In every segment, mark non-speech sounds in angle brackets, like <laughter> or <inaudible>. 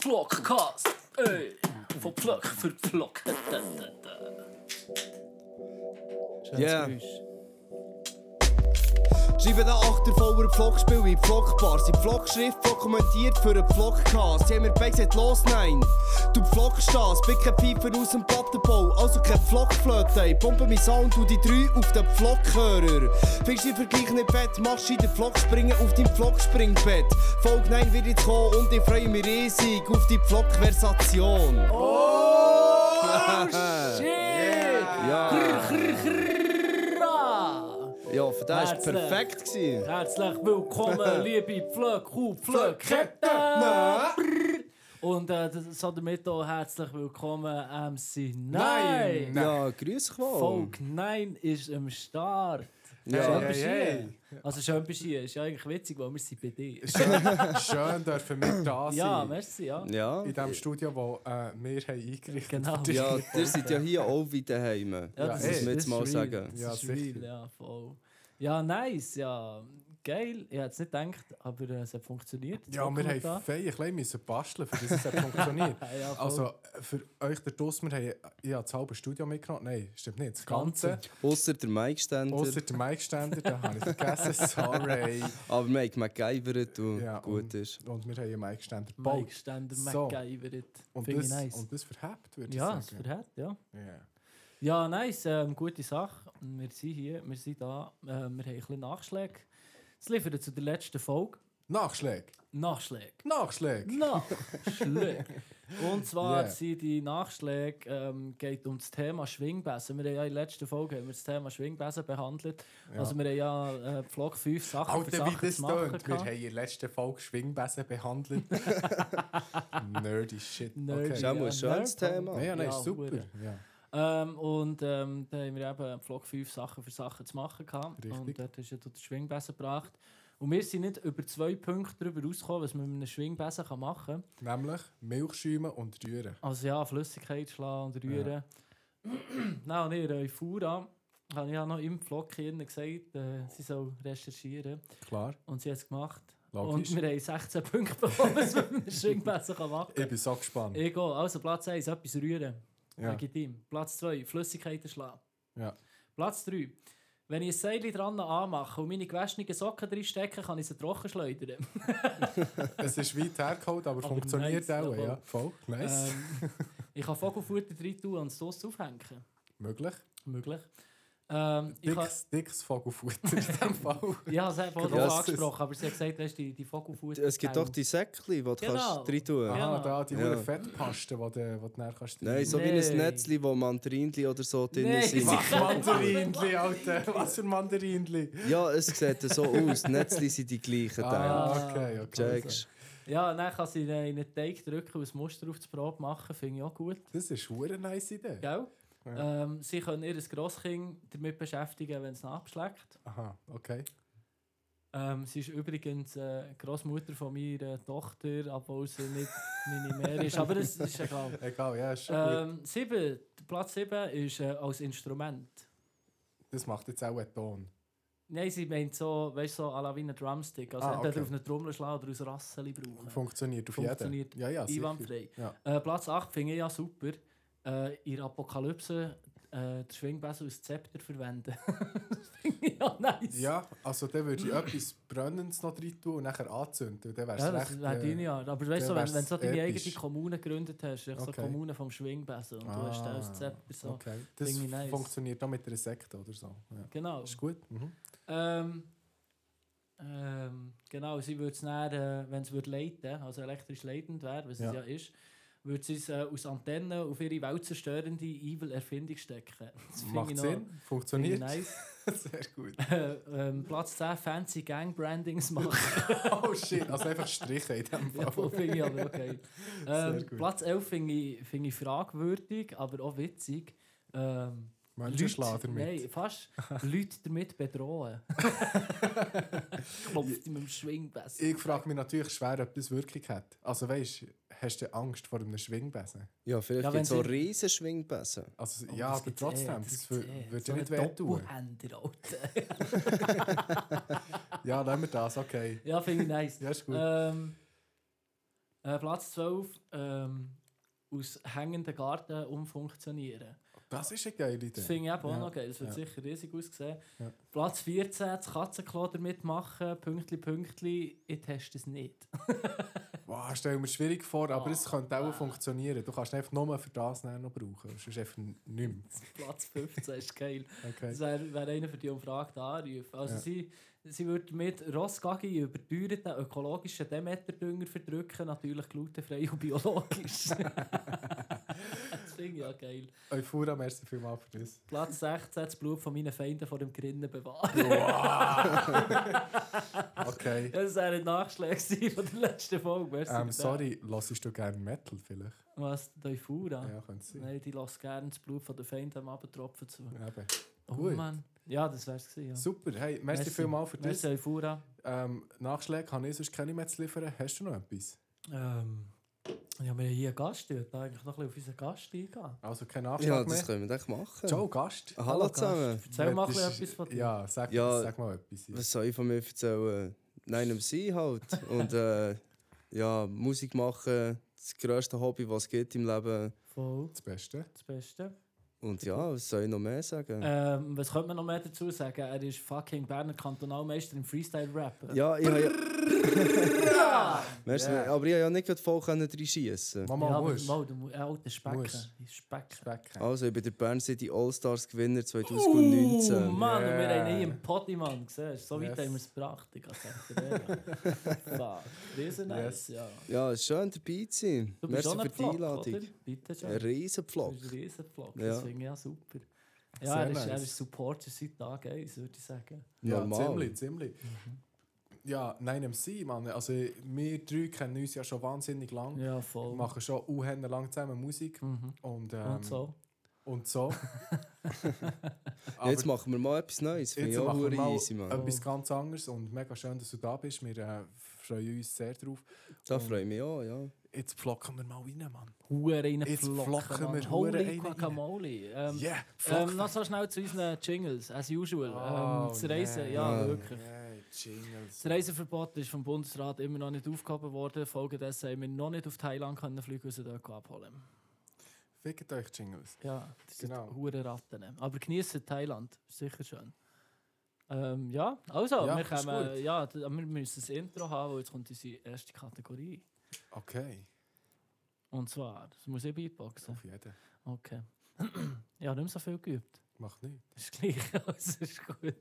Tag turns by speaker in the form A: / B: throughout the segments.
A: Flockkast. Ey, von Flock für Flock. Da, da, da.
B: Ja.
C: Schreiben da Achter voller Vlogspiel in Vlogbar. Sie Vlogschrift dokumentiert für einen Vlogcast. Sie haben mir gesagt, los, nein. Du Vlogstars, bin kein Pfeifer aus dem Plattenbau. Also kein Vlogflöte. Ich Pumpe mein Sound und die drei auf den Vloghörer. Findest du den Vergleich nicht fett? Machst du den Vlog springen auf deinem Vlogspringbett. Folge 9 wird jetzt kommen und ich freue mich riesig auf die Vlogversation. <laughs>
B: Ja.
A: Hurra!
C: Ja, für den war
A: Herzlich.
C: perfekt. Gewesen.
A: Herzlich
C: <laughs>
A: willkommen, liebe Pflöcke, Pflöcketten! Und äh, das- so damit auch herzlich willkommen, MC Nein!
D: Nein.
C: Ja, grüß dich wohl.
A: Folge 9 ist am Start.
C: Ja.
A: Schön bist
D: Ja,
A: du
D: ja, ja.
A: hier. Also schön bist du hier. Ist ja eigentlich witzig, weil wir sind bei dir.
D: Schön, schön dürfen wir da sein.
A: Ja, merci, ja.
C: Ja.
D: in dem Studio, wo äh, wir haben eingerichtet
A: Genau.
D: haben.
C: Ja, ihr seid ja hier auch wieder daheim.
A: Ja,
D: Ja,
A: das
D: ey,
A: ist,
C: muss man
A: das
C: jetzt mal
A: ist real.
C: sagen.
A: Das
D: Ja,
A: ist real,
D: sicher.
A: ja, voll. Ja, nice, ja. Geil. Ich hätte es nicht gedacht, aber äh, es hat funktioniert. Jetzt
D: Ja,
A: hocken
D: wir
A: da.
D: haben fein ein klein müssen basteln, für das es hat funktioniert.
A: <laughs> Ja, voll.
D: also äh, für euch da draussen, wir haben ich habe das halbe Studio mitgenommen. Nein, stimmt nicht. Das Ganze.
C: Außer der Mike Ständer.
D: Außer der Mic-Ständer, den habe ich vergessen.
A: <laughs>
D: Sorry.
C: Aber Mike MacGyvert, du
D: Ja,
C: gut ist.
D: Und wir haben einen Mic-Ständer
A: Mike
D: gebaut.
A: Ständer,
D: So.
A: MacGyver.
D: Und
A: Finde ich
D: das,
A: nice.
D: und das verhebt, würde
A: Ja,
D: ich
A: es
D: sagen.
A: verhält, ja.
D: Ja.
A: Ja, nice, ähm, gute Sache. Wir sind hier, wir sind da, äh, wir haben ein bisschen Nachschläge. Es liefert zu der letzten Folge.
D: Nachschläge.
A: Nachschläge.
D: <laughs> Nachschläge.
A: Nachschläge. Und zwar
D: Yeah.
A: sind die Nachschläge ähm, geht um das Thema Schwingbässe. Wir haben ja in der letzten Folge haben wir das Thema Schwingbässe behandelt. Also wir haben ja äh, Vlog 5 Sachen für
D: Alter, wie
A: Sachen
D: das
A: zu machen
D: tönt. Wir haben
A: gehabt.
D: in der letzten Folge Schwingbesen behandelt. <laughs> Nerdy shit.
A: Nerdy.
D: Okay.
C: Schau mal,
A: Ja,
C: schönes
A: nein,
C: Thema.
D: Ja, ja, nein,
A: äh, Ja,
D: ist super.
A: hure.
D: Ja.
A: Ähm, und ähm, da haben wir eben Vlog 5 Sachen für Sachen zu machen gehabt.
D: Richtig.
A: Und dort ist ja du den Schwingbesen gebracht. Und wir sind nicht über zwei Punkte darüber rausgekommen, was man mit einem Schwingbesen kann machen kann.
D: Nämlich Milchschäume und Rühren.
A: Also ja, Flüssigkeit schlagen und rühren. <clears throat> Nein, und ich Eufura habe ich ja noch im Vlog hier drinnen gesagt, äh, sie soll recherchieren.
D: Klar.
A: Und sie hat es gemacht.
D: Logisch.
A: Und wir haben 16 Punkte bekommen, was man
D: <laughs>
A: mit einem Schwingbesen kann machen
D: Ich
A: kann.
D: bin so gespannt.
A: Ich gehe. Also Platz 1, etwas rühren.
D: Ja.
A: Legitim. Platz 2, Flüssigkeiten schlagen.
D: Ja.
A: Platz 3, wenn ich ein Seil dran anmache und meine gewaschenen Socken drin stecke, kann ich sie trocken schleudern.
D: Es ist weit hergeholt, aber,
A: Aber
D: funktioniert
A: nice,
D: auch.
A: jawohl.
D: Ja, voll. Nice. <laughs>
A: Ähm, ich kann Vogelfutter drin tun und es sonst aufhängen.
D: Möglich.
A: Möglich. Ähm, ich kann,
D: Dicks, dickes Vogelfutter in
A: <laughs>
D: diesem Fall.
A: ich habe
D: <laughs>
A: sie vorhin
C: Grosses.
A: auch angesprochen, aber sie hat gesagt, weißt, du, die, die Vogelfutter.
C: Es gibt doch die Säckchen, die du
A: Genau.
C: kannst rein tun
A: Ja.
C: kannst.
D: Ah, da die
C: Ja.
D: hohe Fettpaste, die du die du näher kannst.
C: Nein, so wie
A: Nein.
C: ein Netzli, wo Mandarinli oder so drin
A: Nein,
C: sind.
A: sie- <laughs>
D: Ach, Mandarinli, Alter. Was für Mandarinli.
C: Ja, es sieht so aus. Die Netzli sind die gleichen Teile.
D: Ah, okay, okay.
C: Checkst.
A: Ja, dann kann sie in einen Teig drücken und ein Muster auf das Brot machen, finde ich auch gut.
D: Das ist eine nice Idee.
A: Gell? Ähm, sie können ihr Grosskind damit beschäftigen, wenn es ihn abschlägt.
D: Aha, okay.
A: Ähm, sie ist übrigens äh, Großmutter von meiner äh, Tochter, obwohl sie nicht meine Mehr ist, aber das ist egal.
D: Egal, ja, <laughs> ist gut.
A: Ähm, sieben, Platz 7 ist äh, als Instrument.
D: Das macht jetzt auch einen Ton.
A: Nein, sie meint so, weißt du, so à la wie ein Drumstick. Also
D: Ah,
A: entweder
D: okay.
A: auf eine Trommel schlagen oder aus Rasseli brauchen.
D: Funktioniert auf jeden
A: Funktioniert
D: Ja, ja, sicher.
A: Einwandfrei.
D: Ja.
A: Äh, Platz 8 finde ich ja super. Äh, in der Apokalypse äh, den Schwingbesen als Zepter verwenden. <laughs> das finde ich ja nice.
D: Ja, also dann würde ich etwas Brennendes noch rein tun und nachher anzünden. Dann wär's
A: Ja, das
D: recht,
A: wäre
D: äh,
A: deine Art. Aber weißt du,
D: dann
A: wenn, wenn du
D: wär's
A: so deine
D: episch.
A: eigene Kommune gegründet hast, okay. so
D: Okay.
A: Kommune vom Schwingbesen und du hast den als
D: Ah,
A: Zepter so.
D: Okay. Das
A: Finde ich nice.
D: funktioniert auch mit einer Sekte oder so. Ja.
A: Genau.
D: Ist gut. Mhm.
A: Ähm, ähm, genau, sie würde es dann, äh, wenn es würd leiten, also elektrisch leitend wäre, was es
D: Ja.
A: ja ist, würde sie es äh, aus Antennen auf ihre weltzerstörende Evil-Erfindung stecken. <laughs> Das finde
D: Macht
A: ich noch-
D: Sinn,
A: finde ich
D: funktioniert.
A: Nice. <laughs>
D: <laughs> Sehr gut.
A: Äh, ähm, Platz 10, fancy
D: <laughs>
A: Gang-Brandings machen.
D: Oh shit, also einfach Striche in dem
A: <laughs> ja,
D: Fall.
A: finde ich aber okay.
D: Sehr
A: Ähm,
D: gut.
A: Platz 11 finde ich, finde ich fragwürdig, aber auch witzig. Ähm,
D: Menschen schlagen damit.
A: Nein, fast Leute damit bedrohen. Klopft mit dem Schwingbesen.
D: Ich frage mich natürlich schwer, ob das Wirkung hat. Also weißt du, hast du Angst vor einem Schwingbesen?
C: Ja, vielleicht
A: Ja,
C: gibt
A: wenn
C: es so
A: sie-
C: riesen Schwingbässe.
D: Also,
A: Oh,
D: ja,
A: das
D: aber
A: gibt's
D: trotzdem,
A: eh,
D: das
A: gibt's
D: wür-
A: eh.
D: würde
A: So
D: ja
A: ein
D: nicht wehtun.
A: Doppelhänder, <laughs> Alter.
D: Ja, nehmen wir das, okay. <laughs>
A: Ja, finde ich nice. Ehm,
D: Ja, ist gut.
A: ähm, Äh, Platz 12 ähm, aus hängenden Garten umfunktionieren.
D: Das ist eine geile
A: Das
D: Idee.
A: finde ich eben auch
D: Ja,
A: noch geil. Das wird
D: ja.
A: sicher riesig aussehen.
D: Ja.
A: Platz 14, das Katzenklo damit machen, Pünktli, Pünktli. Ich teste es nicht. <laughs>
D: Wow, stell mir schwierig vor, aber
A: Ah,
D: es könnte auch
A: ah.
D: funktionieren. Du kannst ihn einfach nur für das nachher noch brauchen. Sonst einfach nicht mehr.
A: Platz 15 ist geil.
D: Okay.
A: Das wäre wär einer für die Umfrage der Anrufe. Also
D: Ja.
A: sie, sie würde mit Rossgagi überteuerten ökologischen Demeterdünger verdrücken, natürlich glutenfrei und
D: <laughs>
A: biologisch. das finde ich ja geil.
D: Euphora, merci vielmals
A: <laughs>
D: für das.
A: Platz 16, das Blut von meinen Feinden vor dem Grinnen bewahren.
D: Okay.
A: <laughs> Das wäre ein Nachschlag gewesen von der letzten Folge. Merci
D: ähm,
A: für den.
D: sorry, hörst du gerne Metal vielleicht?
A: Was, die Euphora?
D: Ja, könnte sein.
A: Nein, die lassen gerne das Blut von den Feinden am Abendtropfen zu.
D: Eben.
A: Oh
D: Gut.
A: Mann. Ja, das wär's gewesen, ja.
D: Super, hey, merci,
A: Merci.
D: vielmals für das.
A: Merci, Euphora.
D: Ähm, Nachschläge habe ich sonst keine mehr zu liefern. Hast du noch etwas?
A: Ähm, ja, wir haben hier einen Gast, ich würde eigentlich noch ein bisschen auf unseren Gast eingehen.
D: Also kein Nachschlag
B: Ja, das
D: mehr?
B: können wir doch machen.
D: Ciao, Gast.
B: Hallo zusammen.
A: Erzähl mal ein
D: Das
A: bisschen
D: ist-
A: etwas von dir.
D: Ja, sag,
B: Ah, Ja.
D: sag mal etwas.
B: Was soll ich von mir erzählen? Nein, am See halt. Und äh, ja, Musik machen, das grösste Hobby, was es gibt im Leben.
A: Voll,
D: Das Beste.
A: das Beste.
B: Und ja, was soll ich noch mehr sagen?
D: Äh,
A: Ähm, was könnte man noch mehr dazu sagen? Er ist fucking Berner Kantonalmeister im Freestyle-Rap.
B: Ja, ich habe ja... Merci,
D: Yeah.
B: Aber ich habe ja nicht gerade voll können reinschiessen.
D: Mama,
A: ja,
D: musst.
A: Mal, du musst. Ja, alter Specken.
D: Musst.
A: Specken.
D: Speck.
B: Also, ich bin der Bern City All-Stars
D: Uh,
B: Gewinner
A: Oh
B: 2019.
A: Mann, und wir
D: Yeah.
A: haben ihn im Potti, Mann, siehst du? So weit
D: Äh, Yes.
A: haben wir es gebracht, ich kann sagen.
D: <laughs>
A: Fuck, riesen nice,
D: Yes.
A: ja.
B: Ja, es ist schön dabei zu sein.
A: Du bist
B: Merci
A: auch
B: für
A: ein
B: die
A: Pflock, oder?
B: Einladung.
A: Bitte schön.
B: Ein riesen
A: Du
B: Pflock.
A: bist ein Riesenpflock,
B: Ja.
A: das finde ich ja super. Ja,
D: Sehr
A: er ist, er
D: nice.
A: ist Supporter seit Tag 1, würde ich sagen.
D: Ja,
B: Normal.
D: ziemlich, ziemlich.
A: Mhm.
D: Ja, nein, im See, Mann. Also, wir drei kennen uns ja schon wahnsinnig lang.
A: Ja,
D: Wir
A: voll.
D: machen schon unheimlich lang zusammen Musik.
A: Mhm.
D: Und, ähm,
A: Und so. <laughs>
D: Und <laughs> so. Aber
B: Jetzt machen wir mal etwas Neues. Finde ich
D: jetzt
B: auch
D: machen wir
B: hure
D: mal
B: easy, Mann.
D: etwas ganz anderes und mega schön, dass du da bist. Wir äh, freuen uns sehr drauf.
B: Da freue ich mich auch, ja.
D: Jetzt flocken wir mal rein, Mann.
A: Hure rein
D: Jetzt flocken wir
A: Mann.
D: Hure
A: Holy
D: rein
A: Guacamole. Ähm,
D: Yeah,
A: ähm, noch so schnell zu unseren Jingles, as usual.
D: Oh,
A: ähm, das Reisen, ja,
B: nein.
A: wirklich.
D: Nein, Jingles.
A: Das Reiseverbot ist vom Bundesrat immer noch nicht aufgehoben worden. Folgedessen haben wir noch nicht auf Thailand können fliegen und dort abholen.
D: Fickt euch Jingles.
A: Ja, das sind
D: Genau.
A: hure Ratten. Aber genießen Thailand, ist sicher schön. Ähm, ja, also,
D: Ja,
A: wir,
D: ist
A: kommen,
D: gut.
A: ja, d- wir müssen das Intro haben, weil jetzt kommt unsere erste Kategorie.
D: Okay,
A: Und zwar, das muss ich beatboxen.
D: auf jeden.
A: Okay. <clears throat> ja, nicht mehr so viel geübt.
D: Macht nichts.
A: Ist gleich, <laughs> also ist gut.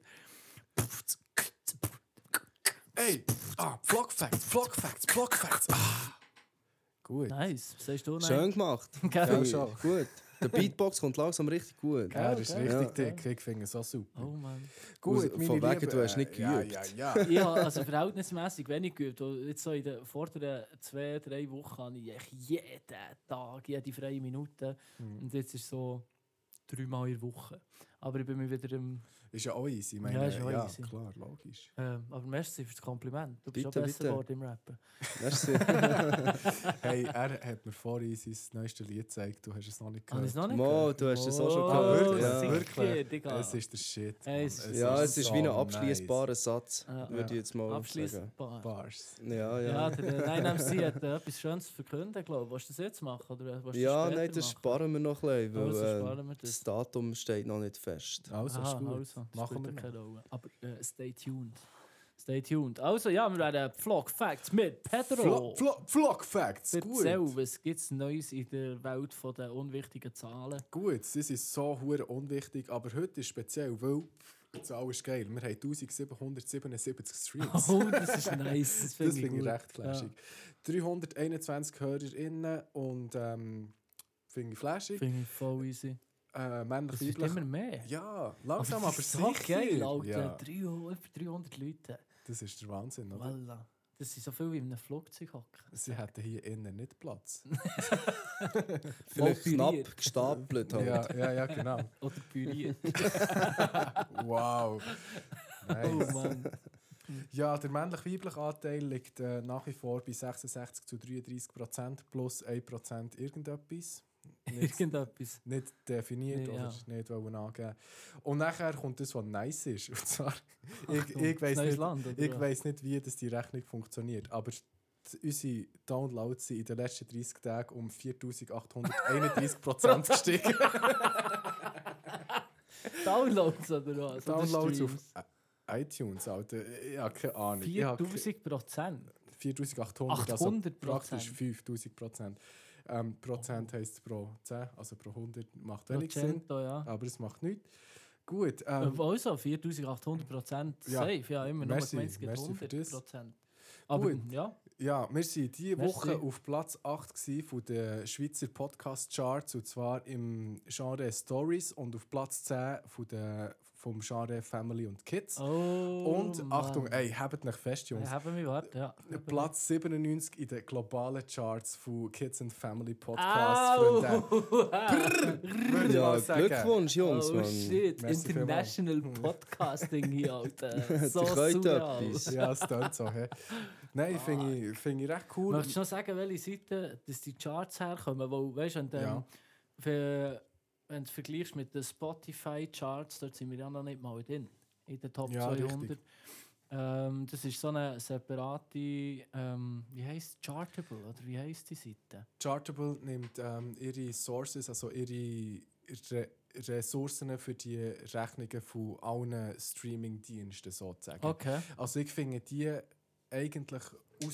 D: Ey, ah, Flock Facts, Flock Facts, Flock Facts. Ah. Gut.
A: Nice, was sagst du? Nein?
B: Schön gemacht.
A: Gell?
D: Ja, schon.
B: Gut. Der Beatbox kommt langsam richtig gut.
D: Ja, dus das ist
A: Geil,
D: richtig
B: geil.
D: dick. Ich finde es auch super.
A: Oh Mann.
B: Aus- von
D: meine
B: wegen,
D: Lieben,
B: du hast
D: äh,
B: nicht
D: Ja,
B: geübt.
A: <laughs>
D: ja, ja.
A: Ja, also verhältnismäßig wenig geübt. Und Jetzt so in den vorderen zwei, drei Wochen habe ich echt jeden Tag, jede freie Minute. Und jetzt ist so dreimal in der Woche. Aber ich bin mir wieder im.
D: ist ja auch easy. Ich Meine,
A: Ja, ist auch
D: eh, ja,
A: easy.
D: klar, logisch.
A: ähm, aber merci für das Kompliment. Du bist
B: Bitte,
A: auch besser
B: bitte.
A: geworden im Rappen.
B: Merci.
A: <laughs>
D: Hey, er hat mir vorhin sein neuestes Lied gezeigt. Du hast es noch nicht
A: Habe ich
D: gehört.
A: es Ah, noch nicht Oh,
B: Mo, du hast es auch schon
D: Ah,
B: gehört.
D: wirklich?
B: Ja.
A: Sicher, Digga.
D: Es ist der Shit.
A: Hey, es
D: Mann.
A: ist-
B: Ja,
A: ist
B: es ist wie ein abschließbarer Satz,
A: Ja.
B: würde ich jetzt mal sagen.
A: Abschließbar.
D: Bars.
B: Ja,
A: Ja,
B: ja.
A: der, der Nein, nein, sie hat äh, etwas Schönes zu verkünden, glaube ich. Willst du das jetzt machen? Oder willst du
B: Ja,
A: später
B: nein, das
A: machen?
B: sparen wir noch ein bisschen,
A: Also
B: weil äh,
A: sparen wir das.
B: das Datum steht noch nicht fest.
D: Also, ist
A: Aha,
D: gut.
A: also, das
D: Machen
A: spielt ja
D: wir
A: keine Rolle. Aber äh, stay tuned. Stay tuned. Also ja, wir werden Vlog Facts mit Pedro.
D: Flock, Flock, Flock Facts.
A: Erzähl,
D: Gut.
A: was gibt es Neues in der Welt von der unwichtigen
D: <laughs>
A: Zahlen?
D: Gut, sie sind so hure unwichtig, aber heute ist speziell, weil das alles ist geil. Wir haben 1777 Streams.
A: Oh, das ist nice. Das finde
D: <laughs> das
A: ich,
D: finde ich
A: gut.
D: recht flashig. 321 HörerInnen und ähm, finde ich
A: Ja,
D: flashig.
A: finde ich voll easy.
D: Äh, männlich,
A: Das ist
D: weiblich.
A: immer mehr.
D: Ja, langsam, aber,
A: das ist so
D: sicher.
A: geil, Alter.
D: ja,
A: 300, über 300 Leute.
D: das ist der Wahnsinn, oder?
A: Voilà. Das sind so viel wie in einem Flugzeug hocken.
D: Sie hätten hier innen
A: <laughs>
D: nicht Platz.
B: Vielleicht
A: Operiert.
B: knapp
A: <laughs>
B: gestapelt halt.
D: ja, ja, ja, genau.
A: Oder
D: <laughs>
A: püriert.
D: Wow.
A: oh
D: Nice.
A: Mann.
D: Ja, der männlich-weibliche Anteil liegt äh, nach wie vor bei 66 zu 33 Prozent plus 1 Prozent
A: <laughs>
D: irgendetwas. Nicht,
A: Irgendetwas.
D: nicht definiert
A: Nee,
D: oder
A: ja.
D: ist nicht wollen angeben. Und nachher kommt das, was nice ist. <laughs> Und zwar, ich,
A: Achtung,
D: ich weiß
A: neues
D: nicht,
A: Land, oder
D: ich
A: was?
D: weiss nicht, wie das die Rechnung funktioniert. Aber die- unsere Downloads sind in den letzten 30 Tagen um
A: <laughs>
D: 4831% gestiegen.
A: Downloads oder was? Oder
D: Downloads auf
A: Streams?
D: i- iTunes, Alter. Ich habe keine Ahnung. Ich habe ke-
A: 4000 Prozent.
D: 4800, also
A: 800%.
D: praktisch 5000 Prozent. Ähm, Prozent
A: Oh.
D: heisst pro 10, also pro 100 macht wenig Sinn,
A: Prozent, ja.
D: aber es macht nichts. Gut, ähm,
A: Also 4800 Prozent
D: Ja.
A: safe, ja, immer noch
D: Merci,
A: 20
D: merci für
A: 100
D: das.
A: Prozent. Aber
D: Gut.
A: ja,
D: ja, wir waren diese
A: Merci.
D: Woche auf Platz 8 gewesen von den Schweizer Podcast-Charts, und zwar im Genre Stories und auf Platz 10 von den, vom Genre Family und Kids.
A: oh,
D: und Achtung,
A: Mann.
D: ey, habt mich fest, Jungs.
A: Wir haben mich wart, ja.
D: Platz 97 in den globalen Charts von Kids and Family Podcasts,
A: <laughs>
D: Freunde.
A: Au!
D: Würde ich
B: Ja,
D: mal sagen.
B: Glückwunsch, Jungs,
A: Oh
B: Mann.
A: shit,
D: Merci
A: international podcasting hier,
D: <laughs>
A: Alter. So
B: Die können
A: surreal.
B: etwas.
D: Ja, es tut so. Hey. Nein, finde ich, find ich recht cool.
A: Möchtest du noch sagen, welche Seite dass die Charts herkommen? Weil, weißt du, wenn, du, ähm,
D: Ja.
A: ver- wenn du vergleichst mit den Spotify-Charts, dort sind wir ja noch nicht mal drin, in den Top
D: Ja,
A: 200.
D: richtig.
A: Ähm, das ist so eine separate, ähm, wie heisst Chartable, oder wie heisst die Seite?
D: Chartable nimmt ähm, ihre Sources, also ihre Re Ressourcen für die Rechnungen von allen Streaming-Diensten sozusagen.
A: Okay.
D: Also ich finde die eigentlich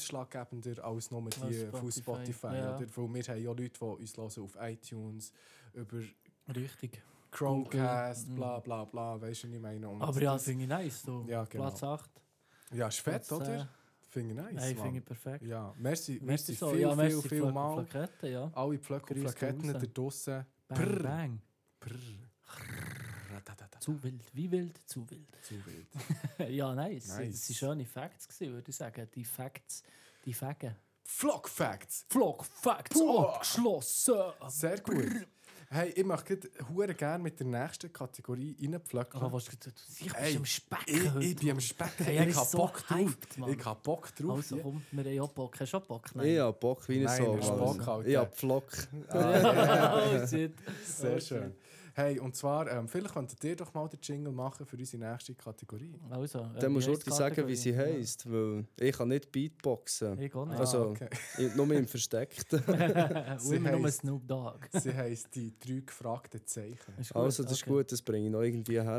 D: ausschlaggebender als nur die
A: Als
D: von
A: Spotify,
D: Spotify.
A: ja.
D: Oder? Weil wir haben ja Leute, die uns hören auf iTunes, über
A: Richtig.
D: Chromecast,
A: Mhm.
D: bla bla bla, weißt du, was ich meine. Und
A: Aber ja,
D: das-
A: finde ich nice. Du.
D: Ja, genau.
A: Platz 8.
D: ja, ist fett,
A: Platz,
D: oder?
A: äh,
D: Finde ich nice.
A: Nein,
D: Mann.
A: finde ich perfekt.
D: Ja, merci, merci,
A: so.
D: viel,
A: ja,
D: viel,
A: merci,
D: viel
A: Flak-
D: mal.
A: Flakette, ja.
D: Alle Pflöcke und
A: Grüß
D: Plaketten
A: raus.
D: da draussen.
A: Bang,
D: Brrr.
A: bang.
D: Brrr. Radadada.
A: Zu wild, wie wild, zu wild.
D: Zu wild.
A: <laughs> ja, nice.
D: Nice.
A: Das waren schöne Facts, gewesen, würde ich sagen. Die Facts, die Fägen.
D: Flock Facts. oh!
A: Vlog Facts
D: Puh.
A: abgeschlossen.
D: Sehr gut. Hey, ich mache hure gerne mit der nächsten Kategorie reinpflöcken.
A: Aber Ah, was du du- ich
D: Ey,
A: bin am Specken
D: ich,
A: heute.
D: ich bin am Specken.
A: Hey, er
D: ich
A: ist
D: hab
A: so
D: Bock drauf.
A: hyped, Mann.
D: Ich hab Bock drauf.
A: also
D: Ja.
A: komm, wir haben auch Bock. Hast du auch Bock?
B: Ich hab Bock wie
D: Nein,
B: so.
D: du hast Bock, halt, Alter.
B: Ich hab Pflock.
A: <laughs> Äh, oh, shit.
D: Sehr
A: Oh,
D: schön. Hey, und zwar, ähm, vielleicht könntet ihr doch mal den Jingle machen für unsere nächste Kategorie.
A: Also, äh,
B: Dann
A: wie
B: musst du
A: heisst die
B: dir sagen, wie
A: Kategorie?
B: sie heisst, weil ich kann nicht Beatboxen.
A: Ja. Ich gar nicht.
B: Also-
D: okay.
B: Ich- Nur im Versteckten.
A: Und <laughs> immer nur
D: heisst-
A: Snoop Dogg.
D: Sie heisst die drei gefragten Zeichen.
A: Ist <laughs> gut,
B: Also, das ist
A: okay.
B: gut, das bringe ich noch irgendwie her.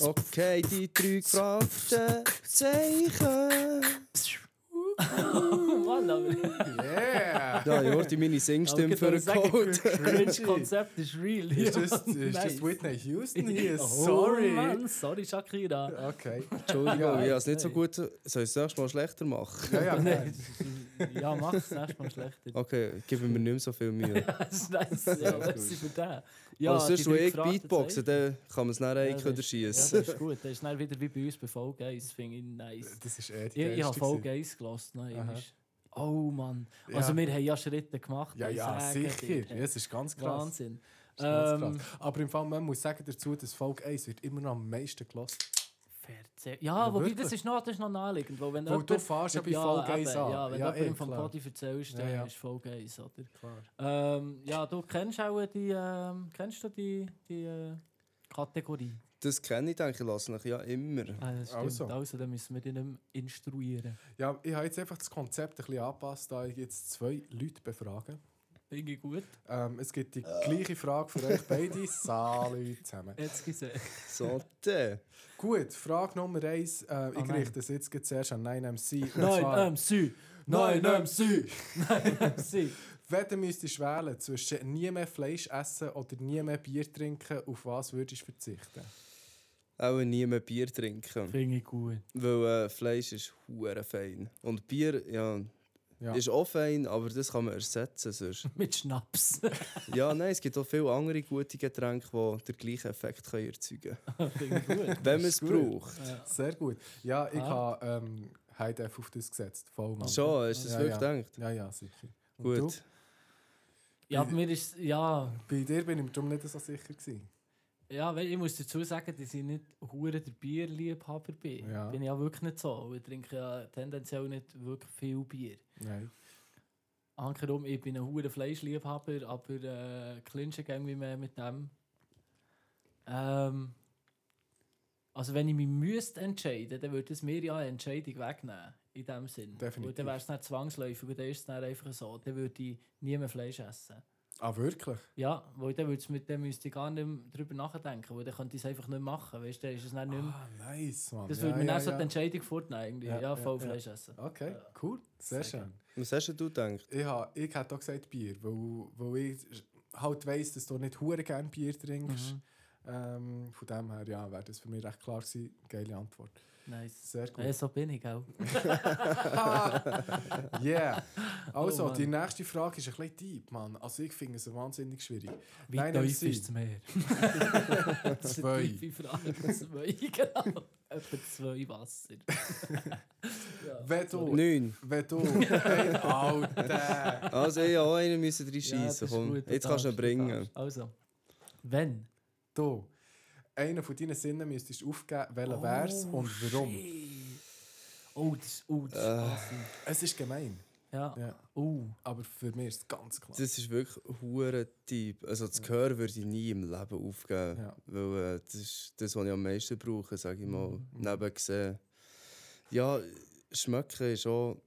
B: Okay, die drei gefragten Zeichen.
A: <laughs> Mann, aber
D: Yeah!
B: Ja, ich hörte meine
A: Aber
B: Singstimme für den
A: ich kann sagen,
B: Code.
A: cringe Konzept ist real.
D: <laughs> Ist das, ist das
A: Nice.
D: Whitney
A: <laughs>
D: Houston hier?
A: Oh,
D: Sorry!
A: Mann, sorry, Shakira.
D: Okay.
B: Entschuldigung,
D: Ja,
B: Oh, ich habe es nicht
A: hey.
B: so gut. Soll ich es nächstes Mal schlechter machen?
D: Ja,
A: <laughs>
D: Oh. ja,
A: Nee,
D: okay.
A: ja, mach es nächstes Mal schlechter.
B: Okay, gib mir nicht mehr so viel Mühe.
A: <laughs> Das ist nice. Ja, merci für den. <laughs> Ja,
B: also,
A: die
B: sonst, wo
A: drei
D: eh
B: ich
A: gefragten Zeichen.
B: Beatboxen, dann kann man es nachher
A: Ja,
B: ja,
A: das
B: können
A: ist-
B: schiessen.
A: Ja, das ist gut. Das ist dann wieder wie bei uns bei Fall Guys. Finde ich nice.
D: Das ist eh
A: Ich,
D: die
A: ich habe
D: geilste
A: Fall
D: gewesen.
A: Guys gelassen. noch
D: Aha.
A: einmal. Oh Mann.
D: Ja.
A: Also, wir haben ja Schritte gemacht.
D: Ja,
A: ich
D: ja,
A: sage
D: sicher.
A: dir.
D: Ja, Es ist ganz krass.
A: Wahnsinn.
D: Es ist ganz
A: Ähm,
D: krass. Aber im Fall, man muss sagen dazu, dass Folge 1 wird immer noch am meisten gelassen.
A: Verzeih- Ja,
D: Ja,
A: wobei
D: wirklich.
A: das ist noch, das ist noch naheliegend. Weil wenn
D: Weil du
A: jemand-
D: fährst ja bei
A: Nou, Ja,
D: Folge 1
A: eben,
D: an.
A: Ja, wenn du
D: eh,
A: jemandem vom
D: klar.
A: Party erzählst,
D: Ja,
A: dann
D: ja.
A: ist Folge 1, oder?
D: Klar.
A: Ähm, ja, du kennst auch die, ähm, kennst du die, die äh, Kategorie?
B: Das kenne ich, denke ich, lasse ich ja immer.
A: <laughs> Ah, das stimmt.
D: Also.
A: Also. dann müssen wir die nicht mehr instruieren.
D: Ja, ich habe jetzt einfach das Konzept ein bisschen angepasst, da ich jetzt zwei Leute befrage.
A: Finde ich gut.
D: Ähm, es gibt die gleiche Frage für euch beide. Salut zusammen.
A: Jetzt <laughs> gesehen.
B: So, der.
D: Gut, Frage Nummer 1. Äh,
A: Oh
D: ich
A: nein.
D: richte es jetzt gleich zuerst an 9MC. und zwar-
A: Nein, MC! Nein, <laughs> MC! Nein, MC!
D: Wenn du müsstest wählen zwischen nie mehr Fleisch essen oder nie mehr Bier trinken, auf was würdest du verzichten?
B: Auch nie mehr Bier trinken.
A: Finde ich gut.
B: Weil äh, Fleisch ist hure fein. Und Bier, ja,
D: Ja.
B: ist auch fein, aber das kann man
D: <laughs>
B: ersetzen sonst.
A: Mit <laughs> Schnaps.
B: dus. ja, nein, es gibt auch viele andere gute Getränke, die den gleichen Effekt können
D: <laughs>
B: erzeugen können.
A: Finde ich gut.
B: Wenn man
D: ist
B: es
D: gut.
B: braucht.
A: Ja.
D: Sehr gut. Ja, ich
A: Hart.
D: habe ähm, Heidef auf das gesetzt. Voll Mann.
B: Schon, hast du das
D: Ja,
B: wirklich
D: ja.
B: gedacht?
D: Ja, ja, sicher. Und
B: Gut.
A: ja, bei mir ist. Ja,
D: Du? Bei dir bin ich mir darum nicht so sicher. Gewesen.
A: ja weil ich muss dazu sagen, dass ich nicht hure der Bierliebhaber bin.
D: Ja.
A: Bin ich ja wirklich nicht so. Ich trinke ja tendenziell nicht wirklich viel Bier.
D: Nein.
A: Ankerum, um, ich bin ein hoher Fleischliebhaber, aber äh, clinchen irgendwie mehr mit dem. Ähm, also wenn ich mich müsste entscheiden, dann würde es mir ja eine Entscheidung wegnehmen. in dem Sinn.
D: Definitiv.
A: Und dann wäre es nicht zwangsläufig, und dann ist es dann einfach so, dann würde ich nie mehr Fleisch essen.
D: Ah, wirklich?
A: Ja, weil dann, würd's mit, dann müsste ich gar nicht mehr drüber nachdenken, weil dann könnte ich es einfach nicht machen, weißt du, dann ist es dann nicht mehr...
D: Ah, nice, Mann.
A: Das
D: Ja,
A: würde mir
D: ja,
A: dann so
D: ja.
A: die Entscheidung vornehmen, irgendwie.
D: Ja,
A: Ja,
D: ja,
A: voll
D: ja.
A: Fleisch essen.
D: Okay, cool. Sehr schön.
B: Was hast denn du gedacht?
D: Ich, ha, ich hätte auch gesagt Bier, weil, weil ich halt weiss, dass du nicht hure gerne Bier trinkst.
A: Mhm.
D: Ähm, von dem her, ja, wäre das für mich recht klar gewesen. Geile Antwort.
A: Nice.
D: Sehr gut.
A: Ja, so bin ich auch.
D: <laughs> Yeah. Also,
A: Oh, Mann.
D: die nächste Frage ist ein bisschen deep, Mann. Also, ich finde es wahnsinnig schwierig.
A: Wie
D: Nein, nein,
A: tief
D: sie-
A: ist es
D: <laughs>
A: mehr?
D: Zwei.
A: Die Frage zwei, <laughs> genau. Etwa zwei Wasser.
D: <laughs>
A: ja.
D: Wenn du,
B: Neun. Ah,
D: wenn
A: <laughs>
D: du, hey, Alter.
B: Also ich auch einen müssen
A: Ja,
B: drei
A: das
B: schießen.
A: ist
B: Komm,
A: gut, du
B: jetzt kannst du
A: darfst,
B: ihn bringen.
A: darfst. Also, wenn.
D: Du, einer von deinen Sinnen müsstest du aufgeben, welcher wär's und warum.
A: Oh, shit. Oh, das ist oh, das
B: Eh.
A: ist uh.
D: Es ist gemein,
A: Ja.
D: ja.
A: Oh.
D: aber für mich ist es ganz klar.
B: Das ist wirklich hure Typ. Also das Gehör würde ich nie im Leben aufgeben,
D: Ja.
B: weil äh, das ist das, was ich am meisten brauche, sage ich mal. Neben gesehen. Ja, schmecken ist auch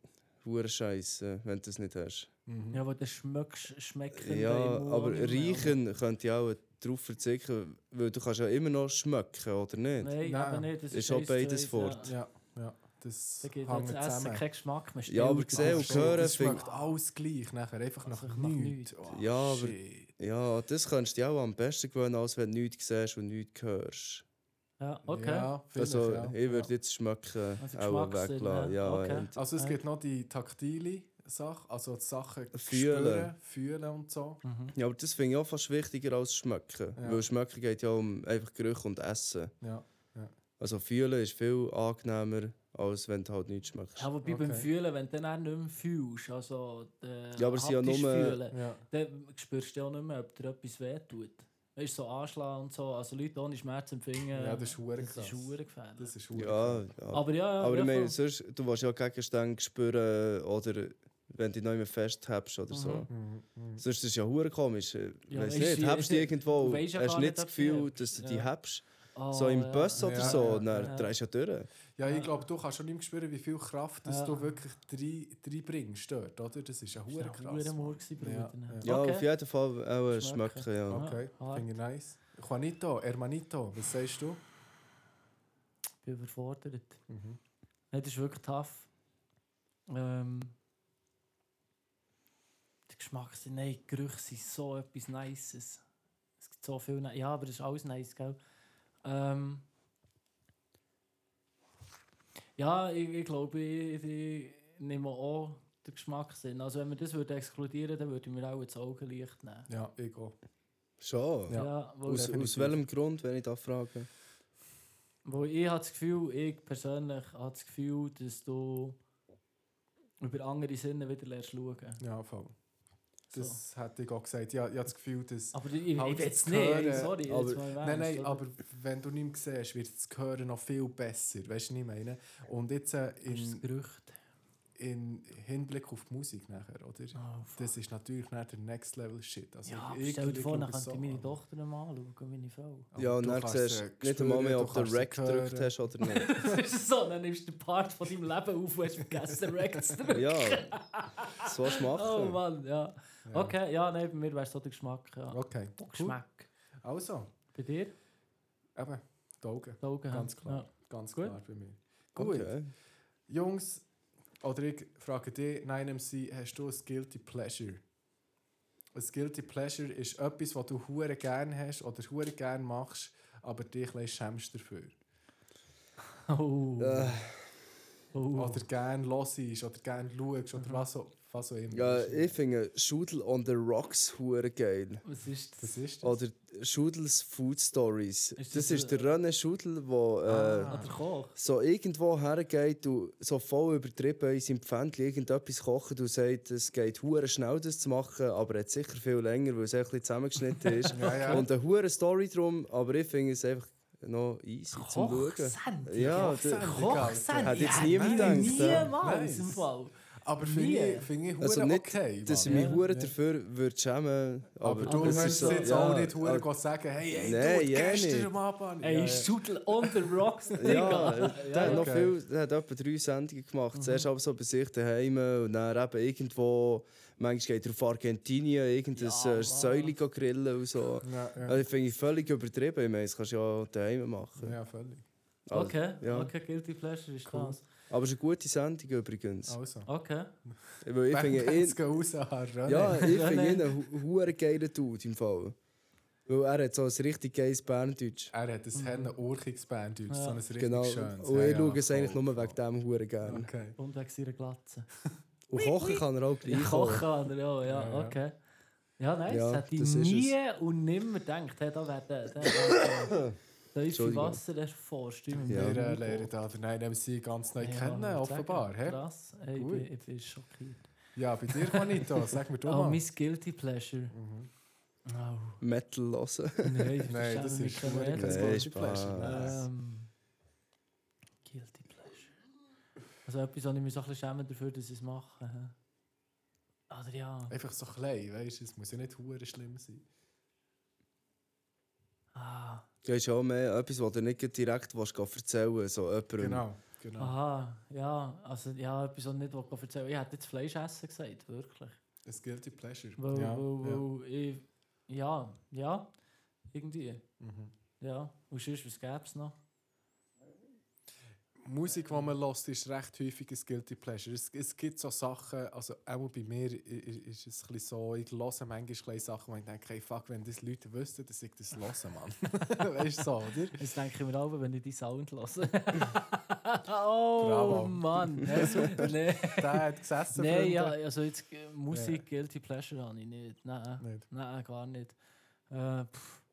B: hure scheiße, wenn du das nicht hast.
A: Ja, weil das schmeckst, schmeckt dann
B: Ja,
A: im Mund
B: aber
A: nicht mehr,
B: riechen könnte ich auch darauf verzichten, weil du kannst ja immer noch schmecken, oder nicht?
A: Nein,
D: Nein.
A: aber nicht. Das
B: Ist auch
A: eins zu
B: beides
A: eins,
B: fort.
A: Ja.
D: Ja, ja, das
A: Da gibt
D: hängt
A: halt das Essen
D: zusammen.
A: keinen Geschmack mehr.
B: Ja, aber
A: Stil-
B: gesehen Äh, und
A: Stil-
B: gehört-
D: Das
B: Finger.
D: schmeckt alles gleich nachher, einfach nach
A: Einfach nach
D: nichts.
A: nichts.
D: Oh,
B: Ja, aber-
D: shit.
B: Ja, das kannst du dir auch am besten gewöhnen, als wenn du nichts siehst und nichts hörst.
A: Ja, okay.
D: Ja, vielleicht,
B: also,
D: ja.
B: ich würde
D: Ja.
B: jetzt schmecken
A: Also
B: auch
A: Geschmackssinn,
B: weglassen.
A: ja.
B: Ja,
A: Okay.
B: und
D: Also es
A: Ja.
D: gibt noch die taktile Sache, also die Sachen
B: Fühlen.
D: spüren, fühlen und so.
A: Mhm.
B: Ja, aber das finde ich auch fast wichtiger als schmecken.
D: Ja.
B: Weil schmecken geht ja um einfach Gerüche und Essen.
D: Ja.
B: Also fühlen ist viel angenehmer, als wenn du halt nichts schmeckst.
A: Ja, wobei beim
D: Okay.
A: Fühlen, wenn du dann auch nicht mehr fühlst, also äh,
B: Ja, aber sie ja
A: haptisch
B: nur-
A: Fühlen,
D: Ja.
A: dann spürst du ja auch nicht mehr, ob dir etwas wehtut. Weißt du, so anschlagen und so, also Leute ohne Schmerzempfinden,
D: ja, das ist hure
A: das
D: krass.
A: ist hure gefährlich.
D: Das ist hure
B: Ja,
D: krass.
B: ja. Aber,
A: aber ja, ja,
B: ich
A: ja,
B: meine,
A: voll.
B: sonst, du willst ja Gegenstände spüren oder wenn du dich nicht mehr festhebst oder so.
D: Mhm, mhm.
B: Sonst ist es ja hure komisch. Ich
A: Ja,
B: weiss
A: ist
B: nicht,
A: sie-
B: hebst du
A: ist-
B: irgendwo,
A: du weisst ja
B: hast
A: gar
B: nicht
A: nicht,
B: das
A: ob sie
B: Gefühl,
A: hebst.
B: dass du die
A: Ja.
B: hebst.
A: Oh,
B: so im
A: ja.
B: Bus oder
D: Ja,
B: so,
D: ja,
B: dann
A: ja.
B: drehst du ja durch.
D: ja, ich
A: Ja.
D: glaube, du kannst schon nicht mehr spüren, wie viel Kraft dass
A: Ja.
D: du wirklich rein- reinbringst dort, oder? Das ist ja
A: Das war
D: hure
A: ein
D: krass.
A: verdammter
D: Mann.
A: Mord gewesen,
D: Ja,
A: Bruder.
D: ja.
B: Ja,
A: Okay.
B: auf jeden Fall auch äh,
A: Schmecken.
B: schmecken, ja.
A: Ja.
D: Okay,
A: hart.
D: finde ich nice. Juanito, Hermanito, was sagst du?
A: Ich bin überfordert. Nein, das ist wirklich tough. Ähm, der Geschmack, nein, die Gerüche sind so etwas Nices. Es gibt so viel, Ne- ja, aber das ist alles nice, gell? Ähm, ja, ich, ich glaube, ich, ich nehme auch den Geschmackssinn. Also wenn wir das würde exkludieren, dann würde ich mir auch ins Augenlicht nehmen.
D: Ja, ich auch.
B: Schon.
D: Ja.
A: weil,
B: Aus, aus
D: definitiv.
B: welchem Grund, wenn ich da frage?
A: weil ich habe das Gefühl, ich persönlich habe das Gefühl, dass du über andere Sinne wieder lernst schauen.
D: Ja, voll.
A: So.
D: Das hätte ich auch gesagt. Ja, ich habe das Gefühl, dass...
A: Aber ich, ich,
D: Halt
A: ich
D: jetzt
A: jetzt nicht,
D: hören,
A: ey, sorry.
B: aber-
A: jetzt mal im
D: Nein,
A: Ernst,
D: nein,
A: oder?
D: aber wenn du nicht mehr siehst, wird das Hören noch viel besser. Weißt du, was ich meine? Und jetzt äh,
A: Das ist das
D: in,
A: Gerücht.
D: in Hinblick auf die Musik nachher, oder?
A: Oh, fuck.
D: Das ist natürlich nicht der Next Level Shit. Also
A: ja,
D: ich- ich-
A: stell dir
D: ich
A: vor, dann
D: schaue es
A: könnte ich
D: so
A: meine
D: an.
A: Tochter noch mal anschauen, meine <laughs> Frau.
D: Aber
B: ja, und
D: du
B: dann
D: kannst,
B: siehst
D: äh,
B: du nicht einmal
D: spüren,
B: mehr,
D: du
B: ob du
D: kannst sie
B: Rack gedrückt
D: hören.
B: hast oder nicht.
A: Das ist so, dann nimmst du den Part von deinem Leben auf und hast vergessen, Rex zu drücken.
B: ja, das willst du
A: Oh
B: machen.
A: Mann, ja.
D: Ja.
A: Okay, ja, nein, bei mir wäre es so der Geschmack. Ja.
D: Okay, cool.
A: Geschmack.
D: Also,
A: Bei dir?
D: eben, die Augen.
A: Die Augen
D: Ganz
A: haben-
D: klar. Ganz
A: Gut.
D: klar bei mir. Gut.
B: okay.
D: Jungs, oder ich frage dich, nein, MC, hast du ein Guilty Pleasure? Ein Guilty Pleasure ist etwas, was du hure gern hast oder hure gern machst, aber dich ein bisschen schämst dafür.
A: Ja. Oh.
B: Äh,
A: oh.
D: Oder gern hörst oder gern schaust
A: Mhm.
D: oder was, auch- was auch immer.
B: ja, ich finde Schudel on the Rocks hure geil.
A: Was ist das?
D: Was ist das?
B: Oder Schudels Food Stories. Dus
A: Ist das
B: das, ist
A: so-
B: der René Schudel, der äh,
A: Oder Koch?
B: so irgendwo hergeht und so voll übertrieben in seinem Pfändchen irgendetwas kocht und sagt, es geht hure schnell, das zu machen, aber er hat sicher viel länger, weil es auch ein bisschen zusammengeschnitten ist.
A: <laughs>
D: Ja, ja.
B: Und eine hure Story drum, aber ich finde es einfach noch easy zum Schauen.
A: Kochsendung?
B: Ja,
D: Kochsendung, Alter.
B: der-
A: Kochsendung?
B: Hat jetzt
A: Ja,
B: niemand
A: nein,
B: gedacht, ja.
A: Niemals
D: Nice.
A: im Fall.
D: Aber finde
A: Nie.
D: ich, find ich
B: Also
D: hure
B: nicht,
D: okay.
B: Dass ich
D: Mann.
B: mich
A: Ja,
B: hure
D: ja.
B: dafür würde schämen.
D: aber,
B: Aber,
D: du
A: das
D: würdest
A: ist so-
D: jetzt auch nicht hure gehen sagen, hey, hey,
B: Nein,
D: du,
B: ja
D: gestern
B: nicht.
D: am Abend.
A: Ey, Schudel on the rocks,
B: <laughs> Ja,
A: Digga.
B: ja, der hat noch
D: okay.
B: viel, der hat etwa drei Sendungen gemacht.
D: Mhm.
B: Zuerst aber so bei sich daheim und dann eben irgendwo, manchmal geht er auf Argentinien, irgendein
A: Ja,
B: äh, Säule grillen und so.
D: Ja, ja.
B: Also, ich finde ich völlig übertrieben. Ich meine, das kannst du ja auch daheim machen.
D: ja, völlig.
B: Also,
A: Okay,
B: ja.
A: okay, Guilty Pleasure ist
D: Cool.
A: das.
B: Aber es ist eine gute Sendung übrigens.
D: Also.
A: Okay.
B: Weil ich finde ihn,
D: Jetzt gehen raus, Herr René.
B: ja, ich finde
A: René.
B: ihn einen hu- huere geilen Dude im Fall. Weil er hat so ein richtig geiles Berndeutsch.
D: Er hat ein Herne urchiges Banddeutsch,
A: Ja.
D: so ein richtig
B: Mm. Genau.
D: schönes.
B: Und
D: Ja,
B: ich
D: ja,
B: schaue es
D: voll,
B: eigentlich nur
D: voll.
B: wegen dem huere gerne.
D: Okay.
A: Und wegen seiner Glatze.
B: Und kochen kann er auch
A: Ja,
B: gleich. auch.
A: kochen oder ja,
D: Ja, ja.
A: ja, okay. Ja, nice.
B: Ja, dus
A: Hätte
B: das
A: ich
B: ist
A: nie und nimmer gedacht, hey, da wäre der,
B: <laughs>
A: der, wär der tiefe
B: Entschuldigung.
A: Wasser erst vorstimmen.
B: Ja.
D: Wir äh, lernen da den NMC ganz neu kennen, offenbar. hä?
A: Krass, Ey, ich,
D: Gut.
A: bin, ich bin schockiert.
D: Ja, bei dir, Juanito, sag mir du
A: Oh,
D: mal.
A: mein Guilty Pleasure.
D: Mhm.
A: Oh,
B: Metal hören. <laughs>
A: nein, ich
D: Nein, das
A: verstehe mich
D: ist
A: kein
D: nur
A: Wort.
D: ein
B: Nein,
D: Guilty
B: Spaß.
D: Pleasure.
A: Ähm, Guilty Pleasure. Also etwas, wo ich mich so ein bisschen schäme dafür, dass ich es mache. hä? Oder ja.
D: Einfach so klein, weißt du, es muss ja nicht hure schlimm sein.
A: Ah,
B: Ja, ist auch mehr etwas, was du nicht gleich direkt willst, gehen erzählen willst. So jemandem.
D: Genau, genau.
A: aha, ja. Also ja, etwas, was ich nicht will erzählen Ich hätte jetzt Fleisch essen gesagt, wirklich.
D: Es Guilty Pleasure.
A: Weil,
D: ja,
A: weil,
D: ja.
A: weil ich... Ja, ja. Irgendwie.
D: Mhm.
A: Ja. Und sonst, was gäbe es
D: <laughs>
A: noch?
D: Musik, die man hört, ist recht häufig ein Guilty Pleasure. Es, es gibt so Sachen, also auch bei mir i- i- ist es ein bisschen so, ich höre manchmal kleine Sachen, wo ich denke, hey, fuck, wenn das Leute wüssten, dass ich das höre, Mann. <laughs> weißt du so, oder?
A: Jetzt denke ich mir auch, wenn ich die Sound
D: <laughs>
A: höre. oh,
D: Bravo. <laughs>
A: Mann. Nee, super. Nee,
D: Der hat gesessen,
A: nee
D: Freunde.
A: ja, also jetzt äh, Musik, Guilty Pleasure habe ich nicht. Nein.
D: Nicht.
A: Nein, gar nicht. Äh, pff.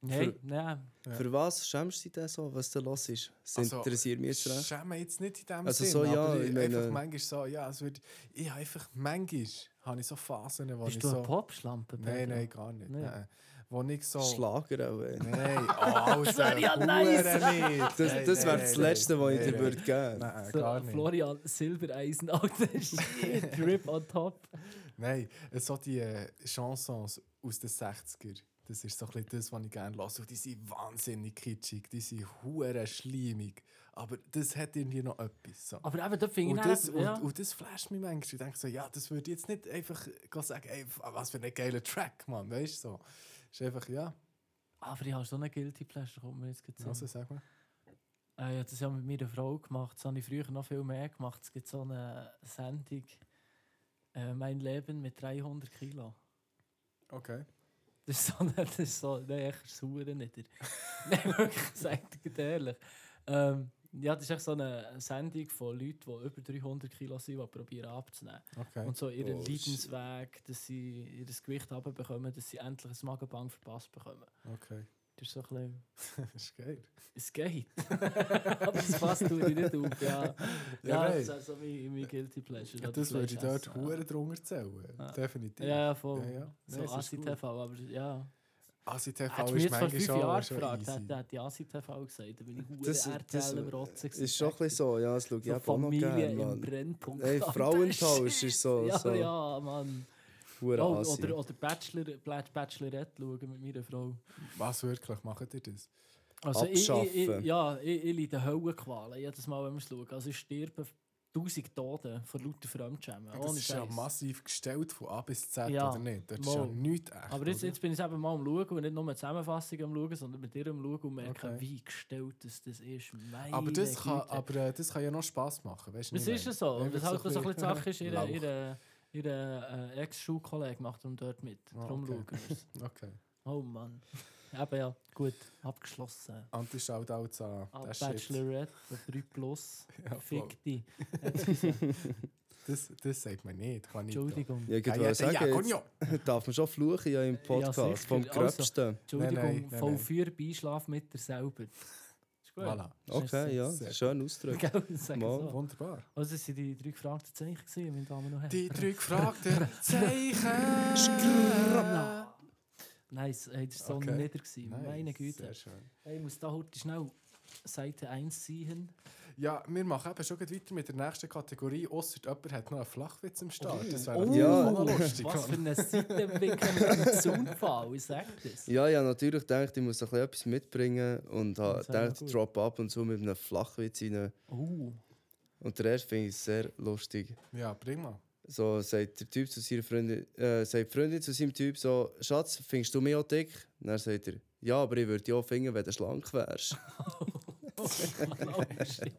A: Nein, nein.
D: Ja.
B: Für was schämst du dich denn so, was du los ist? Das
D: Also,
B: interessiert mich jetzt recht.
D: Schäme jetzt nicht in dem
B: Also
D: Sinn,
B: so, ja,
D: aber
B: ich
D: ich,
B: meine-
D: einfach manchmal so, ja, es wird, ich habe einfach manchmal habe ich so Phasen, wo ich
A: Bist du
D: so...
A: eine Popschlampe?
D: Nein, nein, gar nicht.
A: Nein.
D: Nein. Wo ich so...
B: Schlager auch, <laughs> ey.
D: Nein,
A: <laughs>
D: oh, Alter,
A: wär ja nice.
D: Hure nicht. Nein,
B: Das, das
D: nein,
B: wäre das
D: nein,
B: Letzte, was ich
D: nein,
B: dir
D: nein.
B: würde geben würde.
D: Nein,
A: So,
D: gar nicht.
A: Florian Silbereisen, <laughs> alter Shit,
D: <laughs>
A: Drip on top.
D: Nein, äh, so die äh, Chansons aus den 60er, das ist so ein bisschen das, was ich gerne lasse. Die sind wahnsinnig kitschig, die sind hure schleimig. Aber das hat irgendwie noch etwas. So.
A: Aber eben, da finde ich
D: Und das,
A: dann- ja.
D: und, und das flasht mich manchmal. Ich denke so, ja, das würde ich jetzt nicht einfach gehen sagen, ey, f- was für ein geiler Track, Mann, weißt du so. Ist einfach, ja,
A: Aber ich habe so einen Guilty Pleasure, kommt mir jetzt gerade so.
D: also sag mal.
A: Äh, ich habe das ja mit meiner Frau gemacht, das habe ich früher noch viel mehr gemacht. Es gibt so eine Sendung, äh, «Mein Leben mit 300 Kilo».
D: Okay.
A: Das ist so, <laughs> das ist so, nein, ich sauere nicht. <laughs> nein, wirklich, sagt ich dir ehrlich. Ähm, ja, das ist echt so eine Sendung von Leuten, die über 300 Kilo sind, die probieren abzunehmen.
D: okay.
A: Und so ihren
B: Oh, shit.
A: Leidensweg, dass sie ihr Gewicht runterbekommen, dass sie endlich ein Magenband verpasst bekommen.
D: Okay.
A: Das ist so ein bisschen,
D: das ist geil.
A: es geht. <laughs> Aber das passt tue ich nicht auf, ja. Ja,
D: Ja,
A: das ist
D: nein.
A: also mein, mein Guilty Pleasure.
D: Ja,
A: oder
D: das würde ich
A: Fleisch
D: dort
A: essen,
D: hure drunter zählen.
A: Ja.
D: Definitiv.
A: Ja, ja, ja, voll.
D: Ja, ja.
A: So
D: Nein, es ist
A: ACTV, aber ja.
D: Asi
A: Hättest
D: TV
A: du mich
D: ist
A: jetzt vor
D: manchmal
A: fünf
D: schon,
A: Jahren
D: schon
A: gefragt,
D: easy.
A: hätte hätte ich ASI-TV gesagt. Da bin ich
B: Das-
A: hure
B: das,
A: RTL im Rotzen.
B: Ist schon ein bisschen so, ja, das schaue ich
A: So
B: eben auch noch
A: Familie
B: gerne,
A: im
B: Mann.
A: Brennpunkt.
B: Ey,
A: Alter,
B: Frauentausch
A: shit.
B: ist
A: <laughs>
B: so-
A: Ja,
B: so.
A: ja, Mann.
B: Hure
A: Oh,
B: Assi.
A: oder oder Bachelor, Bla- Bachelorette schauen mit meiner Frau.
D: Was wirklich, macht ihr das?
A: Also ich, ich,
B: Abschaffen.
A: ich, ja, ich, ich leide Höllenqualen jedes Mal, wenn wir es schauen. Also ich sterbe tausend Tote von lauter Fremdschämen.
D: Das
A: Ohne
D: ist ja
A: Scheiß.
D: massiv gestellt von A bis Z,
A: Ja,
D: oder nicht? Das ist ja
A: mal.
D: nichts echt.
A: Aber jetzt,
D: oder?
A: jetzt bin ich eben mal am Schauen und nicht nur eine Zusammenfassung am Schauen, sondern mit dir am Schauen und merke,
D: Okay.
A: wie gestellt das, das ist. Meine
D: aber, das kann,
A: Güte.
D: aber äh, das kann ja noch Spass machen, weißt du?
A: Das
D: was ich
A: ist ja
D: meine?
A: so. Und
D: Einfach
A: das halt so ein bisschen die Sache ist, ihre,
D: Lauch.
A: ihre, ihre äh, Ex-Schulkollege macht darum dort mit.
D: Ah,
A: Darum
D: okay.
A: schauen wir
D: <laughs>
A: es.
D: Okay.
A: Oh Mann. Eben ja, gut, abgeschlossen.
D: Anti-Shoutouts an
A: Ah,
D: den Shit.
A: Bachelorette, der 3 Plus.
D: <laughs> Ja, voll.
A: Fick dich.
D: Das, das sagt man nicht. Kann ich
A: Entschuldigung.
B: Ja, ich
D: Ja,
B: wollte
D: ja, ja,
B: sagen,
D: Gunjo.
B: jetzt darf man schon fluchen ja, im Podcast.
A: sicher.
B: vom
A: Also.
B: Gröbsten.
A: Entschuldigung,
D: Nein, nein, nein,
A: voll
D: nein.
A: Feuer, Beischlaf mit dir selber. Ist gut.
D: Voilà.
A: <laughs>
B: Okay, ja,
D: sehr
B: schön ausdrücken.
A: Gell, ich sage
B: Mal.
A: so.
D: Wunderbar.
A: Also, das waren Oh, die drei gefragten Zeichen, gewesen, meine Damen und Herren.
D: Die drei gefragten
A: <laughs>
D: Zeichen.
A: nou. Nice, hey, das war so
D: Okay.
A: nieder. gewesen.
D: Nice,
A: Meine Güte.
D: Sehr schön.
A: Hey, ich muss da heute schnell Seite 1 sehen.
D: Ja, wir machen eben schon gleich weiter mit der nächsten Kategorie, ausser jemand hat noch einen Flachwitz im Start. Das wäre
A: Oh,
D: natürlich
B: Ja.
D: auch noch lustig.
A: was für eine Seitenwicklung im Zunfall, ich sag das.
B: Ja, ja, natürlich gedacht, ich muss noch ein bisschen etwas mitbringen und habe
A: Das ist eigentlich
B: gedacht,
A: gut.
B: drop ab und so mit einem Flachwitz rein. <laughs>
A: Oh,
B: Und der erste finde ich sehr lustig.
D: Ja, bring mal.
B: So sagt der Typ zu seiner Freundin, äh, sagt die Freundin zu seinem Typ so, Schatz, findest du mich auch dick? Und dann sagt er, ja, aber ich würde dich auch finden, wenn du schlank wärst.
A: oh, shit.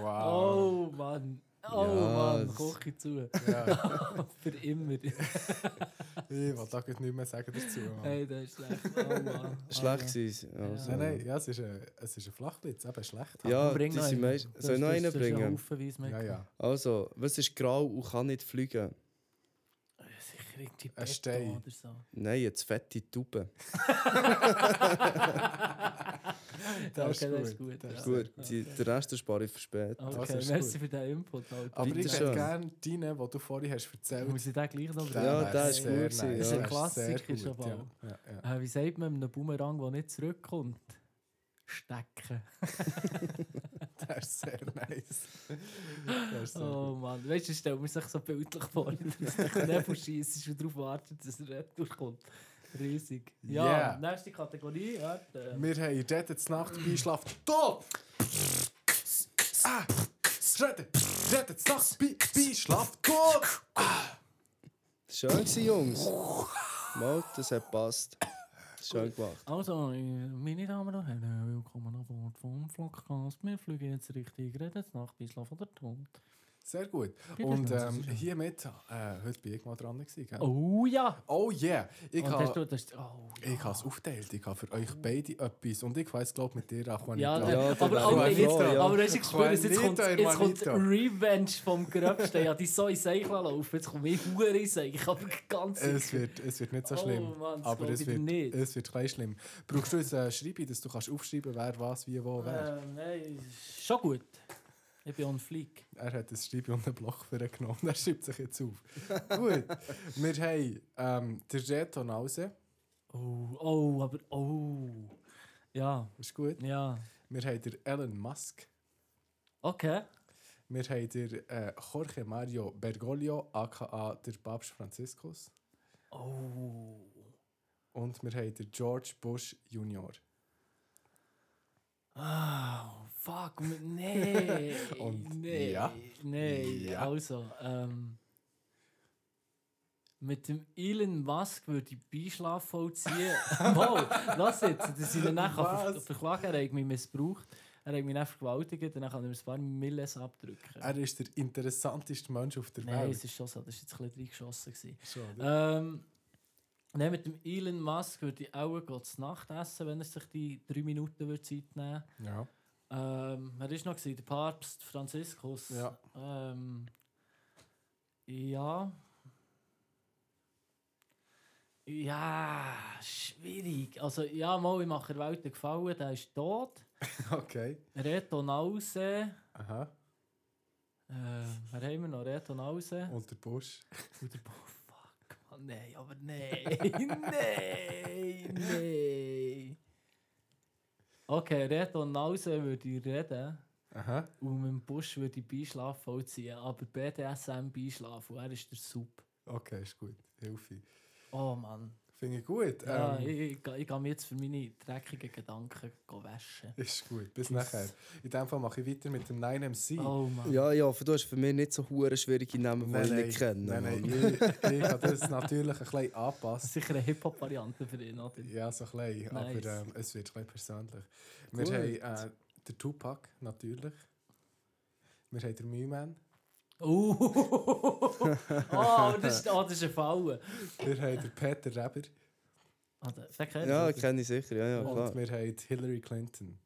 D: Wow.
A: oh Mann. Oh
B: Ah. Ja,
A: Mann,
B: es-
A: koch ich zu.
D: Ja,
A: Für immer.
B: Ah.
D: ich will da gerade nicht mehr sagen dazu. Mann.
A: Hey, das ist schlecht. Oh Mann.
B: Schlecht gewesen. Also.
D: Nein, nein, ja, es ist ein, es ist ein Flachwitz, eben schlecht.
B: Ja,
A: Bring nou
B: die
A: noch
B: sind
A: einen.
B: meist...
A: Das-
B: Soll ich noch
A: das-
B: einen
A: das ist ein
B: bringen?
A: Haufenweise mehr.
D: ja, ja.
B: nou Also, was ist grau und kann nicht fliegen?
A: Äh, Sicher irgendwie
D: Ein
A: Beton
D: Stein.
A: oder
B: <laughs>
A: so. <laughs>
B: Nein, jetzt fette Tube.
D: Das ist
A: okay, das ist
D: gut,
A: gut.
D: das ist
A: ja.
B: Gut, die, den Rest spare ich für später.
A: Okay,
D: Das ist
A: merci für den Input. Alter.
D: Aber ich
B: Bitteschön.
D: hätte gerne deinen, den du vorhin hast erzählt hast.
A: muss ich den gleich noch bringen?
B: Ja,
D: wär
B: der ist
D: sehr
B: gut
D: nice.
B: gewesen, ja.
D: Der
B: Ein
D: sehr
A: Klassiker schon
D: gut,
A: mal.
D: Ja, ja, ja.
A: Äh, wie sagt man einem Boomerang, der nicht zurückkommt? Stecken.
D: Der ist sehr nice. Der ist sehr
A: Oh Mann, weißt du, stellt man sich so bildlich vor, dass der Knebel schießt und darauf wartet, dass er durchkommt. Riesig. Ja,
D: Yeah.
A: nächste Kategorie. Ja,
D: gut.
A: der-
D: Wir haben dort die Nacht beischlafen. Top! Ah! Rette! Rette die Nacht bei- beischlafen. Top!
B: Schön gewesen, Jungs. Mal, das hat passt. Schön gemacht.
A: Also, äh, meine Damen und Herren, willkommen an Bord vom Vlogcast. Wir fliegen jetzt richtig, reden jetzt nach Bislav oder Tod.
D: Sehr gut.
A: Ja,
D: Und
A: das
D: ähm,
A: ist schon-
D: hiermit, äh, heute bin ich mal dran. Gewesen, gell?
A: Oh ja!
D: oh yeah! Ich
A: Und hast
D: habe
A: du das... Oh, ja.
D: Ich habe es aufteilt, ich habe für euch beide etwas und ich weiß glaube mit dir auch, wenn
A: Ja,
D: ich
A: der,
D: glaub.
B: Ja,
A: aber,
B: der
A: aber, aber,
D: Juanito,
A: jetzt,
B: ja.
A: aber hast du gespürt, dass jetzt kommt,
D: Juanito,
A: jetzt kommt
D: Juanito.
A: Revenge vom Gröbsten. Ja, die so in Seich laufen, jetzt kommt ich Hure in Seich, aber ganz
D: <laughs> es,
A: sicher.
D: wird, es wird nicht so
A: Oh
D: schlimm,
A: Mann, das
D: aber
A: glaub
D: es
A: ich
D: wird,
A: dir nicht.
D: es wird gleich schlimm. Brauchst du jetzt eine Schreibe, dass du kannst aufschreiben wer was, wie, wo, wer?
A: Ähm, nein, schon gut. Ich bin on fleek.
D: Er hat das Schreibe und einen Block für ihn genommen, <laughs> er schreibt sich jetzt auf. Gut, wir haben ähm, der Jeton raus,
A: Oh, oh, aber oh. Ja,
D: ist gut.
A: ja.
D: Wir haben der Elon Musk,
A: Okay.
D: wir haben der äh, Jorge Mario Bergoglio, aka der Papst Franziskus
A: Oh.
D: und wir haben der George Bush Junior.
A: Oh, fuck. m-
D: <laughs>
A: Nee.
D: Und
A: nee.
D: ja.
A: Nee.
D: Ja.
A: Also, ähm. Mit dem Elon Musk würde ich Beischlaf vollziehen.
D: <laughs>
A: Mal, lass jetzt. Dass ich danach ver
D: Was?
A: verklagen kann. Er hat mich missbraucht. Er hat mich dann vergewaltigt. Dann kann er mir ein paar Milles abdrücken.
D: Er ist der interessanteste Mensch auf der
A: Nein, es
D: Welt.
A: ist schon so. Das war jetzt ein bisschen reingeschossen. gewesen.
D: Schon, oder?
A: Ähm, nein, mit dem Elon Musk würde ich auch gehen zu Nacht essen, wenn er sich die drei Minuten würde Zeit nehmen
D: ja.
A: ähm, Wer war noch? gewesen? Der Papst Franziskus.
D: Ja.
A: Ähm, ja. Ja, schwierig. Also, ja, mal, ich mache der Welt einen gefallen, der ist tot.
D: <laughs> Okay.
A: Reto Nause.
D: Aha.
A: Ähm, wer haben wir noch? Reto Nause.
D: Und der Busch.
A: Und der Bo- <laughs> fuck, Mann, nein, aber <laughs> nein, nein, nein. Okay, Reto Nause würde ich reden
D: Aha.
A: und mit dem Busch würde ich Beischlaf vollziehen, aber BDSM Beischlaf und er ist der Sub.
D: Okay, ist gut. Hilfe.
A: Oh Mann,
D: Finde ich gut.
A: ja,
D: ähm,
A: ich, ich, ich gehe mir jetzt für meine dreckigen Gedanken go waschen.
D: Ist gut. Bis
A: Tschüss.
D: nachher. In dem Fall mache ich weiter mit dem 9MC.
A: Oh Mann.
B: Ja, ja, für du hast für mich nicht so hure schwierige Namen, die ich nicht kenne.
D: nein, nein.
B: Mann.
D: Ich, ich habe das natürlich ein bisschen angepasst.
A: Sicher eine Hip-Hop-Variante für ihn, oder?
D: Ja, so ein bisschen.
A: Nice.
D: Aber ähm, es wird ein bisschen persönlich. Wir
B: Gut.
D: haben äh, den Tupac, natürlich. Wir haben den Mühman.
B: <laughs>
A: Oh, oh, aber das ist, oh, das ist ein Falle.
D: Wir haben den Peter Reber.
A: Ah, den- den kennt
B: Ja,
A: ihr?
B: kenne ich sicher, ja, ja, klar.
D: Und wir haben die Hillary Clinton.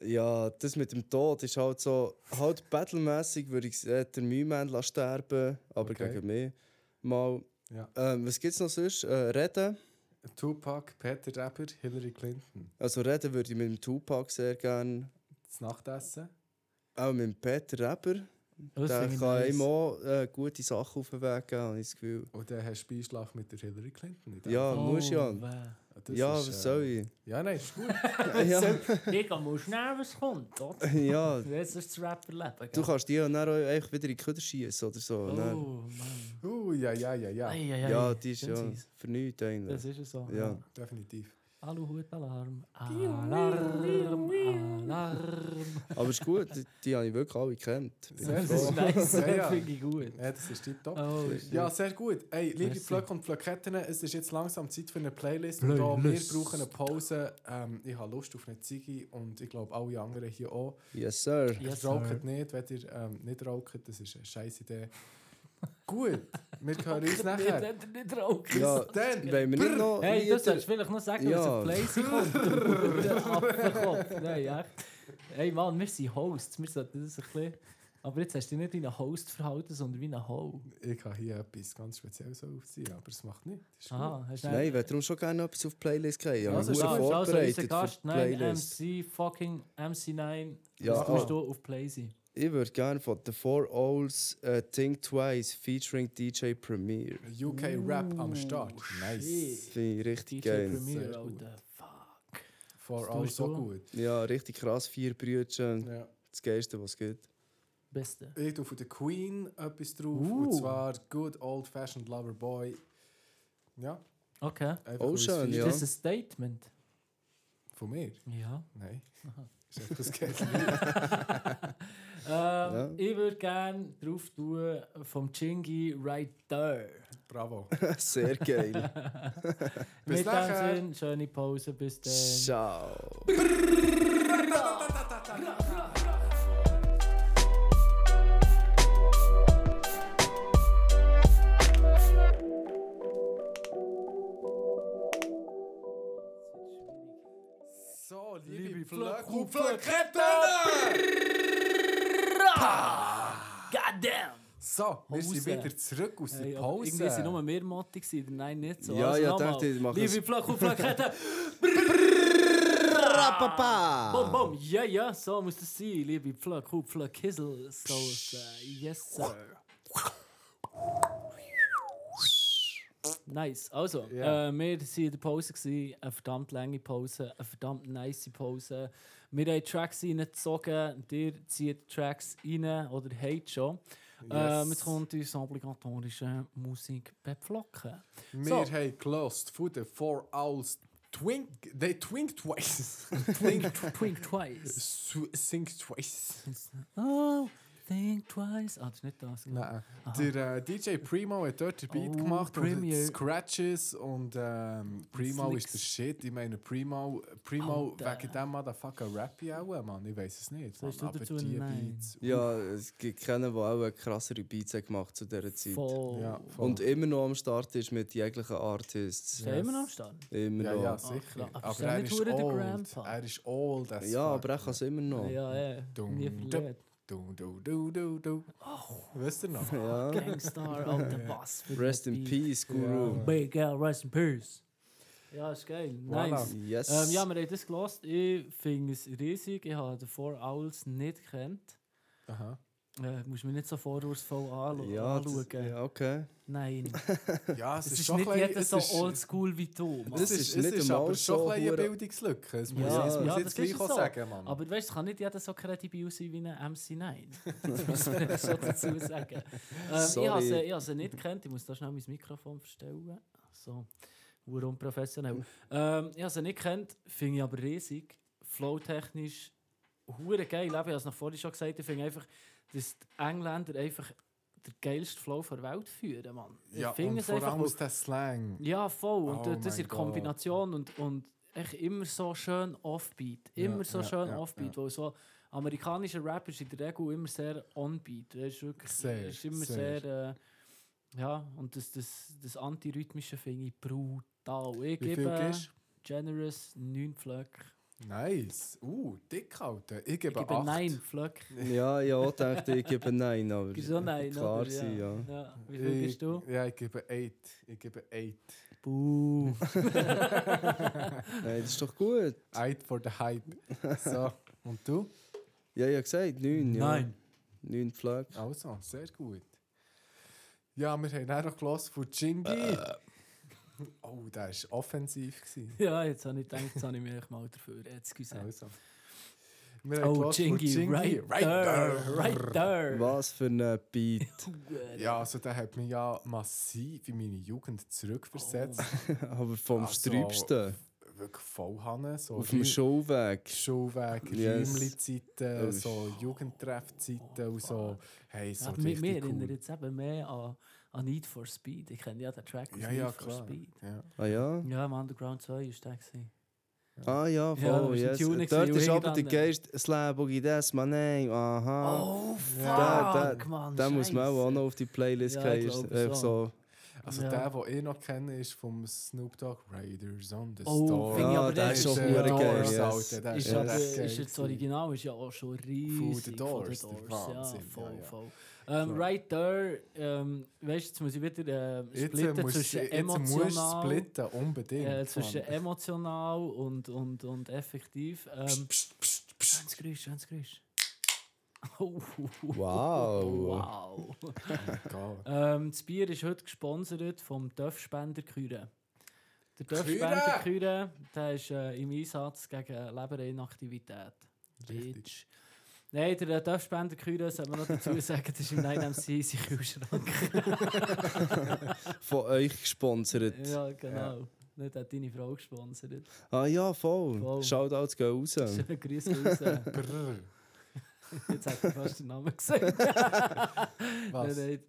B: Ja, das mit dem Tod ist halt so, halt battlemässig würde ich äh, der Mühmann lassen sterben, aber
D: Okay.
B: gegen mich mal.
D: Ja.
B: Ähm, was gibt es noch sonst? Äh, reden.
D: Tupac, Peter Reber, Hillary Clinton.
B: Also reden würde ich mit dem Tupac sehr gerne.
D: Das Nachtessen.
B: Auch mit dem Peter Reber.
A: Das
B: Der
A: finde ich
B: kann
A: nice.
B: einem auch äh, gute Sachen auf den Weg geben, habe ich das Gefühl.
D: Und dann hast du Beischlaf mit der Hillary Clinton. in dem
B: Ja,
D: Fall.
B: musst ja.
A: Oh, weh.
D: Das
B: ja,
D: ist,
B: was
D: äh,
B: soll
A: <laughs>
B: ich?
D: Ja, nein, ist gut.
B: ja, <laughs>
A: Digga, musst schnell, was kommt, oder?
B: ja,
A: Jetzt ist das Rapperleben.
B: du
A: gell?
B: kannst die ja dann auch einfach wieder in die Köder schiessen oder so. Dann-
A: Oh, Mann.
D: Uh, ja, ja, ja, ja.
A: Ei, ei, ei.
B: Ja, die ist
A: Stimmt
B: ja
A: sie's.
B: für nichts eigentlich.
A: Das ist es so.
B: Ja.
D: Definitiv.
A: Aluhut-Alarm. Alarm. Alarm.
B: Aber ist gut, die, die habe ich wirklich alle gekannt. Bin
D: Sehr
B: ich
A: Das
B: froh.
A: ist nice,
D: Ja, ja.
A: das finde ich gut.
D: Ja, das ist tipptopp.
A: Oh,
D: Ja, sehr gut. Ey, liebe
A: Merci.
D: Flöcke und Flöcketten, es ist jetzt langsam Zeit für eine Playlist. Und
A: Playlist.
D: auch wir brauchen eine Pause. Ähm, ich habe Lust auf eine Ziggy und ich glaube alle anderen hier auch.
B: Yes, sir.
A: Yes,
D: ihr raucht
A: sir.
D: nicht, wenn ihr ähm, nicht raucht, das ist eine scheiß Idee. gut, wir
A: <laughs>
D: hören uns
A: Nicht, ne?
D: nachher.
A: wenn ihr nicht raucht.
B: Ja,
D: Dann,
B: Wenn wir nicht noch
A: Hey, dus
B: Lieder-
A: das solltest du vielleicht noch sagen,
B: Ja.
A: ja. als ein Place Oh, kommt. <laughs> Der Affenkopf. Nein, echt. Hey Mann, wir sind Hosts. Wir sollten das ein bisschen... Aber jetzt hast du dich nicht wie ein Host verhalten, sondern wie ein Ho.
D: ich kann hier etwas ganz Spezielles aufziehen, aber es macht nichts. Ist gut.
A: Aha, hast du
B: Nein, ich würde darum schon gerne etwas auf die Playlist gehen. Ich habe
A: Also,
B: mich
A: ist
B: gut
A: also unser
B: vorbereitet für
A: Gast,
B: die
A: nein,
B: Playlist.
A: MC, fucking MC9.
B: Ja,
A: das tust
B: ah.
A: du auf Play sein.
B: Ich würde gerne von The Four Owls äh, Think Twice featuring DJ Premier.
D: UK Rap am Start. Nice.
A: Oh, shit.
B: Finde ich richtig
A: DJ
B: geil.
A: Premier,
D: Sehr gut.
A: Alter. Fuck.
D: For
A: Das
D: all
A: tust
D: so
A: du.
D: gut.
B: Ja, richtig krass. Vier Brütchen.
D: Ja.
B: Das Geilste, was
A: <laughs>
B: es gibt.
A: Beste.
D: Ich tue von der Queen etwas drauf. Und
A: Uh.
D: zwar Good Old Fashioned Lover Boy. Ja,
A: Okay.
D: einfach
B: Oh,
D: weil's
B: schön,
D: fein
A: Ist
B: Ja.
A: das ein Statement?
D: ist. Von mir?
A: Ja. <laughs>
D: Nein.
A: Aha.
D: Ist einfach das Geld.
A: Ähm, Ich würde gerne drauf tun vom Chingy Right There.
D: Bravo.
B: Sehr geil.
D: Bis
A: Mit
D: nachher.
A: dem Sinn, schöne Pause, bis dann.
B: <laughs> Ciao.
D: So,
A: Liebe
D: liebe
A: Pflöck-
D: Pflöcke und
A: Goddamn!
D: So, wir sind
A: Hause.
D: wieder zurück aus
A: Hey,
D: der
A: aber
D: Pause.
A: Irgendwie sind nur mehr Motti gewesen. Nein, nicht so. Also
B: Ja, ja,
A: nochmal.
B: dachte ich, mach
A: Liebe
B: das-
A: Flak und Flakette. Bum, bum. Ja, ja, so muss das sein. Liebe Flak und Flakissel. So ist äh, Yes, sir. Nice. Also,
D: Ja.
A: äh, wir waren in der Pause. Gewesen. Eine verdammt lange Pause. Eine verdammt nice Pause. Wir haben Tracks reingezogen. Ihr zieht Tracks uh, rein oder habt schon. Ähm, jetzt kommt unsere obligatorische Musik bepflocken.
D: Wir
A: So.
D: haben gelost von den Four Owls Twink. They twink twice. <laughs> twink tw
A: Think twice.
D: su- Sing twice.
A: Oh, think twice. Ah, das ist nicht das. gell?
D: Nein. Der äh, DJ Primo hat dort den Beat
A: Oh,
D: gemacht und
A: Premier.
D: hat Scratches und ähm, Primo
A: Slicks.
D: ist der Shit. Ich meine, Primo, Primo
A: Alter.
D: wegen dem Motherfucker Rap ich auch, Mann. Ich weiß es nicht. Mann.
A: Sagst du dazu nein?
D: Beats.
B: Ja, es gibt keinen, der auch krassere Beats hat gemacht zu dieser Zeit.
A: Voll.
D: Ja, voll.
B: Und immer noch am Start ist mit jeglichen Artists.
A: Ist der immer noch am Stand?
B: Immer
D: ja,
B: noch.
D: ja,
B: Ja,
D: sicher.
A: klar. Aber ist
D: aber
A: er
D: er
A: nicht
D: ist
A: verdammt der
D: old.
A: Grandpa?
D: Er ist old. as
B: aber
D: fuck.
B: er kann es immer noch. <laughs> Ja.
A: Ja, ja.
D: Dum,
A: Nie
D: dup.
A: verliert.
D: Du, du, du, du, du. Wisst ihr
B: <laughs>
D: noch?
A: <laughs> Gangstar, alter was. für
B: Rest
A: ein
B: in
A: Beat.
B: Peace, Guru.
A: Big L, rest in peace. Ja, ist geil.
D: Voilà.
A: Nice.
B: Yes.
A: Ähm, ja, wir haben das gelost. Ich finde es riesig. Ich habe The Four Owls nicht gekannt.
D: Aha.
A: Äh, musst mich nicht so vorwurfsvoll anschauen.
B: ja, das,
A: anschauen.
B: ja, okay. <laughs>
A: Nein.
D: Ja, es
A: Es
D: ist,
A: ist
D: schon
A: nicht
D: ein bisschen-
A: jeder
D: es
A: so
D: ist-
A: oldschool wie du. Mann.
D: Es
B: Das
D: ist, es
B: ist nicht
D: ist
B: einmal
D: aber
B: so
D: schon ein bisschen eine
B: hure-
D: Bildungslücke. Das muss
A: Ja,
D: ich- das muss
A: ja,
D: ich
A: das
D: jetzt
A: ist
D: gleich auch
A: so.
D: sagen, Mann.
A: Aber weißt du, es kann nicht jeder so kreativ aussehen wie ein
D: <laughs>
A: MC9. Das muss man schon dazu sagen. Ähm, ich
B: Sorry.
A: habe sie, ich habe sie nicht gekannt. Ich muss da schnell mein Mikrofon verstellen. So, warum professionell. Ähm, ich habe sie nicht gekannt, finde ich aber riesig. Flow-technisch, hure geil. Eben, Ich habe es noch vorhin schon gesagt. Ich finde einfach, dass die Engländer einfach den geilsten Flow der Welt führen, Mann.
D: ja,
A: ich finde
D: und
A: es
D: vor
A: einfach,
D: allem aus der Slang.
A: ja, voll. Und
D: Oh
A: das in
D: mein
A: der Kombination und, und echt immer so schön offbeat.
D: Ja,
A: Immer so
D: ja,
A: schön
D: ja,
A: offbeat.
D: ja.
A: Weil so amerikanischer Rap ist in der Regel immer sehr onbeat. Er ist wirklich
D: Sehr,
A: ist immer
D: sehr.
A: sehr. äh, ja, und das, das, das antirhythmische finde ich brutal. Ich
D: Wie viel
A: gebe
D: gibst
A: Generous 9 Flöcke.
D: Nice. Uh, dick, Alter. Ich
A: Ich
D: gebe
A: gebe
D: acht.
A: 9 Flöcke.
B: Ja, ja, ich dachte, ich gebe nein, aber
A: Gibst du nein,
B: klar
A: oder?
B: sein, ja.
A: ja. Wie viel
D: Ich,
A: bist
D: <laughs>
A: du?
D: ja, ich gebe 8. Ich gebe
A: <laughs>
D: 8.
A: Buh.
B: Nein, das ist doch gut.
D: 8 for the hype. So. Und du?
B: Ja, ich habe gesagt, neun, ja.
A: Nein.
B: neun Pflöcke.
D: Also, sehr gut. Ja, wir haben dann noch gehört von Jingi. Oh, der war offensiv. gewesen.
A: Ja, jetzt habe ich gedacht, jetzt habe ich mich echt mal dafür. Excuse.
D: Also. Wir haben
A: Oh,
D: gehört von
A: Jingy, right, there,
D: there.
A: right there.
B: Was für ein Beat. <laughs>
A: Huere.
D: Ja, also der hat mich ja massiv in meine Jugend zurückversetzt.
B: Aber vom
D: Also,
B: Sträubsten.
A: Oh.
D: Wirklich voll Hanne. So
B: Auf dem
D: Rü-
B: Schulweg.
D: Schulweg,
B: Yes.
D: Räumli-Zeiten,
B: Das
D: so Jugendtreffzeiten und so. Hey, so
A: Ja, mir mir
D: richtig
A: erinnert
D: cool.
A: jetzt eben mehr an, an Need for Speed. Ich kenne ja den Track aus
D: Ja,
A: Need
D: ja,
A: for
D: klar.
A: Speed.
D: Ja.
B: Ah ja?
A: Ja, im Underground 2 war der. gewesen.
B: Ah
A: Ja,
B: ja,
A: da
B: voll,
A: ist ein
B: yes.
A: Tune
B: Und
A: gewesen,
B: Dort
A: und
B: ist aber der
A: hinten
B: Geist «Slab Boogie That's My Name», aha.
A: Oh, fuck,
B: Da- Ah. da-
A: Mann,
B: Den muss man auch
A: scheisse.
B: noch auf die Playlist
A: Ja,
B: gehen.
A: ich
B: ist
A: glaube
B: einfach so.
A: so.
D: Also
A: Ja.
D: der, den ich noch kenne, ist vom Snoop Dogg Raiders on the
A: Oh,
D: Storm. eh,
A: finde ich
B: Ja,
A: aber
B: der
A: der
B: ist
A: ist
B: schon
A: sehr
B: verdammt geil,
A: nice.
B: yes.
D: Alter, der
A: Ist,
D: ist
A: aber,
D: echt geil
A: ist jetzt das
D: gewesen.
A: Original ist ja auch schon riesig.
D: Von den Doors, der Wahnsinn,
A: ja,
D: ja,
A: voll,
D: ja.
A: voll. Ähm,
D: Klar.
A: right there, ähm, weißt du, jetzt muss ich wieder ähm,
D: Jetzt
A: splitten
D: musst,
A: zwischen
D: jetzt musst du
A: emotional,
D: splitten, unbedingt.
A: äh, zwischen
D: Mann.
A: emotional und, und, und effektiv. Ähm,
D: Psst, psst, psst.
A: schönes Geräusch, schönes Geräusch. Oh, <laughs>
B: Wow.
A: wow.
D: Egal.
A: Ähm, das Bier ist heute gesponsert vom Dörfspender Küre. Der Dörfspender Küre der ist äh, im Einsatz gegen Leberinaktivität.
D: Richtig.
A: Bitch. Nein, der äh, Dörfspender Küre, sollte man noch dazu sagen, das ist im 9MC sein Kühlschrank.
B: Von euch gesponsert.
A: ja, genau. Nicht hat deine Frau gesponsert.
B: Ah ja, voll.
A: Voll.
B: Shoutouts gehen raus.
A: Schönen Grüß raus.
D: Brrr.
A: <laughs> Jetzt hat er fast den Namen <laughs> gesagt. Was? Nein, <laughs>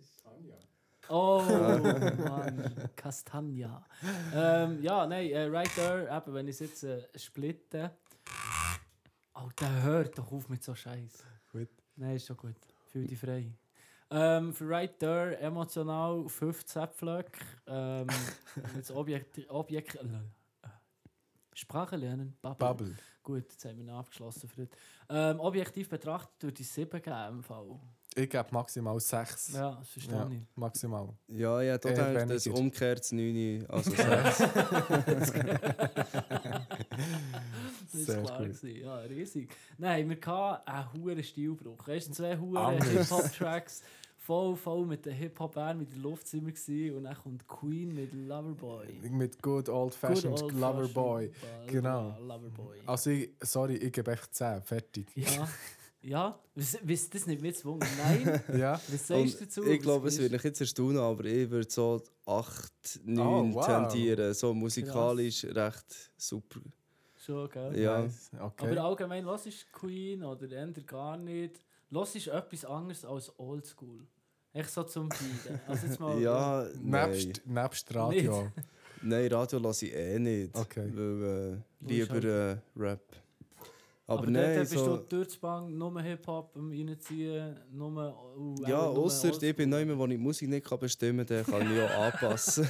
A: Oh, Mann, Castagna. Ähm, ja, nein, äh, right there, eben, wenn ich es jetzt äh, splitte. Oh, der hört doch auf mit so Scheiß.
D: Gut.
A: Nein, ist schon gut. Fühl dich frei. Ähm, für right there, emotional 15 Pflöcke. Ähm, <laughs> jetzt Objekt. Objekt äh, Sprache lernen, Bubble.
D: Bubble.
A: Gut, jetzt haben wir ihn abgeschlossen. Für heute. ähm, objektiv betrachtet, würde ich 7 geben. im Fall.
D: Ich gebe maximal 6.
A: Ja, das verstehe
D: <laughs>
A: ich.
D: maximal.
B: Ja, ja, da
D: Eher
B: denke ich, das
D: weniger.
B: umgekehrt das 9.
A: <laughs>
B: Also sechs.
A: Das
D: Sehr
A: war klar.
D: gut.
A: Gewesen. Ja, riesig. Nein, wir hatten einen hohen Stilbruch. Weißt du, zwei hohe
D: Anders.
A: Hip-Hop-Tracks. Voll, voll mit der Hip-Hop-Band mit der Luft sind wir gewesen. und dann kommt Queen mit Loverboy.
D: Mit Good Old
A: Good
D: Fashioned
A: old
D: Loverboy.
A: fashioned
D: Genau.
A: Loverboy.
D: Also, ich, sorry, ich gebe echt 10. Fertig.
A: Ja, ja. Wisst das nicht mitzwungen?
D: <laughs>
A: Nein.
D: ja.
A: Was
B: Und
A: sagst du dazu?
B: ich glaube,
A: Was
B: es wird
A: ist-
B: mich jetzt erstaunen, aber ich würde so 8, 9
D: wow.
B: tendieren. So musikalisch eh, recht super.
A: Schon, gell?
B: Ja.
D: Nice. Okay.
A: Aber allgemein, los ist Queen oder ändert gar nicht. Los ist etwas anderes als Oldschool. Echt so zum
B: <laughs>
A: Beiden. Also jetzt mal
B: Ja, nein.
D: nebst, nebst Radio.
A: <laughs>
B: Nein, Radio lasse ich eh nicht.
D: Okay.
B: Weil, äh,
A: Du bist
B: lieber äh, Rap. Aber,
A: Aber, dort
B: nein,
A: bist
B: so,
A: du durchzubangen, nur Hip-Hop am reinziehen, nur... Uh,
B: ja, außer ich bin jemand, wo ich die Musik nicht kann bestimmen kann, kann ich auch anpassen.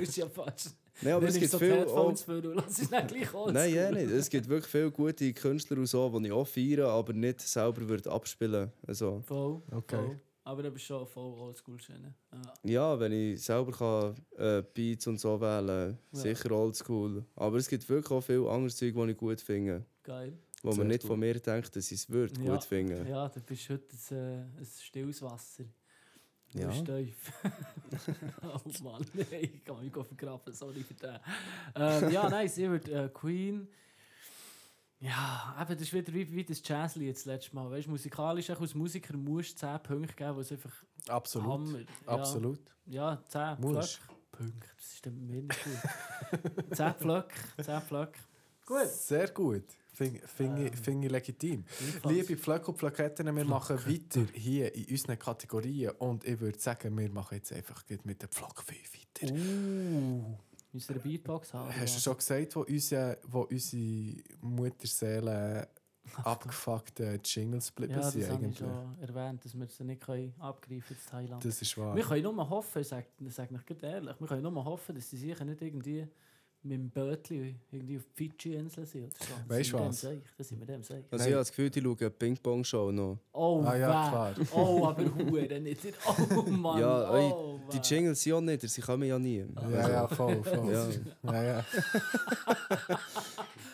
A: Ist ja fast.
B: nein, aber
A: Dann
B: es
A: nimmst
B: gibt
A: du
B: viel. auch-
A: Headphones für und lass es dann gleich Oldschool.
B: Nein, ja nicht. Es gibt <laughs> wirklich viele gute Künstler und so, die ich auch feiere, aber nicht selber würde abspielen. Also,
A: Voll,
D: Okay.
A: voll. Aber du bist schon voll Oldschool schön. Ja.
B: ja, wenn ich selber kann, äh, Beats und so wählen
A: Ja.
B: sicher oldschool. Aber es gibt wirklich auch viel anderes Zeug, das ich gut finde.
A: Geil.
B: Wo
D: Sehr
B: man nicht
D: gut.
B: von mir denkt, dass ich es würde
A: Ja.
B: gut finden.
A: Ja, du bist heute ein, äh, ein stilles Wasser. Du
B: Ja.
A: bist tief. <laughs> oh Mann, <laughs> nee, ich kann mich vergraben, sorry für den. Ähm, ja, nice, ich würde äh, Queen. Ja, eben, das ist wieder wie, wie das Jazzlied das letzte Mal. Weißt, musikalisch, auch als Musiker musst du 10 Punkte geben, wo es einfach
D: Absolut.
A: Hammer. Ja,
D: Absolut.
A: Ja, 10
D: Musst.
A: Pflöcke. Punkte, das ist der Mindestpunkt.
D: <laughs>
A: 10 Pflöcke, 10 Pflöcke. Gut.
D: Sehr gut. Finde find
A: Ehm,
D: ich, find ich legitim. Liebe Flöcke und Flöcketten, wir machen weiter hier in unseren Kategorien. Und ich würde sagen, wir machen jetzt einfach gleich mit der Flock 5 weiter.
A: Uh, Müssen wir eine Beatbox haben?
D: Hast du schon gesagt, wo unsere, wo unsere
A: <laughs>
D: Mutterseele abgefuckten eh, Jingles
A: ja,
D: geblieben
A: das
D: sind
A: habe ich
D: eigentlich?
A: schon erwähnt, dass wir sie nicht können abgreifen können in Thailand.
D: Das ist wahr.
A: Wir können nur hoffen, ich sage sag ich ganz ehrlich, wir können nur hoffen, dass sie sicher nicht irgendwie mit dem Bötli irgendwie auf die Fidschi-Insel sind. Oder so. Das
D: Weisst
A: sind wir
D: was?
A: dem sicher, Das sind wir dem sicher.
B: Also
D: Nein.
B: ich habe das Gefühl, die schauen die Ping-Pong-Show noch.
A: Oh,
D: Ah ja,
A: weh.
D: klar.
A: Oh, aber Huren nicht. Oh Mann.
B: Ja, ey,
A: oh,
B: Die
A: weh.
B: Jingles sind ja nicht, sie kommen ja
A: <laughs>
D: Ah,
B: nie. Also,
D: Ja, ja, voll, voll.
B: Ja.
D: Ja, ja.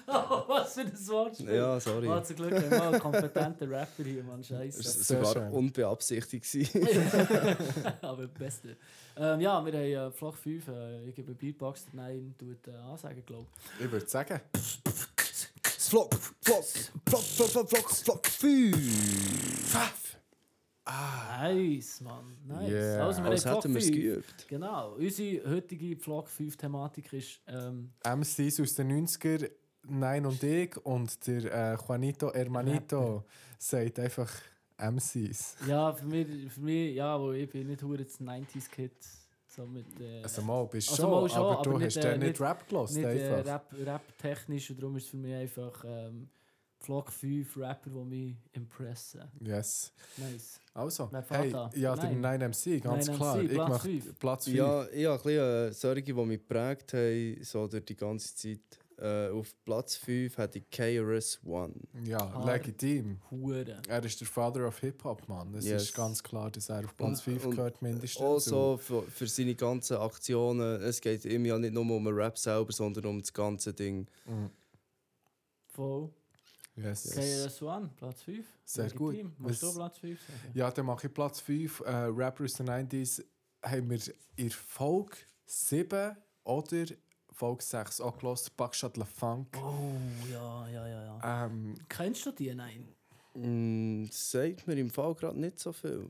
A: Oh, <laughs> was was für ein Wortspiel.
B: Ja, sorry.
A: Ah, zum Glück haben wir einen kompetenten Rapper hier,
D: <laughs>
A: Mann.
B: Es
A: Scheiße.
B: war
D: Sehr
B: sogar
D: schön.
B: unbeabsichtigt. gewesen.
A: Aber das Beste. Ähm, ja, wir haben äh, Flach 5. Äh, ich gebe Beatbox. Nein, tut äh, Ansagen, glaube ich.
D: Ich würde sagen,
C: Flock, Flock, Flock, Flock, Flock, Flock, Flock, Fü.
D: Pfaff!
A: Nice, Mann. Nice.
D: Yeah.
A: Also, wir
B: Als
A: haben
B: hätten wir
A: Flock
B: es
A: 5.
B: geübt.
A: Genau. Unsere heutige Vlog 5 Thematik ist ähm,
D: MCs aus den 90er, Nein und ich und der äh, Juanito Hermanito sagt einfach MCs.
A: ja für mich, für mich ja, wo ich bin nicht hure das 90s Kid so mit äh,
D: Also mal bist
A: Also
D: schon,
A: mal schon,
D: aber,
A: aber
D: du
A: nicht,
D: hast dann
A: äh,
D: nicht,
A: nicht-
D: Rap gelost
A: nicht äh,
D: einfach.
A: Rap, Rap technisch und darum ist es für mich einfach ähm, Vlog 5 Rapper, die mich impressen.
D: yes.
A: Nice.
D: Also,
A: Wer
D: hey,
A: fährt da?
D: ja, der
A: Nein.
D: 9MC, ganz
A: 9MC,
D: klar. ich
A: Platz
D: mach
A: fünf.
D: Platz 5.
B: Ja, ich habe ein bisschen äh, solche, die mich geprägt haben, so durch die ganze Zeit. Äh, auf Platz 5 hatte ich KRS One.
D: Ja,
A: Hard.
D: legitim.
A: Hure.
D: Er ist der Father of Hip-Hop, Mann. Es
B: Yes.
D: ist ganz klar, dass er auf Platz
B: Und-
D: 5
B: und also-
D: gehört, mindestens.
B: Auch so für, für seine ganzen Aktionen. Es geht ihm ja nicht nur um den Rap selber, sondern um das ganze Ding.
D: Mm.
A: Voll.
D: Yes.
A: KRS-One, Platz 5.
D: Sehr gut.
A: Musst du
D: Was-
A: Platz 5 sagen?
D: Ja, dann mache ich Platz 5. Äh, Rapper aus den 90s haben wir in Folge 7 oder Folge 6 auch gehört. Buckshot LaFunk.
A: Oh, ja, ja, ja, ja.
D: Ähm,
A: Kennst du die? Nein.
B: Mm, das sagt mir im Fall gerade nicht so viel.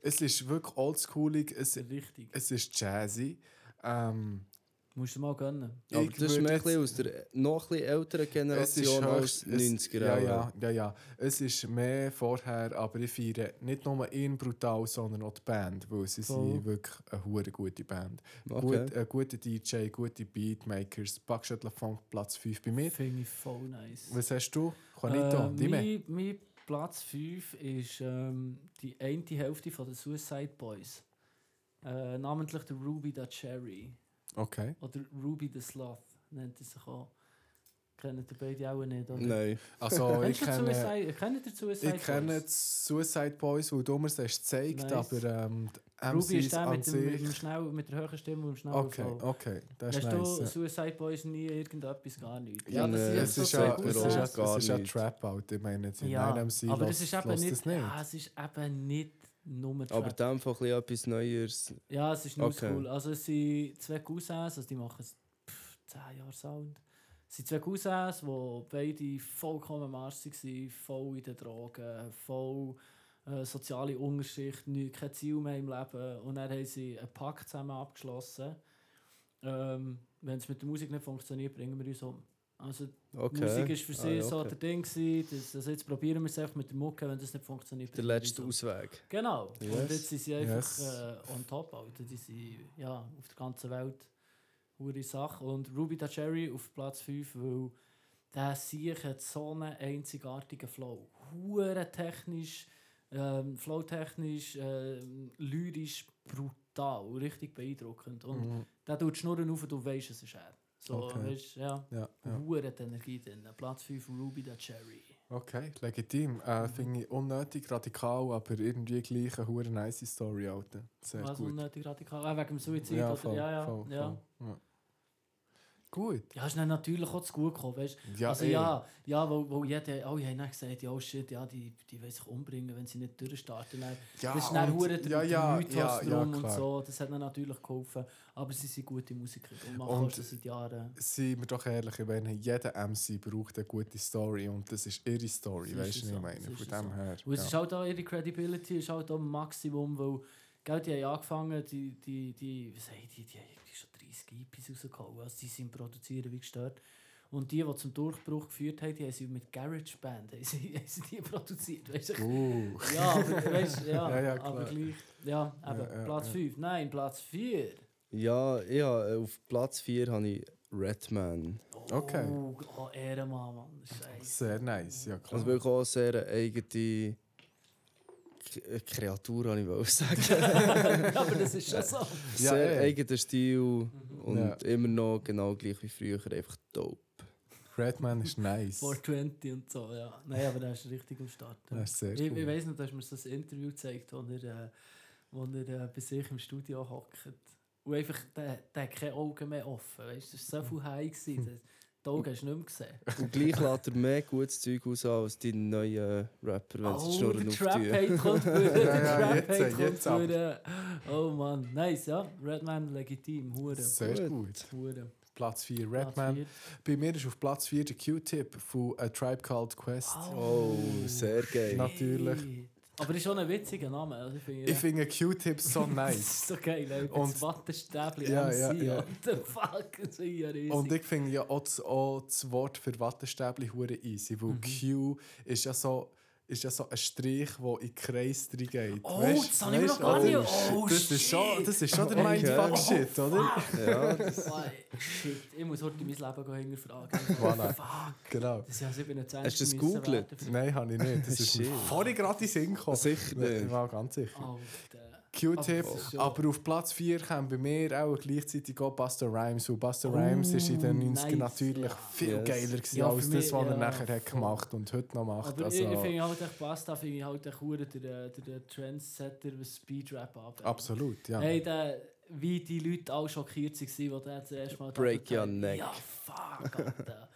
D: es ist wirklich oldschoolig, es,
A: Richtig.
D: es ist jazzy. Ähm,
A: Musst du mal gönnen.
B: Aber
D: ich
B: das ist
D: würd
B: mehr ein
D: jetzt-
B: bisschen aus der noch ein bisschen älteren Generation als
D: höchst- es-
B: 90er.
D: Ja,
B: auch,
D: ja, ja, ja. Es ist mehr vorher, aber ich feiere nicht nur ihn brutal, sondern auch die Band, weil sie
A: Voll.
D: sind wirklich eine hure gute Band.
B: Okay.
D: Gut, ein guter DJ, gute Beatmakers, Buckshot LaFunk, Platz 5 bei mir.
A: Finde ich voll nice.
D: Was hast du, Juanito?
A: Äh,
D: Dime?
A: mein, mein Platz 5 ist ähm, die eine Hälfte von den Suicide Boys. Äh, namentlich der Ruby the Cherry.
D: Okay.
A: Oder Ruby the Sloth nennt er sich auch. Kennen die beide auch nicht, oder?
B: Nein.
D: Also, ich
A: Kennst du die
D: kenne,
A: Suicide, kennt ihr die Suicide
D: ich kenne die
A: Boys?
D: Suicide Boys, weil du mir es hast gezeigt
A: Nice.
D: aber ähm, die
A: Ruby
D: MCs
A: ist der
D: an
A: mit, dem, mit, dem
D: sich.
A: schnell, mit der höheren Stimme und dem schnellen
D: Okay,
A: Flow.
D: okay, das ist
A: Hast du
D: nice. Äh,
A: Suicide Boys nie irgendetwas, gar nichts?
B: Ja,
A: das
B: nee,
A: sind
D: Es
A: so
D: ist
A: zwei
D: ja
B: sagt
D: es
B: mir
A: Cousins.
D: ist
B: auch
D: ja-
B: gar
D: es ist ja
B: nichts.
D: Trap-Out. Ich meine, jetzt in
A: Ja,
D: einem MC
A: aber
D: aber
A: das ist eben
D: das
A: nicht,
D: nicht.
A: Ah, es ist eben nicht nur
B: Aber
A: Trap.
B: in dem Fall ein bisschen etwas Neues.
A: Ja, es ist nur
B: Okay.
A: cool. Also es sind zwei Cousins, also die machen s- pff, 10 Jahre Sound. Es sind zwei Cousins, die beide vollkommen marsig waren, voll in den Drogen, voll äh, soziale Unterschicht, nie, kein Ziel mehr im Leben. Und dann haben sie einen Pakt zusammen abgeschlossen. Ähm, Wenn es mit der Musik nicht funktioniert, bringen wir uns um. Also
B: Okay.
A: die Musik war für sie
B: Ah, ja,
A: so
B: okay.
A: der Ding, gewesen, dass, also jetzt probieren wir es einfach mit der Mucke, wenn das nicht funktioniert.
B: der
A: bringen wir
B: letzte
A: uns um.
B: Ausweg.
A: Genau. Und
D: Yes.
A: jetzt sind sie einfach
D: Yes.
A: äh, on top, Alter. Die sind ja, auf der ganzen Welt hure Sache. Und Ruby the Cherry auf Platz 5, weil der Sieg hat so einen einzigartigen Flow. Hure technisch, ähm, flowtechnisch, ähm, lyrisch, brutal. Richtig beeindruckend. Und
D: Mhm.
A: der tut die Schnurren auf und du weißt, es ist er. So,
D: Okay.
A: weißt, ja.
D: Ja, ja.
A: Hure die Energie drin. Platz 5, Ruby the Cherry.
D: Okay, legitim.
A: Mhm.
D: Äh, Finde ich unnötig, radikal, aber irgendwie gleich eine hure nice Story, Alter. Sehr
A: Was
D: gut.
A: unnötig radikal. Ah, wegen dem Suizid, Also oder? ja, ja.
D: voll,
A: ja.
D: voll, ja. Gut.
A: Ja, ist dann natürlich auch zu gut gekommen, weißt
D: Ja, eh.
A: also
D: ey.
A: ja, ja, wo, wo jeder, alle haben dann gesagt, ja, oh shit, ja, die, die wollen sich umbringen, wenn sie nicht durchstarten. Dann,
D: ja,
A: das ist dann
D: und-
A: hure der,
D: ja, ja,
A: der Mythos
D: ja,
A: drum
D: ja,
A: und
D: klar.
A: so, das hat ihnen natürlich geholfen. Aber sie sind gute Musiker und machen
D: Und-
A: auch schon seit Jahren.
D: Seien wir doch ehrlich, ich meine, jeder MC braucht eine gute Story und das ist ihre Story,
A: Das
D: weißt
A: ist so, das
D: du, was ich meine?
A: ist
D: Von
A: so.
D: dem her.
A: Und es ist
D: ja.
A: halt auch ihre Credibility, ist halt auch Maximum, weil, gell, die haben angefangen, die, die, die, was haben die, die haben irgendwie schon 30 EPs rausgehauen, also die sind produzieren wie gestört. Und die, die zum Durchbruch geführt haben, die haben sie mit GarageBand, haben sie, <laughs> haben sie die produziert, weißt du?
D: Uh.
A: Ja, aber weißt, ja,
D: <laughs> Ja, ja,
A: aber
D: klar.
A: gleich. Ja,
D: Ja,
A: aber
D: ja,
A: Platz
D: ja.
A: 5. Nein, Platz 4.
B: Ja, ja, äh, auf Platz 4 habe ich Redman.
A: Oh,
D: Okay.
A: Oh, Ehrenmann,
D: <laughs>
A: Mann. Scheiße.
D: Sehr nice, ja klar.
B: Also wirklich auch sehr eine eigene K äh, Kreatur, habe ich wollte sagen.
A: aber das
D: dus
A: ist schon so.
D: Ja,
B: sehr
D: ey.
B: eigener Stil und
D: Ja.
B: immer noch genau gleich wie früher, einfach
D: <laughs>
B: dope.
D: Redman ist nice.
A: 420 und so, ja. Nein, aber da ist richtig am Start.
D: Das ist sehr
A: Ich, ich
D: cool.
A: weiß noch, dass mir das Interview gezeigt wo er, äh, wo er äh, bei sich im Studio Dus
D: Hm.
A: hockt. Und einfach, der, der hat keine Augen mehr offen. Weißt? Das war so viel high. Gewesen. Die Augen hast du nicht mehr gesehen.
B: Und gleich lässt er mehr gutes Zeug raus als die neuen Rapper, wenn
A: Oh,
B: sie die Schnurren auftun.
A: Trap-Hate kommt durch.
D: Ja, ja,
A: Der
D: jetzt,
A: Trap-Hate
D: jetzt
A: kommt durch. Oh Mann, nice, ja. Redman legitim, Hure.
D: Sehr gut.
A: Hure.
D: Platz 4,
A: Platz
D: Redman.
A: vier.
D: Bei mir ist auf Platz 4 der Q-Tip von A Tribe Called Quest.
B: Oh, sehr geil.
D: Schnapp. natürlich.
A: Shit. Aber ist schon ein witziger Name. Also ich finde,
D: Ich finde Q-Tip
A: <laughs>
D: so
A: das
D: nice.
A: ist so geil. Ey.
D: Und-
A: Und Wattenstäbli
D: Ja,
A: MC.
D: ja,
A: Ja,
D: ja.
A: What the fuck, <laughs> das ist ja riesig.
D: Und ich finde ja auch das, auch das Wort für Wattestäbli hure easy,
A: Mhm.
D: weil Q ist ja so ist ja so ein Strich, der in den Kreis drin geht.
A: Oh, das habe ich mir noch gar nicht. Oh,
D: das ist schon,
A: shit. Oh,
D: das ist schon der
B: Okay.
D: Mindfuck-Shit, oder? <laughs>
B: Ja,
A: Fuck, Shit, ich muss heute mein Leben gehen hinterfragen.
D: Voilà.
A: Oh, Fuck.
D: Genau.
A: Das ist ja 27.
B: Hast du das
A: müssen
B: gegoogelt?
A: werden.
D: Nein, habe ich nicht. Das ist mir
B: Shit.
D: vorhin gerade in den Sinn gekommen.
B: Sicher
D: Ich
B: nicht.
D: war ganz sicher.
A: Oh, Alter.
D: Q-Tip,
A: Aber das ist ja-
D: aber auf Platz 4 kam bei mir auch gleichzeitig auch Buster Rhymes. Und Buster Rhymes ist in den 90ern
A: Oh, nice,
D: natürlich
A: ja.
D: viel
B: Yes.
D: geiler gewesen,
A: Ja,
D: als
A: für
D: das,
A: mich,
D: was er
A: ja,
D: nachher hat
A: voll.
D: gemacht und heute noch macht.
A: Aber
D: also,
A: ich, ich finde halt echt Pasta, finde ich halt echt Hure der, der, der Trendsetter, was Speedrap ab.
D: absolut, ja.
A: Hey, der, wie die Leute alle schockiert waren, die das erste Mal
B: Break
A: da-
B: your neck.
A: Ja, fuck,
B: <laughs>
A: Alter.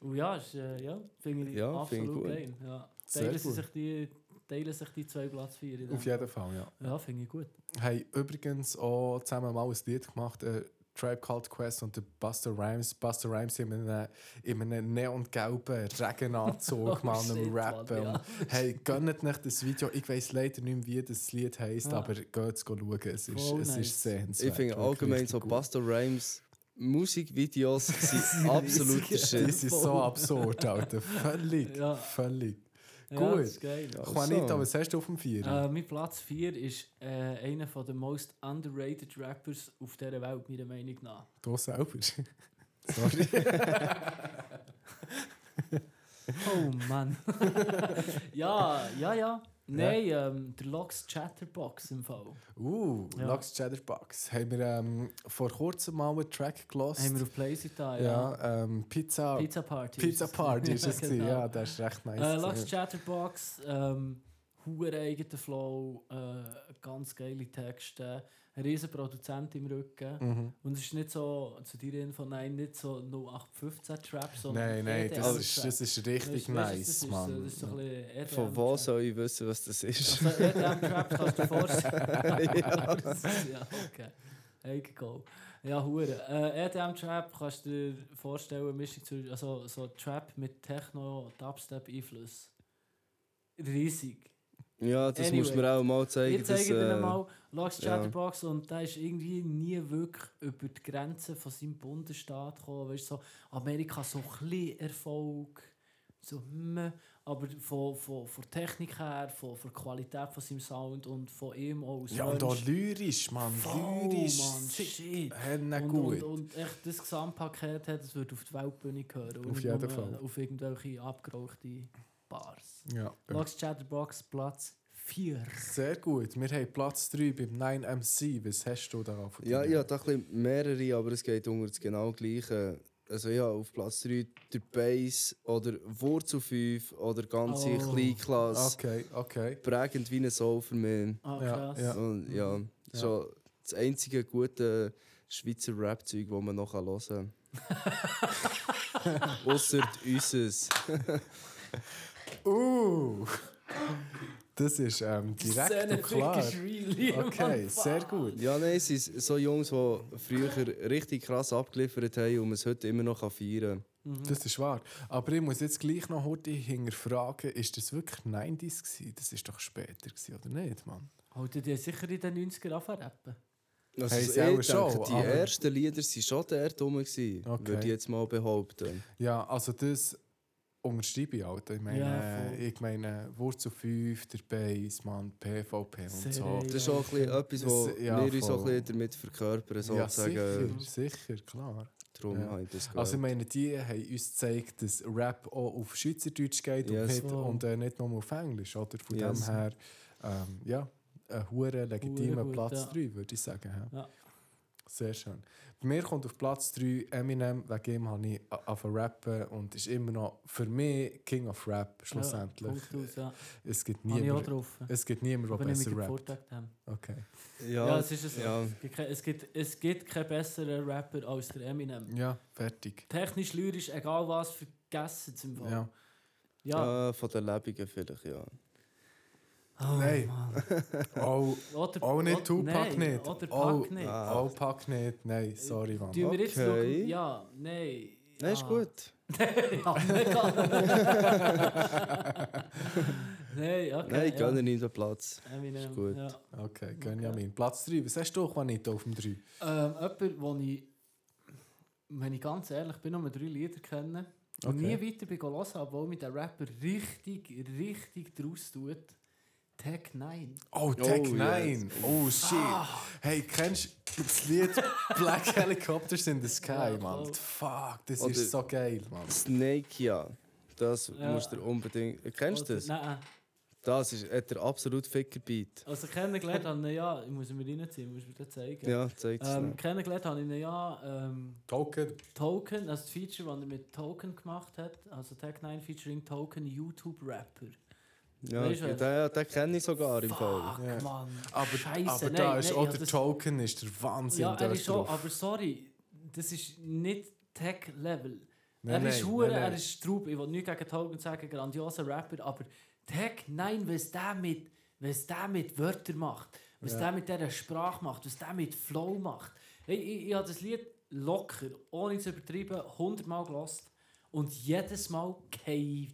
A: Und ja, ist, äh, ja finde ich
B: Ja, find ich
A: absolut
B: gut.
A: geil. Ja.
D: Sehr
A: Teilen, sie
D: gut.
A: sich die, teilen sich die zwei Platz 4 in
D: Auf
A: dem.
D: jeden Fall, ja.
A: Ja, finde ich gut.
D: Haben übrigens auch zusammen mal ein Lied gemacht, äh, Tribe Called Quest und der Buster Rhymes. Buster Rhymes in einem, in einem neongelben
A: <laughs>
D: Regenanzug
A: Oh,
D: mal einem
A: shit,
D: Rappen.
A: Mann, ja.
D: Und, Hey, gönnt nicht das Video. Ich weiß leider nicht mehr, wie das Lied heisst,
A: Ja.
D: aber geht es schauen. Es ist,
A: Ah. Voll
D: es ist
A: nice.
D: sehenswert.
B: Ich finde
D: wirklich
B: allgemein
D: richtig
B: so
D: gut.
B: Buster Rhymes
D: <laughs>
B: Musikvideos sind absoluter
A: riesig.
B: Shit.
D: Das ist so absurd, Alter. Völlig,
A: Ja.
D: völlig.
A: Ja,
D: Gut.
A: das ist geil.
D: Juanita, was hast du auf dem Vierer?
A: Äh, mein Platz 4 ist äh, einer der most underrated Rappers auf dieser Welt, meiner Meinung nach. <laughs>
D: Du selber. Sorry.
A: <laughs> Oh Mann. ja, ja, ja. Nein, ähm, der Locks Chatterbox im Fall.
D: Uh,
A: Ja.
D: Lux Chatterbox. Haben wir ähm, vor kurzem mal einen Track gelost.
A: Haben wir auf Playsee da, ja.
D: ja, ähm, Pizza, Pizza,
A: Pizza Party. <laughs>
D: Party ist es. gewesen.
A: Genau.
D: Ja, das ist recht nice.
A: Äh, Lux
D: gewesen.
A: Chatterbox, ähm, hoher eigener Flow, äh, ganz geile Texte, ein riesen Produzent im Rücken.
D: Mhm.
A: Und es ist nicht so, zu dir Info, nein, nicht so 0815 Trap, sondern
D: Nein, nein,
A: EDM
D: das
A: Trap.
D: ist, das ist
A: Weißt
D: richtig
A: du,
D: nice,
A: das ist So,
D: Mann.
A: das ist so ein bisschen E EDM
B: Von wo soll ich wissen, was das ist?
A: Also EDM Trap kannst du
B: <laughs>
A: dir vorstellen. ja. <laughs> ja, okay. Eigen Goal. Ja, Hure. Äh, EDM Trap kannst du dir vorstellen, eine Mischung zu, also so Trap mit Techno, Dubstep Einfluss. Riesig.
B: Ja, das
A: Anyway.
B: muss man auch mal zeigen.
A: Ich zeige
B: dass,
A: dir
B: äh,
A: mal Lux
B: ja.
A: Chatterbox und der ist irgendwie nie wirklich über die Grenzen von seinem Bundesstaat gekommen. Weißt, du, so Amerika so ein bisschen Erfolg, so, hm, aber von, von, von Technik her, von, von Qualität von seinem Sound und von ihm auch als
D: Ja, und auch
A: Mensch.
D: lyrisch, Mann.
A: Voll,
D: lyrisch.
A: Mann,
D: sick.
A: shit.
D: Henne
A: und,
D: gut.
A: Und, und echt das Gesamtpaket hat, das würde auf die Weltbühne gehören. und
D: Auf
A: nicht
D: jeden
A: nur
D: Fall.
A: Auf irgendwelche abgerauchte Bars.
D: Ja.
A: Lux Chatterbox Platz 4.
D: Sehr gut. Wir haben Platz 3 beim 9MC. Was hast du da von
B: Ja,
D: dir?
B: ich habe da ein bisschen mehrere, aber es geht unter das genau gleiche. Also ja, auf Platz 3 der Bass oder Wurzel 5 oder ganze
A: Oh.
B: Kleinklasse.
D: Okay, Ah, okay.
B: Prägend wie ein Soul für mich.
A: Ah,
D: Ja,
A: krass.
D: ja.
B: Und ja, das ist
D: Ja.
B: auch das einzige gute Schweizer Rap-Zeug, das man noch hören kann. Ausser unseres.
D: Uh! <laughs> Das ist ähm, direkt und klar. Okay, sehr gut.
B: Ja, nein, es sind so Jungs, die früher richtig krass abgeliefert haben und man es heute immer noch feiern
D: Das ist wahr. Aber ich muss jetzt gleich noch heute hinterfragen, ist das wirklich 90s gewesen? Das ist doch später gewesen, oder nicht, Mann?
A: Haltet ihr sicher in den 90er anfangen rappen?
B: kann. Also,
D: Hey,
B: ich
D: selber
B: denke,
D: schon,
B: die
D: aber-
B: ersten Lieder waren schon dort rum, okay.
D: Okay.
B: würde ich jetzt mal behaupten.
D: Ja, also das unterschreibe ich, Alter. Ich meine,
A: Ja, voll.
D: ich meine Wurzel 5, der Bass, Mann, PvP und
A: Sehr
D: so.
A: nice.
B: Das ist auch ein bisschen etwas, was
D: Das- ja,
B: wir uns auch ein
D: voll.
B: bisschen damit verkörpern,
D: ja,
B: sozusagen.
D: sicher, sicher, klar.
B: Darum
D: Ja.
B: habe ich das
D: Also ich
B: gewählt.
D: meine, die haben uns gezeigt, dass Rap auch auf Schweizerdeutsch geht
B: Yes.
D: und, nicht,
A: Wow.
D: und äh, nicht nur auf Englisch. Oder? Von
B: Yes.
D: dem her, ähm, ja, ein hure legitimer
A: Hure gut,
D: Platz
A: ja.
D: 3, würde ich sagen. Ja.
A: Ja.
D: Sehr schön. Bei mir kommt auf Platz 3 Eminem, wegen ihm habe ich a- angefangen zu rappen und ist immer noch für mich King of Rap schlussendlich.
A: Ja, Punkt aus, ja.
D: Es gibt
A: Habe ich auch
D: niemanden,
A: drauf.
D: es gibt niemanden,
A: Aber
D: der
A: nicht mit
D: besser
A: dem
D: rappt.
A: Vortrag. haben.
D: Okay.
A: Ja, es ist so.
B: ja.
A: Es gibt kein- Es gibt, es gibt keinen besseren Rapper als der Eminem.
D: Ja, fertig.
A: Technisch, lyrisch, egal was, vergessen zum Fall. <laughs>
D: Ja. Äh,
A: ja.
B: Ja, von den Lebenden vielleicht, ja.
A: Oh,
D: Nein.
A: Mann.
D: Oh,
A: Oder,
D: Auch nicht
A: oder-
D: Tupac
A: nein,
D: nicht.
A: Oder
D: Oh,
A: Pack nicht.
B: Ah.
D: oh, pack nicht. Nein, sorry, Mann.
A: Tun wir jetzt
B: Okay.
A: noch- Ja, nein.
B: Nein, ist
A: ja. <laughs>
B: gut.
A: ja,
B: <laughs>
A: mega. nein, okay.
B: Nein, ich
A: ja.
B: gönne ihm den Platz.
A: Eminem,
B: Ist gut.
A: Ja.
D: Okay, Gönjamin. Platz 3. Was hast du, Juanito, auf dem 3?
A: Ähm, jemand, wo ich, wenn ich ganz ehrlich bin, nur drei Lieder kenne und
D: Okay.
A: nie weiter bin hören, obwohl mich der Rapper richtig, richtig draus tut. Tech 9.
D: Oh, Tech
B: yes.
D: 9. Oh, shit. Hey, kennst du das Lied Black Helicopters in the Sky,
A: Ja,
D: Mann?
A: voll.
D: Fuck, das
B: Oder-
D: ist so geil, Mann.
B: Snake, ja. Das
A: Ja.
B: musst du unbedingt. Kennst du das?
A: Also, Nein,
B: Das ist hat der absolut ficker Beat.
A: also kennengelernt habe ich ihn ja, ich muss ihn mir reinziehen, muss mir das zeigen.
B: Ja, zeig es
A: Ähm, kennengelernt habe ich ihn ja ähm,
D: Token.
A: Token, also das Feature, das er mit Token gemacht hat, also Tech 9 featuring Token YouTube Rapper.
B: Ja,
A: weisst du
B: den,
A: was?
B: ja, den kenne ich sogar im Fall.
A: Fuck,
D: Ja.
A: Mann.
D: Aber,
A: Scheisse,
D: aber
A: nein,
D: da
A: nein,
D: ist
A: ich
D: auch
A: hab
D: der
A: das-
D: oh, Token, ist der Wahnsinn
A: Ja, er
D: dort
A: ist schon,
D: drauf.
A: aber sorry, das ist nicht Tech-Level.
D: Nein,
A: er ist
D: nein,
A: hure,
D: nein,
A: er
D: nein.
A: ist Straub. Ich will nichts gegen Togen sagen, grandioser Rapper, aber Tech, nein, was der mit, was der mit Wörtern macht, was
D: Ja.
A: der mit dieser Sprache macht, was der mit Flow macht. Hey, ich, ich habe das Lied locker, ohne zu übertreiben, 100 Mal gelost und jedes Mal kein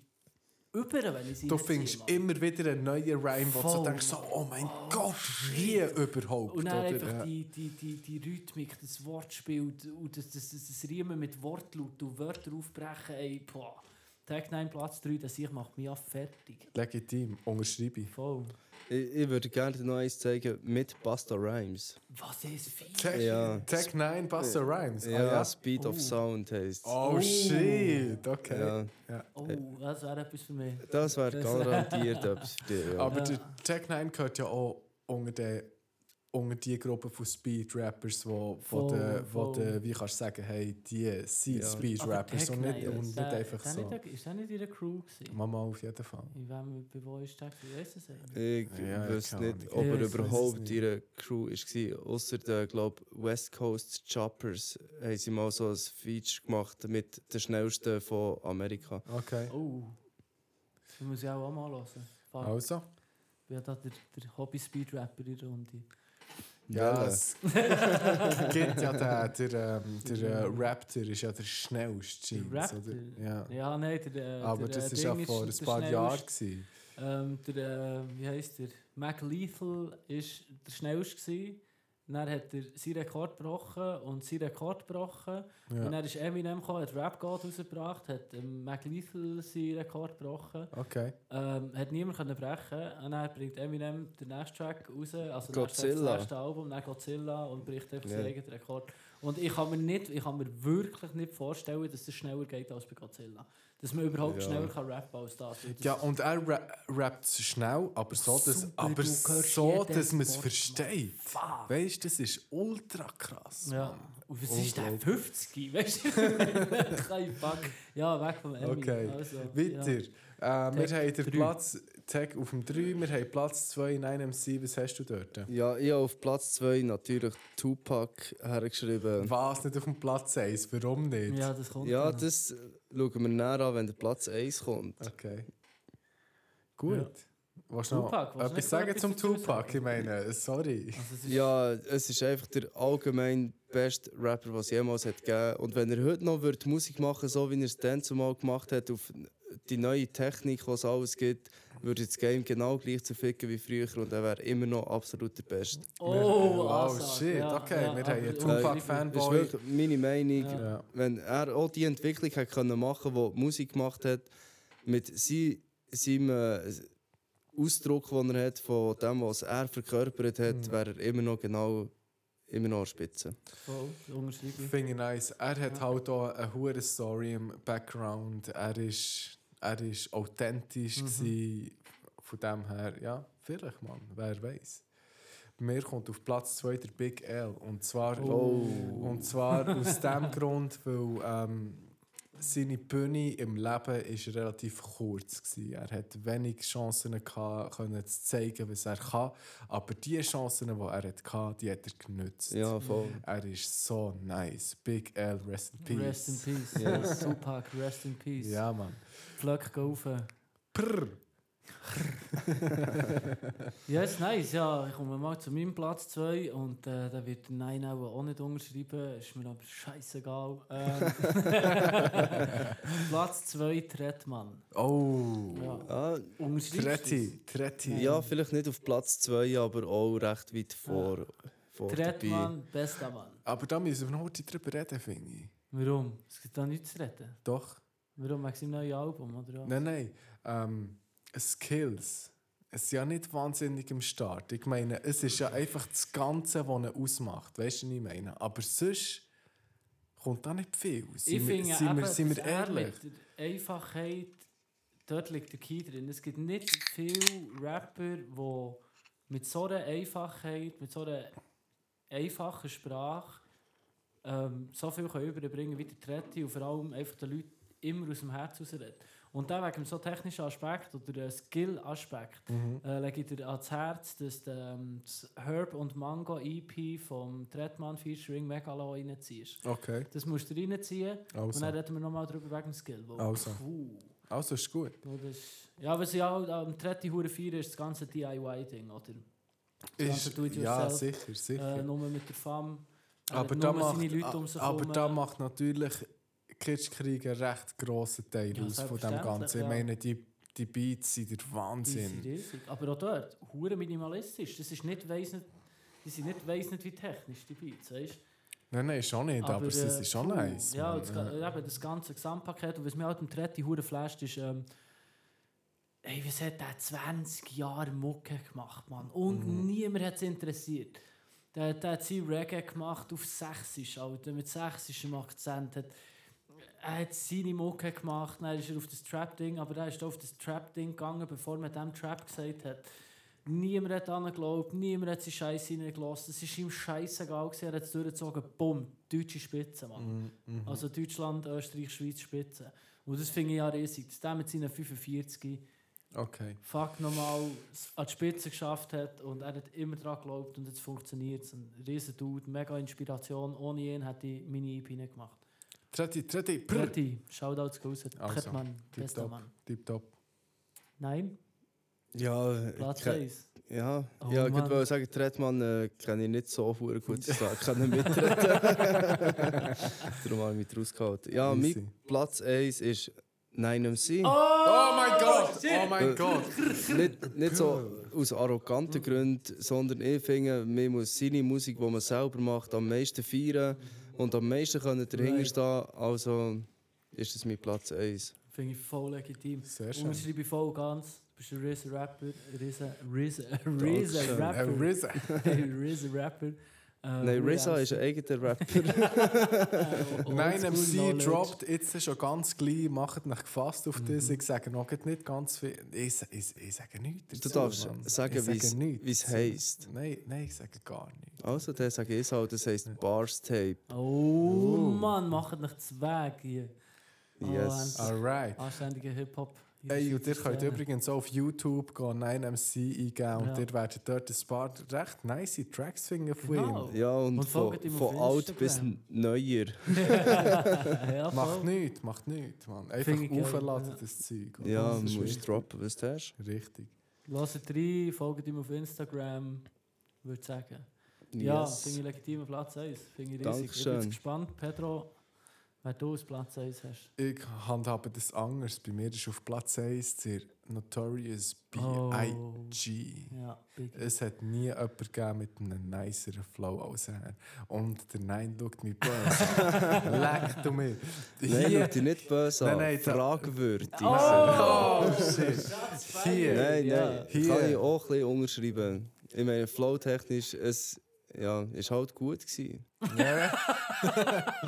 A: über, wenn ich sie
D: Du findest immer wieder einen neuen Rhyme, wo du so
A: Voll,
D: denkst, so, oh mein
A: Oh,
D: Gott, wie überhaupt?
A: Und dann
D: oder?
A: einfach
D: Ja.
A: die, die, die, die Rhythmik, das Wortspiel d- und das, das, das, das Riemen mit Wortlaut und Wörter aufbrechen. Ey, boah. Tag 9, Platz 3, das ich macht mich ja fertig.
D: Legitim, unterschreibe ich.
A: Voll.
B: Ich, ich würde gerne noch eins zeigen mit Busta Rhymes.
A: Was ist viel?
D: Tech,
B: Ja.
D: Tech 9, Busta Rhymes.
B: Ja,
D: Ah, ja.
B: Speed of
A: Oh.
B: Sound heisst
D: Oh, shit, okay.
B: ja.
A: Oh, das wäre etwas für mich.
B: Das wäre
A: Das-
B: garantiert etwas für dich. Ja.
D: Aber
A: Ja.
D: der Tech 9 gehört ja auch unter die, unter die Gruppe von Speed-Rappers, wo, wo,
A: Voll,
D: de, wo
A: voll.
D: de, wie kannst du sagen, hey, die sind
B: Ja.
D: Speed-Rappers und nicht,
A: Tech-Nine,
D: und
A: ist
D: nicht
A: der-
D: einfach
A: ist der
D: so.
A: Nicht, ist der nicht in der Crew gewesen?
D: Mama auf jeden Fall.
A: In wem, bei wo ist der? Ich weiß es nicht.
B: Ich
D: Ja,
B: wüsste
D: keine
B: nicht,
D: Ahnung.
B: ob
A: Ja,
B: er
A: ich weiss
B: überhaupt
D: es
B: ihre Crew war. Außer der, glaube West Coast Choppers haben sie mal so ein Feature gemacht mit den schnellsten von Amerika.
D: Okay.
A: Oh. Das muss ich auch mal hören. Fuck.
D: Also,
A: Ich bin ja da der, der Hobby-Speed-Rapper in der
D: <laughs>
A: Runde.
D: ja,
B: Welle.
D: <laughs> es gibt ja den, der, ähm, der äh, Raptor ist ja der schnellste.
A: Der
D: Jeans,
A: Raptor?
D: Ja.
A: Ja, nein, der. äh,
D: Aber
A: der,
D: das
A: äh,
D: war ja
A: Ding
D: vor
A: ist
D: ein
A: der
D: paar Jahren.
A: schnellste.
D: gewesen.
A: Ähm, der, äh, wie heisst der? Mac Lethal ist der schnellste. Gewesen. Dann hat er seinen Rekord gebrochen und seinen Rekord gebrochen.
D: Ja.
A: Und dann ist Eminem gekommen, hat Rap God rausgebracht, hat ähm, Mac Lethal seinen Rekord gebrochen.
D: Okay.
A: Ähm, hat niemand können brechen und dann bringt Eminem den nächsten Track raus, also
B: Godzilla.
A: das nächste Album, dann Godzilla und bricht einfach
B: Ja.
A: seinen eigenen Rekord. Und ich kann mir nicht, ich kann mir wirklich nicht vorstellen, dass es schneller geht als bei Godzilla. Dass man überhaupt
B: Ja.
A: schneller kann rappen als das. Und das
D: Ja, und er ra rappt schnell, aber so, dass,
A: Super,
D: aber
A: du hörst
D: so,
A: jedes
D: dass man es
A: Wort, Mann.
D: versteht.
A: Fuck.
D: Weißt du, das ist ultra krass.
A: Ja.
D: Mann.
A: Und was ist der <laughs>
D: Unglaublich.
A: 50? Weißt du? Kein Fuck. Ja, weg vom Emmy.
D: Okay.
A: Also,
D: Weiter.
A: Ja.
D: Äh, wir
A: Tag
D: haben den
A: drei.
D: Platz Tag auf dem 3, wir haben Platz 2 in einem C. Was hast du dort?
B: Ja, ich habe auf Platz 2 natürlich Tupac hergeschrieben.
D: Was nicht auf dem Platz 1? Warum nicht?
A: ja, das kommt.
B: Ja,
A: dann.
B: das äh, schauen wir näher an, wenn der Platz 1 kommt.
D: Okay. Gut.
A: Ja.
D: Willst du noch
A: Tupac, willst du
D: etwas
A: nicht
D: sagen
A: etwas
D: zum
A: dazu
D: Tupac?
A: sagen?
D: Ich meine, sorry.
A: Also, es ist
B: Ja, es ist einfach der allgemein beste Rapper, was es jemals hat gegeben Und wenn er heute noch wird Musik machen so wie er es dann zumal gemacht hat, auf die neue Technik, was alles gibt, würde das Game genau gleich zerficken wie früher und er wäre immer noch absolut der Beste.
A: Oh,
D: oh
A: Ansage,
D: shit.
A: ja,
D: okay,
A: ja,
D: wir haben
A: aber-
B: eh,
D: einen
B: Das ist
D: Tupac-Fanboy.
B: wirklich meine Meinung.
A: Ja.
D: Ja.
B: Wenn er auch die Entwicklung hat können machen die die Musik gemacht hat, mit sie, seinem äh, Ausdruck, den er hat, von dem, was er verkörpert hat, wäre er immer noch genau immer noch an der Spitze.
A: voll, unterschreibe ich.
D: Finde ich nice. Er hat halt auch eine hohe Story im Background. Er ist, er ist authentisch. Mhm. Von dem her, ja, vielleicht, Mann, wer weiß. Bei mir kommt auf Platz 2 der Big L. Und zwar,
B: Oh.
D: und zwar aus dem
B: <laughs>
D: Grund, weil ähm, seine Bühne im Leben ist relativ kurz gsi. Er hat wenig Chancen gehabt, können zu zeigen, was er kann. Aber die Chancen, die er hatte, die hat er genützt.
B: Ja, voll.
D: Er ist so nice. Big L, rest in peace.
A: Rest in Peace. <laughs>
B: Yes.
A: Tupac, Rest in Peace.
D: Ja, Mann.
A: Pflöck gehen rauf.
D: Prr.
A: Ja, ist nice. Ja, ich komme mal zu meinem Platz 2 und äh, da wird Nein auch, auch nicht unterschreiben. Ist mir aber scheißegal. Ehm, <laughs> Ähm, Platz 2, Tretmann.
D: Oh.
A: Ja.
B: Ah,
A: Unterschreibst du
D: Tretti. Tretti.
B: ja, vielleicht nicht auf Platz 2, aber auch recht weit vor. vor
A: das?
B: dabei.
A: Tretmann, bester Mann.
D: Aber da müssen wir noch heute drüber reden, finde ich.
A: Warum? Es gibt da nichts zu retten.
D: Doch.
A: Warum? Wegen seinem neuen Album, oder? was?
D: Nein, nein. Ähm, Skills. Es ist ja nicht wahnsinnig im Start. Ich meine, es ist ja einfach das Ganze, was ihn ausmacht. Weißt du, was ich meine? Aber sonst kommt da nicht viel. Sind
A: ich
D: wir-
A: finde
D: sind wir,
A: eben,
D: sind wir
A: dass er
D: ehrlich?
A: mit der Einfachheit, dort liegt der Key drin. Es gibt nicht viele Rapper, die mit so einer Einfachheit, mit so einer einfachen Sprache ähm, so viel können überbringen wie der Tretti und vor allem einfach den Leuten immer aus dem Herz rausreden. Und dann wegen dem so technischen Aspekt oder äh, Skill-Aspekt
D: Mhm.
A: äh, lege ich dir ans Herz, dass du ähm, das Herb und Mango EP vom Tretman Featuring Megalo reinziehst.
D: Okay,
A: Das musst du reinziehen. Und
D: also.
A: dann reden wir nochmal darüber wegen dem Skill. Weil
D: Also.
A: Puh,
D: Also ist gut.
A: nur das, ja, was ich auch am 30 Hure feiere, ist das ganze DIY-Ding, oder? ganze
D: Ist, ja,
A: Do-it-yourself,
D: sicher, sicher.
A: Äh, nur mit der Fam. Er
D: aber,
A: hat
D: da
A: nur
D: macht,
A: seine Leute
D: a-
A: um sich
D: aber
A: herum.
D: da macht natürlich Kitschkrieg einen recht grossen Teil
A: Ja,
D: aus von dem
A: selbstverständlich,
D: Ganzen. Ich
A: ja.
D: meine, die, die Beats sind der
A: Die sind
D: Wahnsinn.
A: riesig. Aber auch dort, hure minimalistisch. Das ist nicht, weiss nicht, die sind nicht, weiss nicht wie technisch, die Beats, weißt
D: Nein, nein, schon nicht, aber, sie
A: äh,
D: sind schon
A: puh,
D: nice.
A: Ja,
D: Mann.
A: das, ga- eben, das ganze Gesamtpaket. Und was mir halt im dritten Huren flasht, ist, ähm, ey, was hat der 20 Jahre Mucke gemacht, Mann? Und
D: Mhm.
A: niemand hat es interessiert. Der, der hat sein Reggae gemacht auf Sächsisch, Alter, mit sächsischem Akzent. Hat, er hat seine Mucke gemacht, dann ist er auf das Trap-Ding, aber er ist auf das Trap-Ding gegangen, bevor man dem Trap gesagt hat. Niemand hat an ihn geglaubt, niemand hat seinen Scheiß hineingelassen. Es war ihm scheißegal, gewesen, er hat es durchgezogen. Bumm, deutsche Spitze,
D: Mhm,
A: Mann. Also Deutschland, Österreich, Schweiz, Spitze. Und das finde ich ja riesig, dass der mit seinen 45
D: Okay.
A: fuck nochmal an die Spitze geschafft hat und er hat immer daran geglaubt und jetzt funktioniert es. Ein riesen Dude, mega Inspiration. Ohne ihn hätte ich meine EP nicht gemacht.
D: Tretti, Tretti, prr.
A: Pretty, Shoutouts raus.
D: Also,
A: Also, Mann, bester
D: tipptopp.
A: Mann.
D: Tipptopp.
A: Nein,
B: Ja, ich
A: Platz
B: kenn-
A: 1.
B: Ja,
A: Oh
B: ja ich
A: Mann.
B: wollte sagen, Tretmann äh, kenne ich nicht so verdammt gut. Ich kann nicht mitreden. <laughs> Darum habe ich mich rausgehalten. Ja,
D: Easy.
B: mein Platz 1 ist 9MC.
D: Oh mein Gott! Oh mein
A: <laughs>
D: Gott!
B: Nicht, nicht so aus arroganten
A: Mm.
B: Gründen, sondern ich finde, man muss seine Musik, die man selber macht, am meisten feiern und am meisten können dahinter
A: Right.
B: stehen. Also ist es mein Platz 1.
A: Finde ich voll legitim.
D: Sehr schön.
A: Unterschreibe ich voll ganz. Du bist ein riesen Rapper. Riesen, riesen, riesen
D: Äh,
A: Rapper.
D: RZA.
A: <laughs> riesen Rapper. Äh,
B: Nein, RZA
A: Hure <laughs>
B: ist ein eigener Rapper. <laughs>
A: eh,
D: <laughs>
A: Old School
D: Nein, MC
A: Knowledge.
D: droppt jetzt schon ganz gleich, macht mich gefasst auf das.
A: Mhm.
D: Ich sage noch nicht ganz viel. Ich, sa- ich, ich sage nichts.
B: Du
D: dazu,
B: darfst
D: Mann.
B: sagen,
D: Ich sage
B: wie's-
D: nichts
B: wie's
D: dazu.
B: heisst.
D: Nein, nein, ich sage gar nichts.
B: Also, der sage ich es halt, das heisst Bars Tape.
A: Oh Mann, macht nicht zu Weg hier.
B: Yes.
A: Oh,
D: Alright.
A: Anständiger Hip-Hop. hier
D: Hey,
A: in
D: und ihr
A: Schweizer
D: könnt
A: Szene.
D: übrigens auch auf YouTube gehen, 9MC eingeben und
A: Ja.
D: ihr werdet dort ein paar recht nice Tracks finden von
A: Genau.
D: ihm.
B: Ja, und,
A: Und
B: von,
A: folgt ihm auf
B: von alt bis
A: Instagram. Ah,
B: neuer.
A: <laughs>
D: <laughs>
A: ja,
D: Macht
A: voll.
D: nichts, macht nichts, Mann. Einfach
A: oh. Finde ich geil,
D: aufladen
A: ja.
D: das Zeug. oder?
B: Ja,
D: Das ist
B: du musst
D: wichtig.
B: droppen, was du hast.
D: Richtig.
A: Hört rein, folgt ihm auf Instagram. Würde sagen. Ja, finde ich legitimer Platz 1. Finde ich riesig. Ich bin
B: Dankeschön.
A: jetzt gespannt, Pedro, wer du als Platz 1 hast.
D: Ich handhabe das anders. Bei mir ist auf Platz 1 der Notorious
A: Oh.
D: B.I.G.
A: Ja, big.
D: Es hat nie jemanden gegeben mit einem niceren Flow als er. Und der Nein schaut mich böse
A: <laughs>
D: an. Leck du mir.
B: Nein,
D: Hier-
B: schau dich nicht böse
D: Nein,
B: an.
D: nein, da-
B: Fragwürdig.
D: Oh, <laughs>
A: <laughs>
D: shit. Hier.
B: Nein, nein.
A: Ja.
B: Kann
D: Hier.
B: ich auch ein bisschen unterschreiben. Ich meine, flowtechnisch, es ja, ist halt gut gewesen.
D: Ja. <laughs>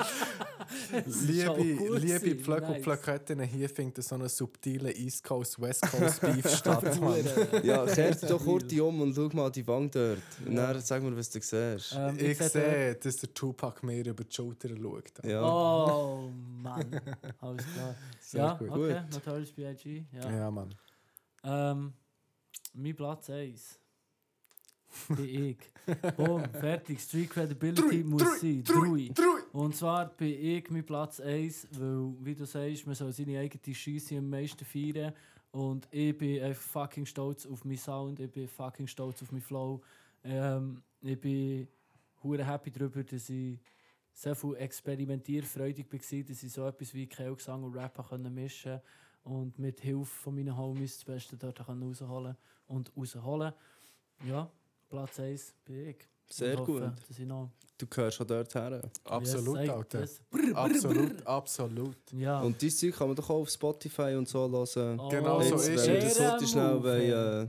A: Das ist auch
D: liebe
A: gut
D: liebe
A: gewesen,
D: Pflöck und
A: nice.
D: Pflöcketten, hier findet so eine subtile East Coast, West
A: <laughs>
D: Coast Beef statt. Mann.
A: Hure.
B: <laughs> Ja, kehrt doch kurz um und schau mal die Wand dort. Und dann sag mir, was du siehst.
A: Ähm,
D: Ich
A: jetzt hat er-
D: sehe, dass der Tupac mir über die Schulter schaut.
B: Ja,
A: Oh Mann, alles klar.
D: Sehr
A: ja,
D: gut.
A: okay,
B: Gut.
A: Notorious B.I.G. Ja.
D: Ja, Mann.
A: Ähm, mein Platz 1 bin ich. Boom, fertig. Street Credibility muss sein. Drui. Und zwar bin ich mein Platz 1, weil, wie du sagst, man soll seine eigene Scheisse am meisten feiern. Und ich bin einfach fucking stolz auf meinen Sound, ich bin fucking stolz auf meinen Flow. Ähm, ich bin hure happy darüber, dass ich so viel experimentierfreudig war, dass ich so etwas wie Kehlgesang und Rap habe können mischen und mit Hilfe von meinen Homies das Beste dort habe können rausholen und rausholen. Ja, Platz 1 bin ich.
B: sehr
A: und
B: gut.
A: Hoffe, dass ich noch
B: Du gehörst schon dort her.
D: Absolut,
A: Yes,
D: Alter.
A: yes.
D: Absolut, absolut.
A: Ja.
B: Und dieses Zeug kann man doch auch auf Spotify und so hören.
A: Oh,
D: Genau so
B: Jetzt,
D: ist
B: wenn wir das
A: Ehrenmove.
B: heute schnell wollen, äh,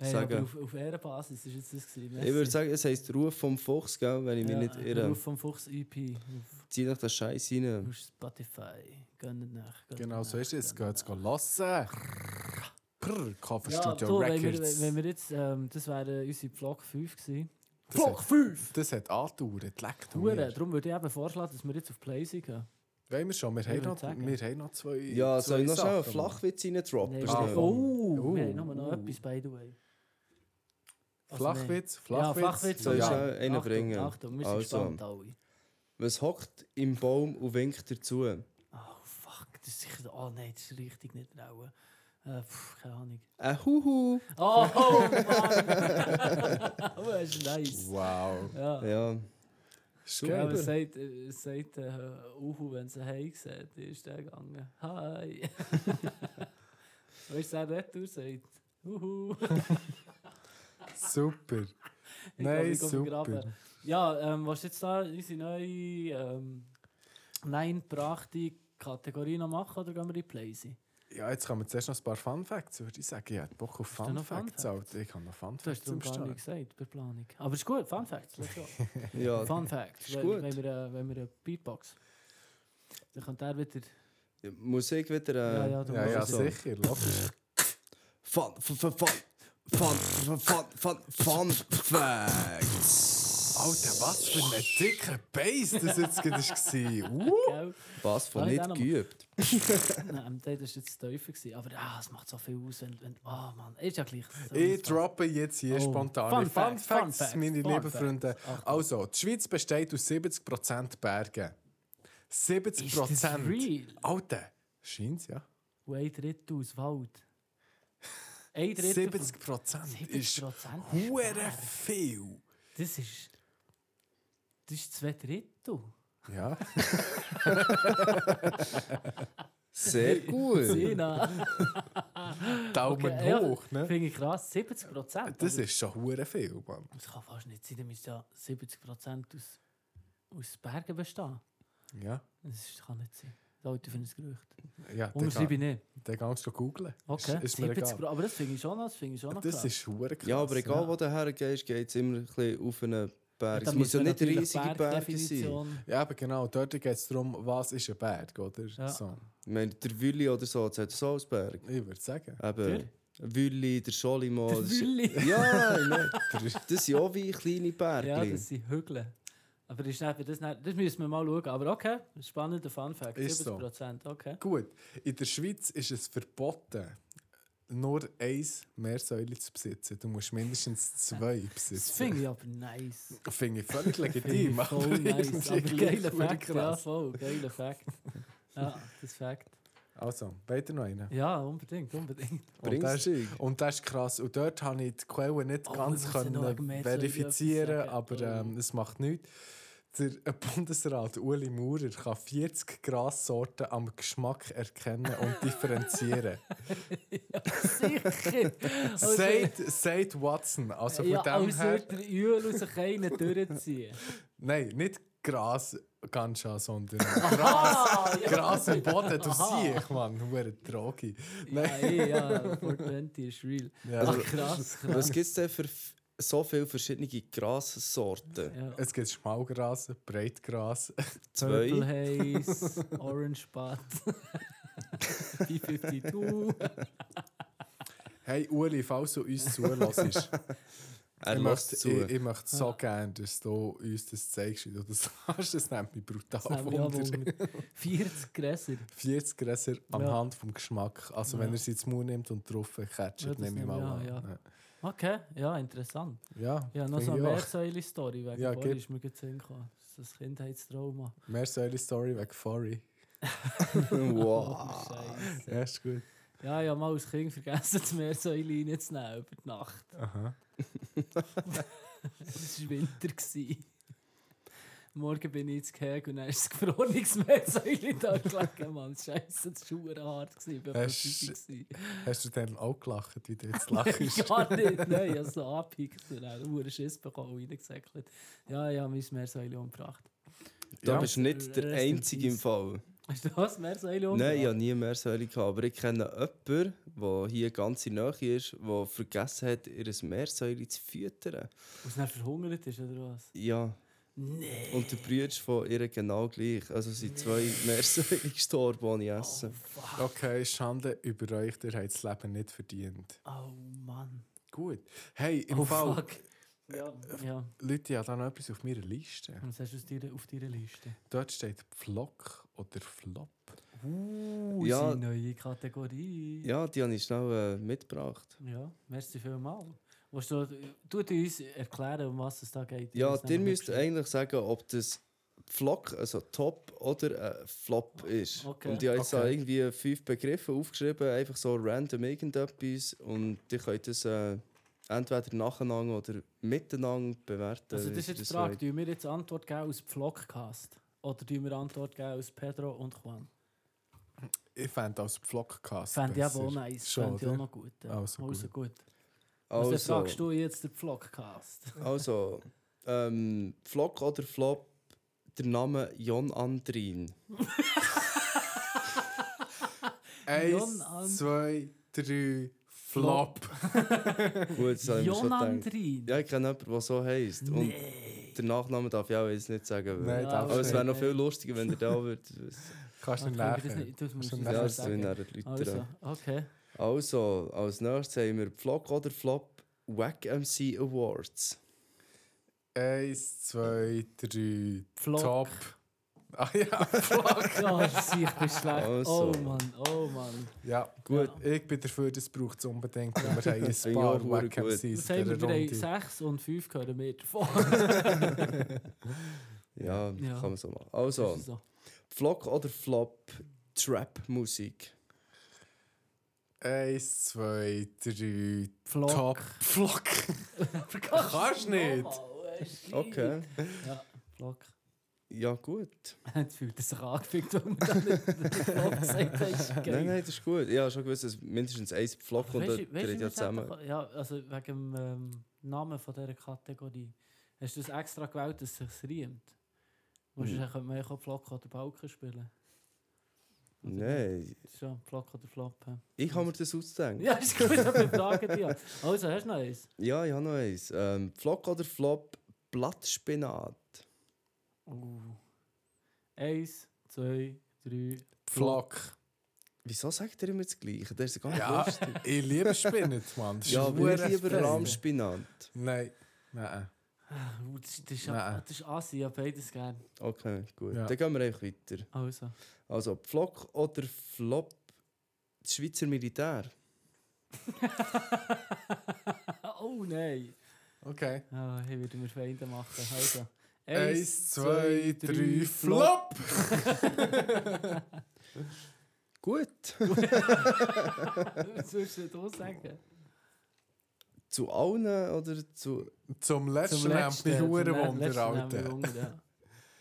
A: Hey,
B: sagen.
A: aber Auf, auf Ehrenbasis ist jetzt das gewesen.
B: äh, Ich würde sagen, es heisst Ruf vom Fuchs, gell, wenn ich mich
A: ja,
B: nicht irre.
A: Ruf vom Fuchs EP auf,
B: Zieh doch den Scheiß rein.
A: auf Spotify. Gönnt nach. gönnt
D: Genau so
A: nach,
D: ist es.
A: gönnt
D: Geht's go lassen. Prrr,
A: nach. Ja,
D: Coverstudio
A: du, wenn wir,
D: Records.
A: wenn wir jetzt, ähm, das wäre unsere Vlog 5 gewesen.
D: Das Hm.
A: Vlog
D: hat-
A: 5!
D: das hat angedauert, leck du
A: Hure,
D: mir.
A: darum würde ich eben vorschlagen, dass wir jetzt auf Play gehen.
D: Wollen wir schon? Wir haben,
A: würd
D: noch,
A: sagen.
D: wir haben noch zwei
B: Ja, soll
D: zwei
B: ich noch schnell einen
D: Sachen,
B: Flachwitz reindroppen?
A: Nee,
B: Nee,
A: wir-
D: schnell.
A: oh,
D: Oh,
A: wir haben nur noch
D: oh.
A: etwas, by the way. Also,
D: Mann. Flachwitz,
A: Ja,
D: Flachwitz.
A: Flachwitz.
B: Soll ich
A: ja.
B: schnell einen
A: Achtung,
B: bringen?
A: Achtung, wir sind
B: Also.
A: gespannt alle.
B: Was hockt im Baum und winkt dazu?
A: Oh, fuck, das ist sicher... Oh nein, das ist richtig nicht trauen. Äh, pff, keine Ahnung.
B: Ein Huhu.
A: Oh, Mann!
D: <laughs>
A: <laughs> oh, das ist nice.
D: Wow.
A: Ja.
B: Ja,
A: Ja, aber
D: Super.
A: es sagt, äh, es sagt äh, Uhu, wenn sie «Hey» sagt, dann ist der gegangen.
D: <laughs>
A: «Hi!» Weißt du, der Retour sagt <laughs> «Uhu!»
D: Super.
A: Ich glaub,
D: Nein,
A: ich geh
D: super.
A: vergraben. Ja, ähm, was jetzt da unsere neue ähm, nein brachte Kategorie noch machen oder gehen wir in die Play sein?
D: Ja, jetzt kommen zuerst noch ein paar Fun Facts, würde ich sagen. Ich hätte Bock auf
A: du
D: Fun
A: noch Fun
D: Facts. Alter. Ich habe noch Fun
A: Du hast
D: Facts
A: darum
D: am
A: gar
D: Start.
A: nichts gesagt bei der Planung. Aber ist gut, Fun Facts, let's go.
B: ja.
A: Fun Fact,
B: ist
A: wenn,
B: gut.
A: wenn, wir, äh, wenn wir eine Beatbox. Dann kommt der wieder.
B: Musik wieder. Äh,
A: Ja, ja, du
D: Ja,
A: musst
D: ja,
A: es.
D: sicher. Lass
B: Fun, fun, fun, fun, fun, fun, fun, fun, fun facts.
D: Alter, was für ein dicker Bass das jetzt gerade war. Uh.
A: Gell?
B: Was von
A: Kann ich
B: nicht
A: auch noch mal?
B: geübt.
A: Nein, das war jetzt tiefer. gewesen. Aber ah, es macht so viel aus. Wenn, wenn, oh Mann, ist ja gleich. So
D: Ich droppe jetzt hier
A: Oh.
D: spontan
A: Fun
D: Fun,
A: Facts,
D: Facts,
A: Fun Facts,
D: meine
A: Fun
D: lieben
A: Facts.
D: Freunde.
A: Achtung.
D: Also, die Schweiz besteht aus 70% Bergen. 70%?
A: Ist das real?
D: Alter, scheint's, ja.
A: Und ein Drittel aus Wald. Ein Drittel. von-
D: 70% ist
A: 70%?
D: hure viel.
A: Das ist. Das ist zwei Drittel.
D: Ja,
B: <laughs> Sehr gut.
A: Sina.
D: Daumen
A: nou? Ja,
D: hoch, ne?
A: Finde ich krass. 70 Prozent.
D: Das ist schon hure viel, Mann.
A: Das kann fast nicht sein. Da müsste ja 70 Prozent aus, aus Bergen bestehen.
D: Ja,
A: Das ist- kann nicht sein. Leute für ein Gerücht.
D: ja
A: Unterschreibe
D: den,
A: ich nicht.
D: den kannst du googeln.
A: Okay.
D: Ist, ist mir
A: 70
D: egal.
A: Pro- aber das finde ich schon noch, das finde ich schon noch
D: Das
A: krass.
D: ist hure krass.
B: Ja, aber egal,
A: Ja.
B: wo du hergehst, geht es immer ein bisschen auf einen Berg.
A: Da
B: es muss
A: müssen
B: ja
A: wir
B: nicht
A: natürlich
B: riesige Berge sein.
A: Bergdefinition-
D: Ja, aber genau, dort geht es darum, was ist ein Berg, oder? So.
B: Ich meine, der Wülli oder so, das hat so als Berg.
D: Ich würde sagen.
B: Eben. Wülli, der Scholimo.
A: Der
B: das ist-
A: Wülli. <laughs>
B: dus- Ja, nein. Das sind auch wie kleine
A: Ja, dus-
B: Berge.
A: das sind Hügel. Aber das, ist nicht, das, nicht, das müssen wir mal schauen. Aber okay, spannender Fun Fact.
D: Ist so.
A: 70 Prozent, okay.
D: Gut, in der Schweiz ist es verboten, nur eins Meersäule zu besitzen. Du musst mindestens zwei
A: <laughs> Das
D: besitzen.
A: finde ich aber nice.
D: Finde ich völlig
A: Finde ich
D: legitim.
A: voll
D: aber
A: nice.
D: irgendwie
A: Aber
D: gleich <laughs>
A: geiler
D: verdammt
A: Fact, ja,
D: krass.
A: voll. Geiler Fact. Ja, das ist Fact.
D: Also, weiter noch einen.
A: Ja, unbedingt, unbedingt.
D: Und das,
B: Bringst du
D: und das ist krass. Und dort habe ich die Quelle nicht
A: Oh, wir
D: ganz
A: müssen
D: können
A: noch wegen Meersäule
D: verifizieren,
A: etwas
D: aber
A: sagen.
D: ähm, es macht nichts. Der äh, Bundesrat Uli Maurer kann 40 Grassorten am Geschmack erkennen und differenzieren.
A: <laughs> Sicher!
D: Sagt sagt Watson. Also von
A: Also, ja,
D: dem
A: als
D: her.
A: würde der Jühl aus sich einen
D: <laughs>
A: durchziehen.
D: Nein, nicht Gras Ganscha, sondern
A: Ah, ja.
D: Gras im Boden. Du
A: Aha.
D: siehst, Mann, nur Drogi.
A: Ja,
D: Nein.
A: eh, ja, 420 ist real.
D: Ja,
A: Ach,
D: aber-
A: krass, krass.
B: Was gibt es denn für F- so viele verschiedene Grassorten.
A: Ja.
D: Es gibt Schmalgras, Breitgras.
A: Purple
B: Zwei.
A: Haze, Orange Butt, <laughs> P52.
D: Hey Uli, falls du uns zulässt,
B: Er
D: ich,
B: macht
D: möchte,
B: zu. <laughs>
D: ich, ich möchte
A: Ah.
D: so gerne, dass du uns das zeigst, wie du das <laughs> hast. Das nimmt mich brutal
A: Das nehmen wir ja
D: wunder.
A: wohl. 40 Gräser.
D: 40 Gräser am
A: Ja.
D: Hand vom Geschmack. Also
A: Ja.
D: wenn er sie zu Mund nimmt und drauf
A: Ja,
D: ketchup,
A: das
D: nehme ich mal an.
A: nehme ich
D: Ja,
A: Okay, ja, interessant.
D: ja.
A: Ja, noch so
D: finde
A: eine
D: ich auch.
A: Meersäule-Story wegen
D: Ja,
A: ja, vorher
D: gib.
A: ist mir gerade in den Sinn gekommen. Das ist ein Kindheitstrauma.
D: Mehr solche Story wegen Forry.
B: wow.
A: Scheiße.
D: Ja, ist gut.
A: Ja, ja, mal als Kind vergessen, das Meersäule reinzunehmen über die Nacht.
D: Aha.
A: <laughs> Es war Winter. Gewesen. Morgen bin ich ins Gehege und dann ist das <laughs> gefrorenes Meersäule da gelegen, Mann. Scheisse, das war verdammt hart. gewesen. Ich war
D: Hast-
A: gewesen.
D: Hast du dann auch gelacht, wie du
A: <laughs>
D: jetzt lachst?
A: Gar nicht, nein, ich habe so abgehickt und dann einen Schiss bekommen und reingesäckelt. Ja, ja, mein Meersäule umgebracht.
B: Da
D: Ja.
B: bist du nicht der
A: Rest in
B: Einzige im
A: peace.
B: Fall.
A: Hast du das Meersäule umgebracht?
B: Nein, ich habe nie mehr Säule gehabt. Aber ich kenne jemanden, der hier ganz in der Nähe ist, der vergessen hat, ihr Meersäule zu füttern.
A: Was dann verhungert ist, oder was?
B: Ja.
A: Nein.
B: Und der Bruder von ihr genau gleich. Also
A: <laughs>
B: sind zwei Meersäule gestorben ohne Essen.
A: Fuck.
D: Okay, Schande über euch, ihr habt das Leben nicht verdient.
A: Oh Mann.
D: Gut. Hey, im
A: Oh
D: Fall,
A: fuck. Ja, ja.
D: Leute, ich habe da noch etwas auf meiner Liste.
A: Was hast du aus dir- auf deiner Liste?
D: Dort steht Pflock oder Flop.
A: Uh,
B: Ja.
A: unsere neue Kategorie.
B: Ja, die habe ich schnell äh, mitgebracht.
A: Ja, merci vielmals. Willst du, du dir uns erklären, um was es da geht?
B: Ja,
A: Das
B: ihr
A: haben wir
B: müsst
A: mitgeschrieben.
B: eigentlich sagen, ob das Flock, also Top oder äh, Flop ist.
A: Okay.
B: Und ich habe jetzt
D: Okay.
B: auch irgendwie fünf Begriffe aufgeschrieben, einfach so random irgendetwas. Und ihr könnt das äh, entweder nacheinander oder miteinander bewerten.
A: Also, das
B: wie
A: ist jetzt die
B: ihr
A: Frage:
B: wollt.
A: Tun wir jetzt Antwort geben aus Vlogcast? Oder tun wir Antwort geben aus Pedro und Juan?
D: Ich fände als Pflockcast.
A: Fände ich
D: besser.
A: aber auch nice.
D: Schon,
A: Fände ich auch
D: oder?
A: noch gut. Ja.
D: Also
A: gut. Also, also
B: Also,
A: fragst du jetzt den Vlogcast.
B: also ähm, Flock oder Flop, der Name Jon Andrin.
A: Jon an-
D: Eins, zwei, drei, Flop.
B: Gut, das habe ich mir schon
A: Jon
B: gedacht.
A: Andrin?
B: Ja, ich kenne jemanden, der so heisst. Und
A: Nee.
B: der Nachname darf ich auch jetzt nicht sagen.
D: Nein,
B: Weil...
A: Ja,
D: darfst
B: Aber es
A: äh,
B: wäre
D: nicht.
B: noch viel lustiger, wenn ihr da <laughs> würdet.
D: <laughs>
A: <laughs>
D: Kannst
A: Ah,
D: du nicht
A: kann ich das
D: lernen.
A: nicht- das muss
D: Kannst du
A: ich
B: Ja,
D: nachher
B: das
A: nicht sagen.
B: tun dann die Leute.
A: Also, okay.
B: Also, als nächstes haben wir Vlog oder Flop Wack MC Awards.
D: Eins, zwei, drei,
A: Vlog.
D: Top. <laughs> Ah ja, Flop.
A: Ja, sieh, ich bin Oh, schlecht.
B: Also.
A: Oh Mann, oh Mann.
D: ja,
B: Gut.
D: ich bin dafür, das braucht es
A: <laughs>
D: unbedingt. Wir haben ein
B: Finde ich
D: paar
B: auch verdammt gut.
D: Wackham-Seas
A: Das haben wir
D: in der
A: bei
D: Runde.
A: 6 und 5 gehören wir
B: <laughs>
A: davon.
B: Ja,
A: Ja.
B: kann man so machen.
A: Das
B: Also,
A: ist so.
B: Vlog oder Flop Trap Musik.
D: Eins, zwei, drei,
A: Vlog.
D: Top. Flock. Kannst nicht.
B: Okay.
A: Ja, Vlog.
B: Ja, gut.
A: Jetzt fühlt er sich angefickt, weil man da nicht <laughs> den Vlog gesagt hat. ist geil.
B: Nein, nein, das ist gut. Ja, schon gewusst, dass mindestens ein Vlog und
A: Weisst
B: dann
A: du- weisst du,
B: dreht
A: wie
B: ja
A: das
B: zusammen.
A: hätte- Ja, also wegen dem ähm, Namen von dieser Kategorie. Hast du das extra gewählt, dass es sich riemt? Musst du
B: Hm.
A: sagen, man kann Flock oder Balken spielen? Oder
B: Nein,
A: nicht? Schon, Flock oder Flop. hä?
B: ich kann mir das ausdenken.
A: Ja, ist gut, aber fragen dich. ja. Also, hast du noch eins?
B: Ja, ich habe noch eins. Ähm, Vlog oder Flop Blattspinat.
A: Uh. Eins, zwei, drei.
D: Flock.
B: Wieso sagt ihr immer das Gleiche? Der ist gar nicht
D: Ja,
B: lustig.
D: ich liebe Spinnen, Mann. Das ist
B: Ja, aber ich
D: verdammt
B: lieber
D: spannend.
B: Rahmspinat.
D: Nein, nein.
A: Ah, uh, Das, das, ist,
D: Nein.
A: ja- das ist Asi, ja, beides gern.
B: Okay, gut.
D: Ja.
B: Dann gehen wir einfach weiter.
A: Also.
B: Also Pflock oder Flop das Schweizer Militär.
A: <laughs> oh nein.
D: Okay.
A: Ah, hier würden wir Feinde machen. Also.
D: Eins, zwei, drei, Flop!
B: Gut.
A: <laughs> Was würdest du da sagen?
B: Zu allen oder zu.
D: Zum letzten nimmt mich Huren Wunder, Alter.
A: Alter.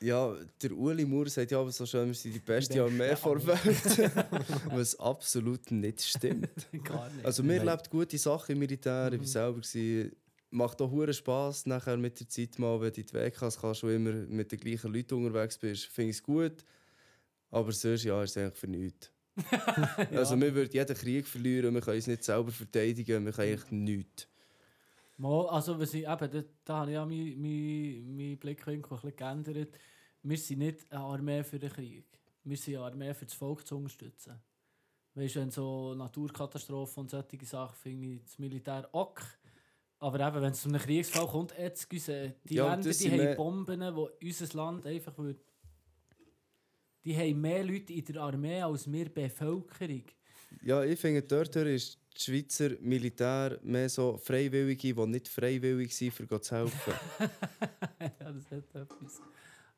B: Ja, der Uli Moore sagt ja, aber so schön, wir sind die beste
A: Beste
B: Armee vor
A: Armee.
B: Welt. <laughs> Was absolut nicht stimmt.
A: Gar nicht.
B: Also, mir
D: Nein.
B: lebt gute Sachen im Militär, ich war selber. Gewesen. Macht auch Huren Spass nachher mit der Zeit mal, wenn du in die WKs kannst, schon immer mit den gleichen Leuten unterwegs bist. Finde ich es gut. Aber sonst, ja, ist es eigentlich für nichts. Also, wir würden jeden Krieg verlieren, wir können uns nicht selber verteidigen, wir können eigentlich nichts.
A: Mal, also was ich, eben, da, da habe ich ja meinen mein, mein Blickwinkel ein bisschen geändert. Wir sind nicht eine Armee für den Krieg. Wir sind eine Armee für das Volk zu unterstützen. Weißt du, wenn so Naturkatastrophen und solche Sachen, finde ich das Militär ok. Aber eben, wenn es zu einem Kriegsfall kommt, excuse, die
B: Ja, und
A: Länder,
B: das
A: die
B: sind
A: haben
B: mehr-
A: Bomben, die unser Land einfach würde... Die haben mehr Leute in der Armee als wir Bevölkerung. <laughs>
B: Ja, ich finde, dort ist das Schweizer Militär mehr so Freiwillige, die nicht freiwillig sind, für Gott zu <laughs> helfen.
A: ja, das hat etwas.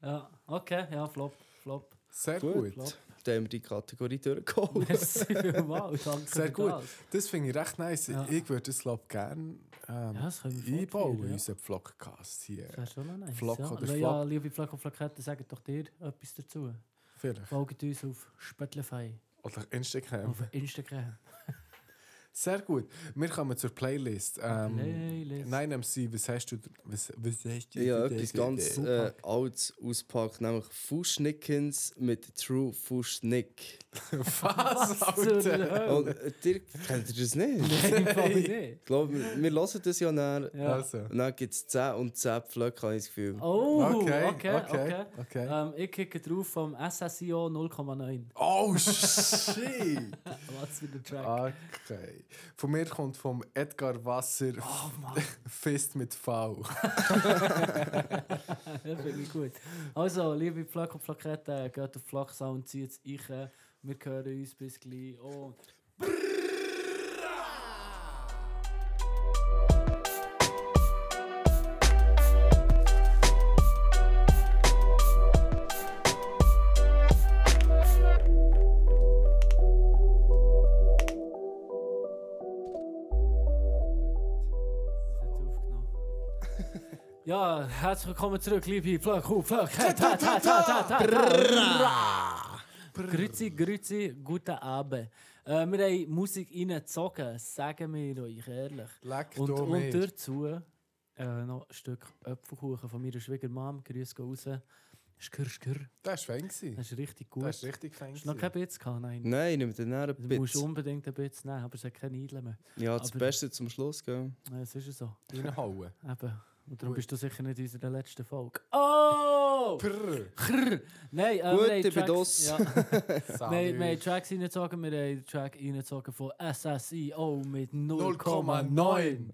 A: Ja, okay, ja, flop, flop.
D: Sehr
B: Gut.
D: gut.
A: flop.
B: Dann haben wir die Kategorie durchgeholt.
A: <laughs> Merci vielmals, danke
D: Sehr
A: für
D: gut.
A: Das.
D: Das finde ich recht nice.
A: Ja.
D: Ich würde das Lab gerne ähm,
A: Ja, das können wir
D: einbauen in
A: fortführen, ja.
D: unseren Vlogcast
A: Das
D: hier.
A: wäre schon noch nice.
D: Flock
A: ja.
D: oder
A: Weil ja,
D: Flop?
A: liebe Flock und Flakette, sagen doch dir etwas dazu.
D: Vielleicht.
A: Folgt uns auf Spöttlefei,
D: Oder Instagram.
A: auf Instagram.
D: Sehr gut. Wir kommen zur Playlist. Ähm,
A: Playlist.
D: Nein, MC, was hast du? Was, was hast du?
B: Ich habe
D: für
B: etwas
D: die-
B: ganz
D: die-
B: äh, Altes auspackt, nämlich Fuschnickens mit True Fuschnick.
D: <laughs> Was,
A: Zur
D: Alter?
A: Hölle.
B: Und äh, ihr kennt ihr
A: <laughs>
B: das nicht?
A: Nein,
D: <laughs>
A: im Fall nicht.
B: Ich glaube, wir, wir hören das ja näher.
A: Ja.
D: Also.
B: Und dann gibt es 10 und 10 Pflöcke, habe ich das Gefühl.
A: Oh, okay,
D: Okay,
A: okay.
D: okay, okay.
A: Ähm, ich kicke drauf vom SSIO 0,9.
D: Oh, shit!
A: Was für ein Track.
D: Ah. Okay. Von mir kommt vom Edgar Wasser
A: Oh Ah. Mann, <laughs>
D: Fist mit V.
A: das finde ich gut. Also, liebe Flak und Flakette, geht auf Flaksound, zieht es ich. Wir hören uns bis gleich. Und Das hat aufgenommen. Ja, herzlich willkommen zurück, liebe Flak und Flakette. Grüezi, grüezi, guten Abend. Äh, wir haben Musik reingezogen, sagen wir euch ehrlich.
D: Leck
A: Und,
D: da
A: und
D: mit.
A: dazu äh, noch ein Stück Apfelkuchen von meiner Schwiegermam. Grüß gehen raus. Skr, skr.
D: Das war fein. gewesen.
A: Das ist richtig gut.
D: Das
A: Hast
D: war richtig fein.
A: du noch kein
D: gewesen.
A: Bitz gehabt? Nein.
B: Nein, nimm den näher
A: Du musst
B: ein
A: unbedingt ein Bitz nehmen, aber es hat keine Eidle mehr.
B: Ja, das
A: aber-
B: Beste zum Schluss, gell?
A: Ja, Es ist ja so.
D: Reinhauen.
A: Eben. Und darum
D: Gut.
A: bist du sicher nicht in unserer letzten Folge. Oh!
D: Prrr.
A: Nein, äh,
B: Gut,
A: wir haben
B: ich bin
A: Tracks-
B: dus.
A: Ja.
D: <laughs>
A: Wir, wir haben
D: Salut.
A: Tracks reingezogen, wir haben den Track reingezogen von SSIO mit 0,9.
D: 0,9.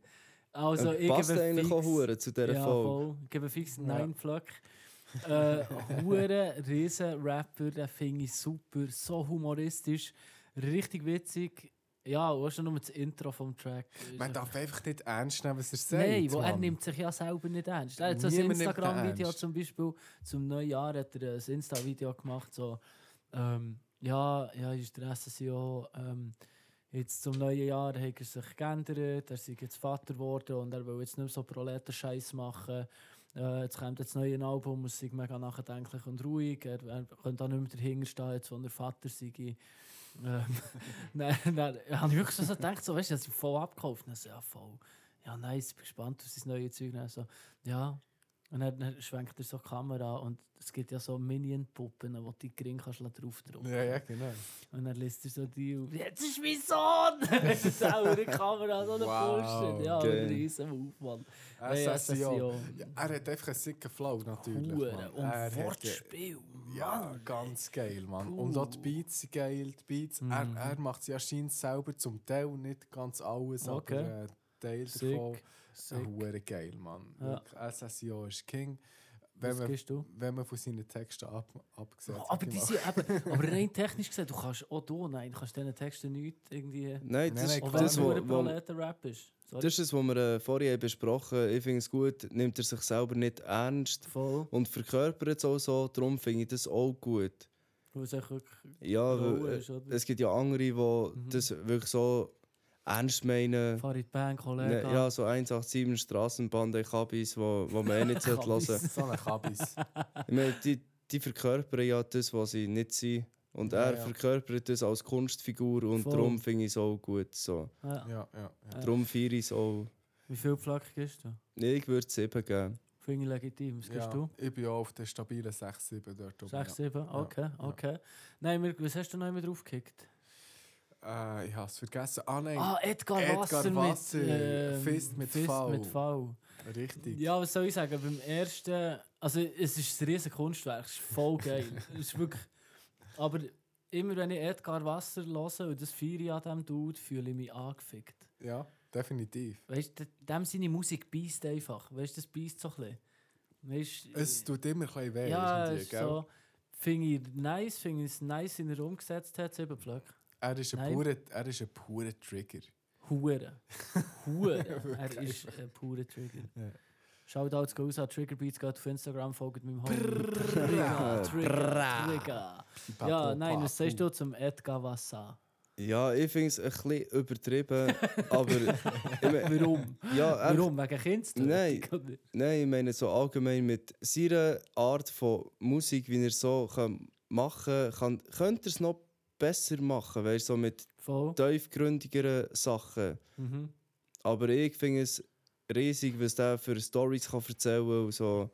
A: Also, ich
B: passt
A: gebe
B: eigentlich
A: fix-
B: auch Huren zu dieser
A: ja,
B: Folge.
A: voll. Ich gebe fix 9 Pflöck. Äh, Huren, riesen Rapper, den finde ich super, so humoristisch, richtig witzig. Ja, auch schon nur das Intro vom Track. ist
D: Man
A: einfach-
D: darf einfach nicht ernst nehmen, was er sagt.
A: Nein, wo er
D: Mann.
A: nimmt sich ja selber nicht ernst. Er hat so ein
D: Niemand nimmt ihn
A: Instagram-Video
D: ernst.
A: zum Beispiel, zum Neujahr hat er ein Insta-Video gemacht, so, ähm, ja, ja, ist der SSIO, ähm, jetzt zum neuen Jahr hat er sich geändert, er sei jetzt Vater geworden und er will jetzt nicht mehr so Proletenscheiß machen. Äh, jetzt kommt jetzt das neue Album, es sei mega nachdenklich und ruhig, er, er könnte auch nicht mehr dahinter stehen, jetzt, wo er Vater sei. Ähm, <laughs> nein, nein, ich habe wirklich so so gedacht, so, weißt du, dass ich voll abgekauft habe. So, ja, voll. Ja, nice, ich bin gespannt auf sein neues Zeug. Dann so, ja. Und dann, dann schwenkt er so die Kamera und es gibt ja so Minion-Puppen, wo du die Gring kannst draufdrücken.
D: Ja, ja, genau.
A: Und dann lässt er so die auf. Jetzt ist mein Sohn! <laughs> Dann ist es auch
D: <laughs>
A: eine Kamera, so eine
D: Wow,
A: Bullshit. Ja,
B: geil.
A: ein riesen Aufwand.
D: SSIO. Ja, er hat einfach einen sicken Flow, natürlich.
A: Huren
D: Mann.
A: und
D: Er hat-
A: Wortspiel,
D: Ja,
A: Mann.
D: ganz geil, Mann. Und auch die Beats sind geil. Die Beats, er,
A: Mhm.
D: er macht sie anscheinend selber, zum Teil nicht ganz alles,
A: Okay.
D: aber äh, Teil
A: Sick,
D: davon.
A: sick.
D: Hure geil, Mann.
A: Ja.
D: Wirklich, SSIO ist King. Wenn
A: Was
D: man,
A: gibst du?
D: wenn man von seinen Texten ab, abgesehen
A: Oh,
D: hat,
A: aber
D: sag ich
A: die
D: mal.
A: sind eben, aber rein technisch gesehen, du kannst auch du, nein, du kannst diesen Texten nicht irgendwie.
B: Nein,
D: Nein,
B: das,
D: nein,
B: ist
A: Auch
D: klar.
A: wenn
B: das,
A: es
B: wo,
A: nur ein
B: wo,
A: Proletenrap ist. Sorry.
B: das ist das, was wir äh, vorhin haben besprochen haben. Ich finde es gut, nimmt er sich selber nicht ernst
A: voll.
B: und verkörpert es auch so. Darum finde ich das auch gut.
A: Weil es echt wirklich
B: Ja,
A: Rolle
B: weil,
A: ist, oder?
B: äh, es gibt ja andere, die das wirklich so ernst meinen.
A: Farid Bang,
B: Ne,
A: Kollege.
B: ja, so 187 Straßenbande Kabis, wo, wo man eh nicht hören sollte.
D: So
A: <laughs>
D: ein Kabis.
B: Ich meine, die, die verkörpern ja das, was sie nicht sind. Und
D: Ja,
B: er
D: ja.
B: verkörpert das als Kunstfigur und
A: Voll.
B: darum finde ich es auch gut. So.
A: Ja.
D: ja, ja, ja.
B: Darum feiere ich es auch.
A: Wie viel Pflack gibst du?
B: Nee, Ich würde es eben geben.
A: Finde ich legitim. Was gibst
D: ja.
A: du?
D: Ich bin auch auf der stabilen 6-7 dort oben.
A: 6, 7? Okay,
D: ja.
A: okay. Nein, wir, was hast du noch immer draufgekickt?
D: ja. Äh, ich hab's vergessen. Ah nein,
A: Ah, Edgar,
D: Edgar
A: Wasser,
D: Wasser,
A: mit, ähm,
D: Fist mit V.
A: mit V.
D: richtig.
A: Ja, was soll ich sagen? Beim ersten, also es ist ein riesen Kunstwerk, es ist voll
D: <laughs>
A: geil. es ist wirklich, aber immer wenn ich Edgar Wasser höre und das Feier an diesem Dude, fühle ich mich angefickt.
D: Ja, definitiv.
A: Weißt du, dem seine Musik beißt einfach. Weißt du, das beißt so ein bisschen. Weißt,
D: Es tut immer ein bisschen weh.
A: ja,
D: irgendwie,
A: es ist so. Finde ich nice, finde ich es nice, wie er umgesetzt hat, sieben Blöcke.
D: Er ist ein
A: Nein.
D: purer, er ist ein purer Trigger.
A: Hure. Hure. er ist ein purer Trigger.
D: Ja.
A: Shoutouts gehen raus an Trigger Beats, geht auf Instagram, folgt meinem Homie. Trigger, Trigger, Trigger. Ja, nein, was sagst du zum Edgar Wassa?
B: Ja, ich finde es ein bisschen übertrieben, aber... ich mein-
A: Warum?
B: ja, er,
A: Warum? Wegen Kindstötung?
B: Nein.
A: oder?
B: Nein, ich meine so allgemein mit seiner Art von Musik, wie er so kann machen kann, könnte er es noch besser machen, weil so mit
A: Voll.
B: tiefgründigeren Sachen.
A: Mhm.
B: Aber ich finde es riesig, was der für Stories kann erzählen kann. und So,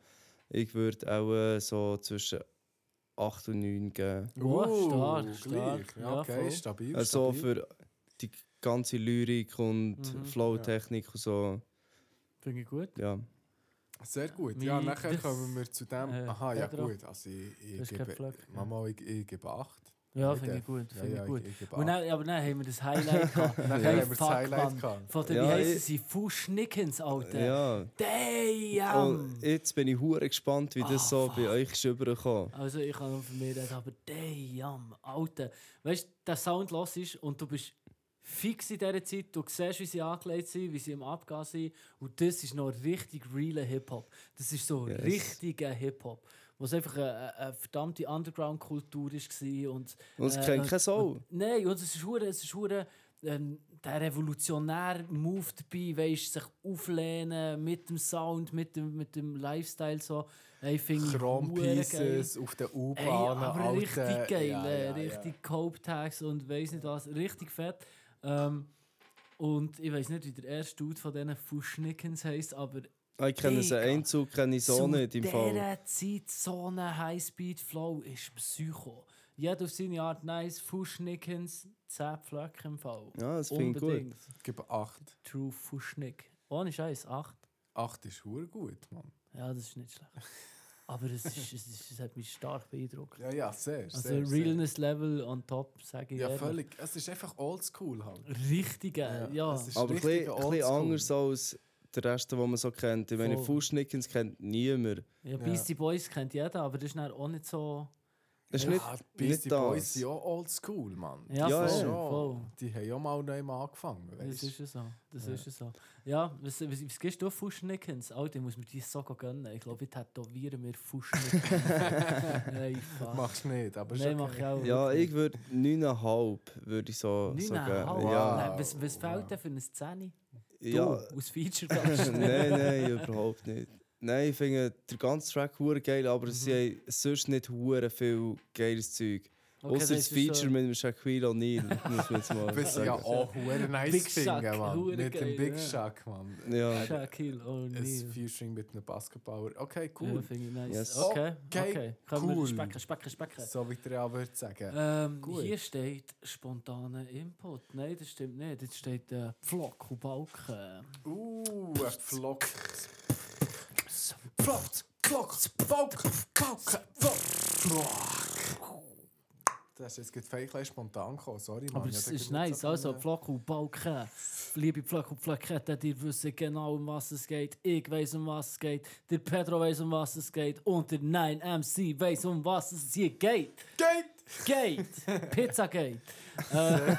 B: ich würde auch äh, so zwischen 8 und 9 geben.
A: Oh, stark, stark.
D: Ja,
A: Ja,
D: okay,
A: voll.
D: stabil.
B: Also
D: stabil.
B: für eh, die ganze Lyrik und
A: Mhm.
B: Flow-Technik und so.
A: Finde ich gut.
B: Ja.
D: Sehr gut. Ja,
A: Wie
D: nachher
A: das-
D: kommen wir zu dem.
A: äh,
D: Aha, ja
A: Pedro.
D: gut. Also ich, ich
A: Das ist kein
D: gebe.
A: Pflock, ja.
D: Mama, ich, ich gebe 8.
A: Ja,
D: Ich
A: finde ich
D: darf.
A: gut.
D: Ja,
A: Finde
D: ja,
A: ich gut.
D: ich, ich gebe
A: Und
D: 8.
A: dann, aber dann haben wir das Highlight gehabt.
D: Nachher
A: Hey,
D: haben wir das
A: fuck,
D: Highlight
A: Mann.
D: gehabt.
A: Von der,
B: Ja,
A: wie heissen
B: ich-
A: sie? Fuschnickens, Alter.
B: ja. Oh,
A: Damn!
B: Und jetzt bin ich hure gespannt, wie das
A: mm. Ah,
B: so
A: fuck.
B: bei euch ist rübergekommen.
A: Also ich kann nur von mir reden, aber damn, Alter. Weißt du, der Sound los ist und du bist fix in dieser Zeit, du siehst, wie sie angelegt sind, wie sie im Abgas sind. Und das ist noch richtig realer Hip-Hop. Das ist so
B: Yes.
A: richtiger Hip-Hop. Was einfach eine, eine- eine verdammte Underground-Kultur war. Äh, Und,
B: Und es kennt kein Soul.
A: und- Nein, und es ist hure, es ist hure, ähm, der revolutionäre Move dabei, weißt, sich auflehnen mit dem Sound, mit dem, mit dem Lifestyle so. Hey, finde ich
D: Chrome
A: hure geil.
D: Pieces auf der
A: Ey,
D: U-Bahn.
A: aber
D: Alter.
A: richtig geil,
D: Ja,
A: äh,
D: ja, ja.
A: richtig Cope-Tags und weiss nicht was, richtig fett. Ähm, und ich weiß nicht, wie der erste Dude von diesen Fuschnickens heisst, aber
B: Ah, Ich kenne so
A: Mega.
B: Einzug, kenne ich so nicht im Fall.
A: dieser Zeit so ein Highspeed-Flow ist Psycho. Jeder auf seine Art nice, Fuschnickens, 10 Pflöcke im Fall.
B: Ja, das finde ich gut.
D: Ich gebe 8.
A: True Fuschnick. Ohne Scheiß, 8.
D: 8 ist hure gut, Mann.
A: Ja, das ist nicht schlecht. aber es, ist, es, ist, es hat mich stark beeindruckt.
D: Ja, ja, sehr.
A: Also
D: sehr, sehr.
A: Realness-Level on top, sage ich
D: Ja,
A: ehrlich.
D: völlig. Es ist einfach oldschool halt.
A: Richtiger, ja.
D: es ist
B: Aber ein
D: richtig
B: bisschen, ein bisschen
D: oldschool.
B: anders als der Rest, den man so kennt. Ich meine,
A: Voll.
B: Fußnickens kennt niemand.
A: Ja, Beastie Boys kennt jeder, aber das ist dann auch nicht so.
B: Das ist
D: ja,
B: nicht,
D: die Beastie
B: nicht
D: Boys
B: das.
D: sind auch oldschool, Mann.
A: Ja,
B: Ja,
A: voll,
B: ja.
A: voll.
D: Die haben ja mal neu mal angefangen,
A: Das
D: weißt
A: ist ja so. Das
D: Ja.
A: ist ja so. Ja, was, was, was gibst du Fuschnickens? Alter, ich muss mir die so gönnen. Ich glaube, ich tätowiere mir Fuschnickens. Nein,
D: du?
A: fuck.
D: Machst du nicht, aber
A: Nein,
D: schon
A: mach ich auch.
B: Ja, ich würde 9,5 würde ich so, so geben.
A: Nein,
B: Ja,
A: wow. Was, was
D: Wow.
A: fehlt denn für eine Szene? Du,
B: ja.
A: aus Feature-Gast.
B: <laughs> nein, nein, überhaupt nicht. Nein, ich finde den ganzen Track hure geil, aber sie haben sonst nicht hure viel geiles Zeug.
A: Okay,
B: Außer das
A: das ist
B: Feature
A: so-
B: mit dem Shaquille O'Neal, muss man
D: <laughs>
B: jetzt mal
D: Das sind ja
B: sagen.
D: auch hure nice
A: Big
D: Finger,
A: Shaq,
D: Mann.
A: hure
D: Mit dem
A: geil,
D: Big
A: ja.
D: Shack, Mann.
B: Ja.
A: Shaquille
D: Ein
A: O'Neal.
D: Featuring mit einem Basketballer. Okay,
A: Ja,
D: cool.
A: finde ich nice.
B: Yes.
A: Okay,
D: Okay,
A: okay. Können
D: cool.
A: wir specken, specken, specken.
D: So wie ich dir auch würde sagen.
A: Ähm,
D: Gut.
A: Hier steht spontaner Input. Nein, das stimmt nicht. Jetzt steht äh, Pflock und Balken.
D: Uh, ein Flock. Flock, Flock, Flock, Flock, Flock, Flock. Das ist jetzt gerade fake gleich spontan gekommen, sorry, Mann.
A: Aber
D: Ich
A: es
D: hätte
A: ist
D: gerade
A: nice.
D: so
A: Also,
D: können-
A: Pflock und Balken. Liebe Pflock und Plakette, ihr wisst genau, um was es geht. Ich weiß, um was es geht. Der Pedro weiß, um was es geht. Und der 9MC weiß, um was es hier geht.
D: Geht!
A: Geht!
D: <laughs>
A: Pizzagate! äh,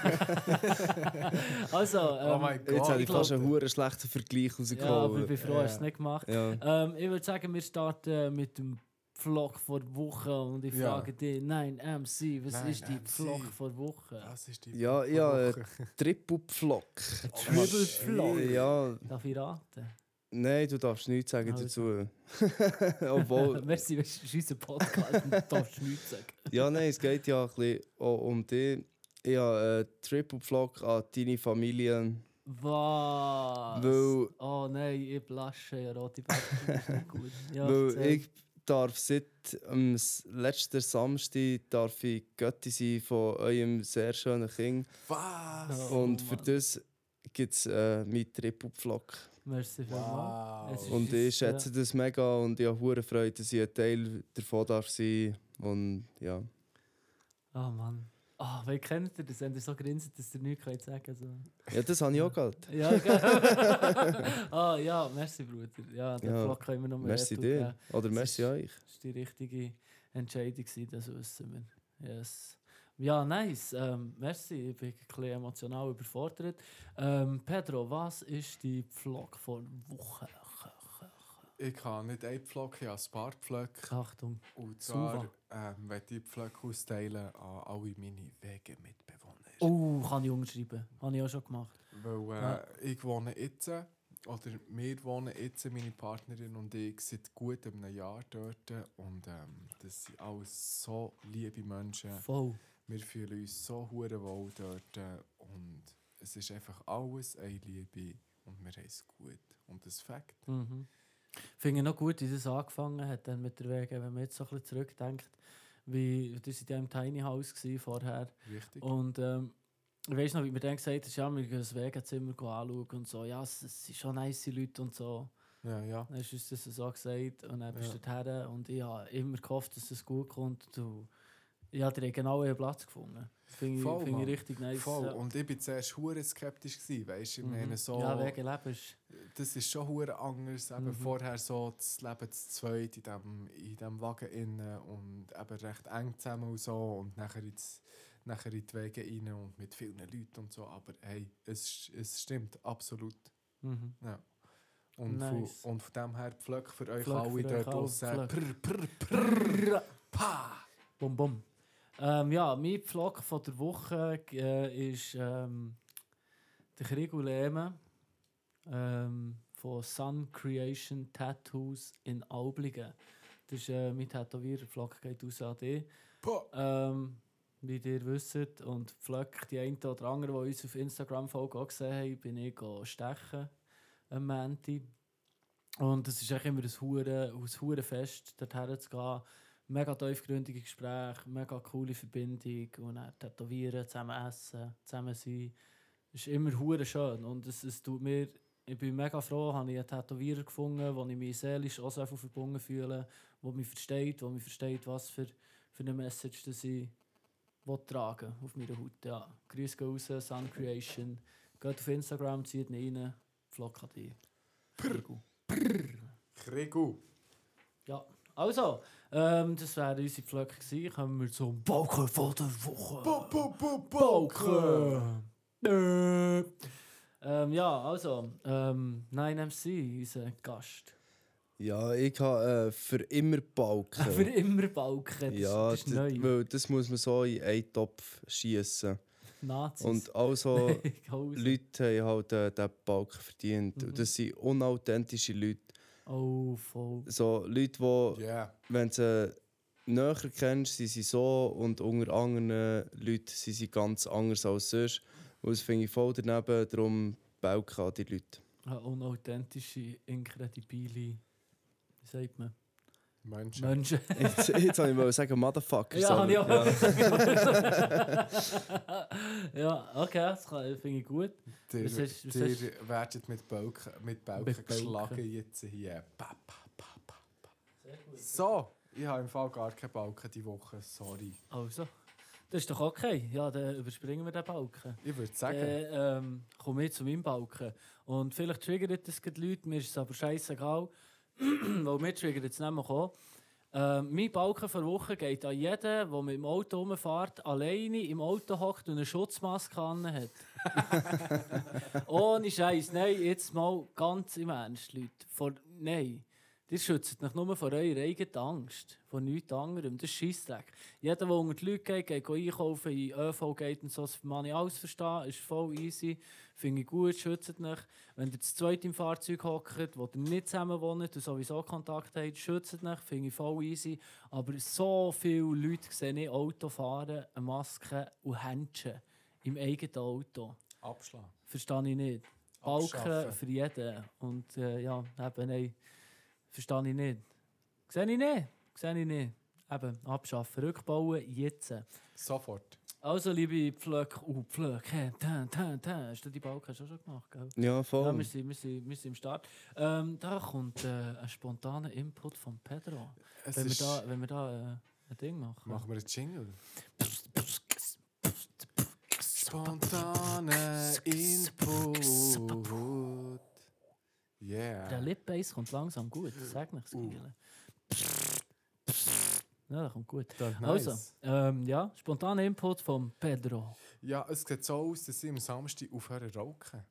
A: <laughs> also, ähm,
D: Oh mein Gott.
B: Jetzt habe ich
A: glaub-
B: fast einen hure schlechten Vergleich
A: ja, aber ich
B: rausgeholt.
A: bin froh, hast du es nicht gemacht.
B: Ja,
A: Ähm, ich würde sagen, wir starten mit dem Vlog vor der Woche und ich
D: Ja.
A: frage dich, nein, MC, was
D: Nein,
A: ist die
D: MC.
A: Vlog vor der Woche?
D: Das ist die
B: ja, ja äh, Triple Pflock.
A: Triple Vlog.
B: Ja,
A: Darf ich raten?
B: nein, du darfst nichts sagen
A: Also.
B: dazu. <laughs> Obwohl,
A: <laughs> Merci, das ist unser Podcast und du darfst nichts
B: <laughs>
A: sagen.
B: ja, nein, es geht ja ein bisschen auch um dich. Ich habe äh, Triple Pflock an deine Familie.
A: Was?
B: Weil- <laughs>
A: oh nein, ich blasche, ja, rote Backe, das ist nicht gut. Ja,
B: weil
A: erzähl.
B: ich darf seit ähm, letzten Samstag darf ich Götti sein von eurem sehr schönen Kind.
D: Was?
B: Und
A: Oh
B: für
A: Mann.
B: das gibt es äh, meinen Triple-Pflock.
A: Merci vielmals. Es
D: Wow.
A: ist-
B: Und ich
A: ja.
B: schätze das mega und ich habe hure Freude, dass ich ein Teil davon darf sein Und ja.
A: Oh Mann. Ah, wer kennt ihr das? Habt ihr so grinset, dass ihr nichts könnt sagen
B: <laughs>
A: so.
B: ja, das habe ich auch gehabt.
A: Ja, gell? Ah, ja, merci, Bruder. <laughs> Ja, den
B: Ja.
A: Vlog können wir noch mal
B: Merci
A: retour
B: dir.
A: geben.
B: Oder
A: Das
B: merci
A: ist-
B: euch.
A: Das war die richtige Entscheidung, gewesen, das wissen wir. Yes. Ja, nice. Ähm, merci, ich bin ein bisschen emotional überfordert. Ähm, Pedro, was ist die Vlog vor Woche?
D: Ich kann nicht einen Pflock, ich habe ein paar Pflöcke.
A: Achtung.
D: Und zwar
A: Sauber.
D: ähm, möchte ich die Pflöcke austeilen an alle meine Wege-Mitbewohner.
A: Oh, kann ich umschreiben. Habe ich auch schon gemacht.
D: Weil äh,
A: Ja.
D: ich wohne jetzt, äh, oder wir wohnen jetzt, meine Partnerin und ich, seit gut einem Jahr dort. Und ähm, das sind alles so liebe Menschen.
A: Voll.
D: Wir fühlen uns so hure wohl dort. äh, Und es ist einfach alles eine Liebe. Und wir haben es gut. Und das Fakt.
A: Mhm. Finde ich noch gut, wie das angefangen hat dann mit der Wege, wenn man jetzt so ein bisschen zurückdenkt, wie das in diesem Tiny House gewesen vorher.
D: Richtig.
A: Und ähm, ich weiss noch, wie mir dann gesagt hast, ja, wir gehen das Wegenzimmer anschauen und so, ja, es, es sind schon nice Leute und so.
D: Ja, ja.
A: Dann hast du uns das so gesagt und dann bist
D: Ja.
A: du dorthin und ich habe immer gehofft, dass es gut kommt. Du, ich habe dir genau einen Platz gefunden. Das finde ich,
D: Voll,
A: finde ich
D: Mann.
A: richtig nice.
D: Voll.
A: ja.
D: Und ich war zuerst hure skeptisch. Gewesen, weißt du, ich meine,
A: Mhm.
D: so.
A: Ja, wegen Lebens.
D: das ist schon hure anders. Eben
A: Mhm.
D: vorher so das Leben zu zweit in diesem in dem Wagen innen und eben recht eng zusammen und so und nachher, ins, nachher in die Wege rein und mit vielen Leuten und so. Aber hey, es, es stimmt absolut.
A: Mhm.
D: Und,
A: Nice.
D: von, und von dem her Pflöck für euch
A: Pflöck
D: alle
A: für euch
D: dort
A: alle,
D: draussen.
A: Pflöck.
D: Prr, prr, prr, pa!
A: Bum, bum. Ähm, ja, mein Vlog von der Woche äh, ist ähm, der Krieg und Lehme ähm, von Sun Creation Tattoos in Aublingen. Das ist äh, mein Tätowierer-Vlog, geht aus an dich.
D: Pa!
A: Ähm, wie ihr wisst, und Pflöck, die einen oder anderen, die uns auf Instagram folgen, auch gesehen haben, bin ich go stechen am Menti. Und es ist echt immer ein hure, ein hure Fest, dorthin zu gehen. Mega tiefgründige Gespräche, mega coole Verbindung. Und dann tätowieren, zusammen essen, zusammen sein. ist immer hure schön. Und es, es tut mir, ich bin mega froh, habe ich einen Tätowierer gefunden, wo ich mich seelisch auch so viel verbunden fühle, der mich versteht, der mich versteht, was für für eine Message, die ich will tragen auf meiner Haut. Ja. Grüß gehen raus, Sun Creation. Geht auf Instagram, zieht ihn rein, Vlog an dich.
D: Krigu!
A: Ja, also, ähm, das wären unsere Vlog gewesen. Kommen wir zum Balken von der Woche.
D: Bu, bu, bu, Balken!
A: Balken! Nö. Ähm, ja, also, ähm, 9MC, unser Gast.
B: Ja, ich habe äh, für immer Balken.
A: <laughs> Für immer Balken, das,
B: ja,
A: das ist
B: d-
A: neu.
B: weil das muss man so in einen Topf schießen.
A: Nazis. <laughs>
B: Und also,
A: Geh raus.
B: Leute haben halt äh, diesen Balken verdient.
A: Mhm.
B: Und das sind unauthentische Leute.
A: Oh, voll.
B: So Leute, die,
D: Yeah.
B: wenn du sie näher kennst, sind sie so und unter anderen Leuten sind sie ganz anders als sonst. Und das finde ich voll daneben, darum Balken an
A: <laughs>
B: die Leute.
A: Eine Ah, unauthentische, inkredibile, wie sagt man,
D: Menschen.
A: Menschen.
B: Jetzt, jetzt wollte ich mal sagen, Motherfuckers.
A: ja, habe
B: aber-
A: ich auch.
B: ja.
A: <laughs> ja, okay, das kann- finde ich gut.
D: Dir,
A: Was hast- was
D: dir werdet mit Balken, mit Balken
A: Mit Balken.
D: geschlagen jetzt hier. Pa, pa, pa, pa, pa. So, ich habe im Fall gar keinen Balken diese Woche, sorry.
A: Also, das ist doch okay. Ja, dann überspringen wir den Balken.
D: Ich würde
A: Dann
D: sagen,
A: ähm, komme ich zu meinem Balken. Und vielleicht triggert das gerade Leute, mir ist es aber scheißegal, <clears throat> weil mir triggert es nämlich auch. Ähm, mein Balken vor Woche geht an jeden, der mit dem Auto rumfährt, alleine im Auto hockt und eine Schutzmaske an hat. <laughs> Ohne Scheiß. Nein, jetzt mal ganz im Ernst, Leute. Vor, nein. Ihr schützt euch nur vor eurer eigenen Angst. Vor nichts anderem. Das ist Scheissdreck. Jeder, der unter die Leute geht, geht einkaufen, in ÖV geht und so, das kann ich alles verstehen. Ist voll easy. Finde ich gut, schützt euch. Wenn ihr zu zweit im Fahrzeug hockt, wo ihr nicht zusammen wohnt und sowieso Kontakt habt, schützt euch. Finde ich voll easy. Aber so viele Leute sehe ich Auto fahren, eine Maske und Händchen im eigenen Auto.
D: abschlagen.
A: Verstehe ich nicht. Balken
D: Abschaffen.
A: für jeden. Und äh, ja, eben, nein, verstehe ich nicht. Sehe ich nicht. Sehe ich nicht. Eben, abschaffen, rückbauen, jetzt.
D: Sofort.
A: Also, liebe Pflöcke, oh, Pflöcke, tan, tan, tan. Hast du die Balken schon schon gemacht, gell?
B: Ja,
A: Ja,
D: Oh.
B: voll.
A: wir sind, wir, sind, wir sind im Start. Ähm, da kommt äh, ein spontaner Input von Pedro.
D: Es
A: Wenn wir
D: ist,
A: da, wenn wir da äh, ein Ding machen.
D: machen wir einen Jingle.
A: <laughs>
D: Spontane Input.
A: Der
D: Yeah.
A: Lip Bass kommt langsam gut, sag nichts.
D: Uh.
A: Gile. Ja, das kommt gut.
D: Das ist
A: Also,
D: nice.
A: ähm, ja, spontaner Input von Pedro.
D: Ja, es sieht so aus, dass sie am Samstag aufhören zu rauchen.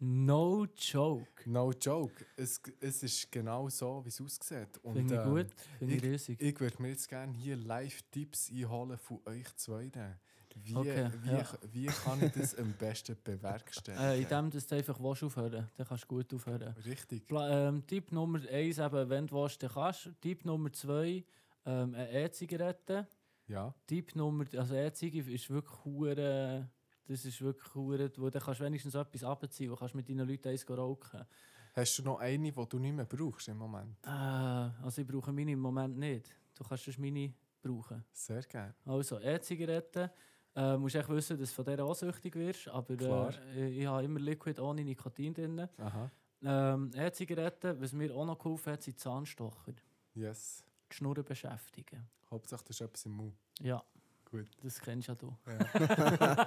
A: No joke.
D: No joke. Es, es ist genau so, wie es aussieht. Und,
A: Finde ich
D: ähm,
A: gut, finde ich riesig.
D: Ich würde mir jetzt gerne hier Live-Tipps einholen von euch beiden. Wie,
A: Okay,
D: wie,
A: ja.
D: wie kann ich das am besten bewerkstelligen?
A: Äh, in dem, dass du einfach willst aufhören dann kannst du gut aufhören.
D: Richtig.
A: Pla ähm, Tipp Nummer 1, eben, wenn du willst, dann kannst du. Tipp Nummer 2, ähm, eine E-Zigarette.
D: Ja.
A: Tipp Nummer, also E-Zigarette ist wirklich hure, das ist wirklich hure, wo du kannst wenigstens etwas abziehen, wo du kannst mit deinen Leuten eins rauchen.
D: Hast du noch eine, die du nicht mehr brauchst im Moment?
A: Äh, also ich brauche meine im Moment nicht. Du kannst sonst meine brauchen.
D: Sehr gerne.
A: Also E-Zigaretten. Äh, musst echt wissen, dass du von der ansüchtig wirst, aber
D: Klar.
A: äh, ich, ich habe immer Liquid ohne Nikotin drin.
D: Aha.
A: Ähm, E-Zigaretten, was mir auch noch geholfen hat, sind Zahnstocher.
D: Yes.
A: Die Schnurren beschäftigen.
D: Hauptsache, du hast etwas im Mund.
A: Ja.
D: Gut.
A: Das kennst ja du.
D: Ja.
A: <laughs>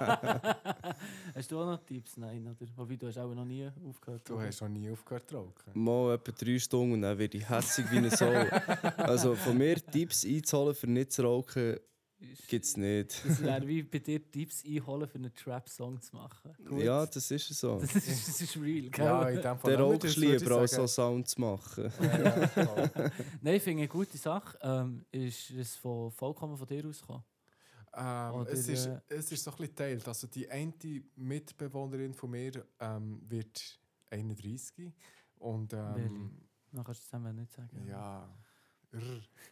A: hast du auch noch Tipps? Nein, oder? Wobei, du hast auch noch nie aufgehört.
D: Du
A: oder?
D: hast noch nie aufgehört zu rauchen.
B: Mal etwa drei Stunden und dann werde ich hässig wie
A: <laughs>
B: ein Sau. Also von mir Tipps einzahlen für nicht zu rauchen, gibt es nicht.
A: Das wäre wie bei dir Tipps einholen, für einen Trap-Song zu machen.
B: Ja, das ist so.
A: Das ist, das ist real, gell?
D: in dem
B: Der
D: auch
B: rauchst lieber, als so Sound zu machen. <laughs>
A: Nein, finde ich eine gute Sache. Ähm, ist es von, vollkommen von dir ausgekommen?
D: Ähm,
A: Oder,
D: es, ist,
A: äh,
D: es ist so ein bisschen teilt. Also die eine Mitbewohnerin von mir ähm, wird 31 und ähm,
A: Dann kannst du es zusammen nicht sagen.
D: ja, Rr.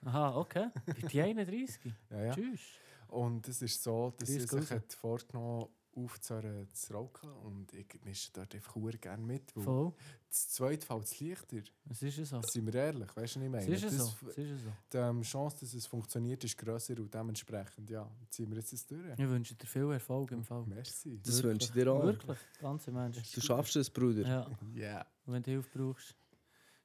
A: Aha, okay. Bei die 31.
D: ja, ja.
A: Tschüss.
D: Und es ist so, dass sie
A: Grüß
D: sich
A: Gott.
D: hat vorgenommen aufzuhören zu rauchen und ich mische dort einfach sehr gerne mit, weil
A: Voll.
D: das zweite fällt es leichter.
A: Es ist ja so.
D: Sind wir ehrlich, weißt du, was
A: Es
D: ich meine?
A: ist ja
D: Das-
A: so. Es ist ja so.
D: Die ähm, Chance, dass es funktioniert, ist grösser und dementsprechend, ja, ziehen wir jetzt das durch.
A: Ich wünsche dir viel Erfolg im Fall.
D: Merci.
B: Das
A: Wirklich.
B: wünsche ich dir auch.
A: Wirklich, das ganze Mensch.
B: Du schaffst es, Bruder.
A: Ja.
D: Yeah.
A: Und wenn du Hilfe brauchst,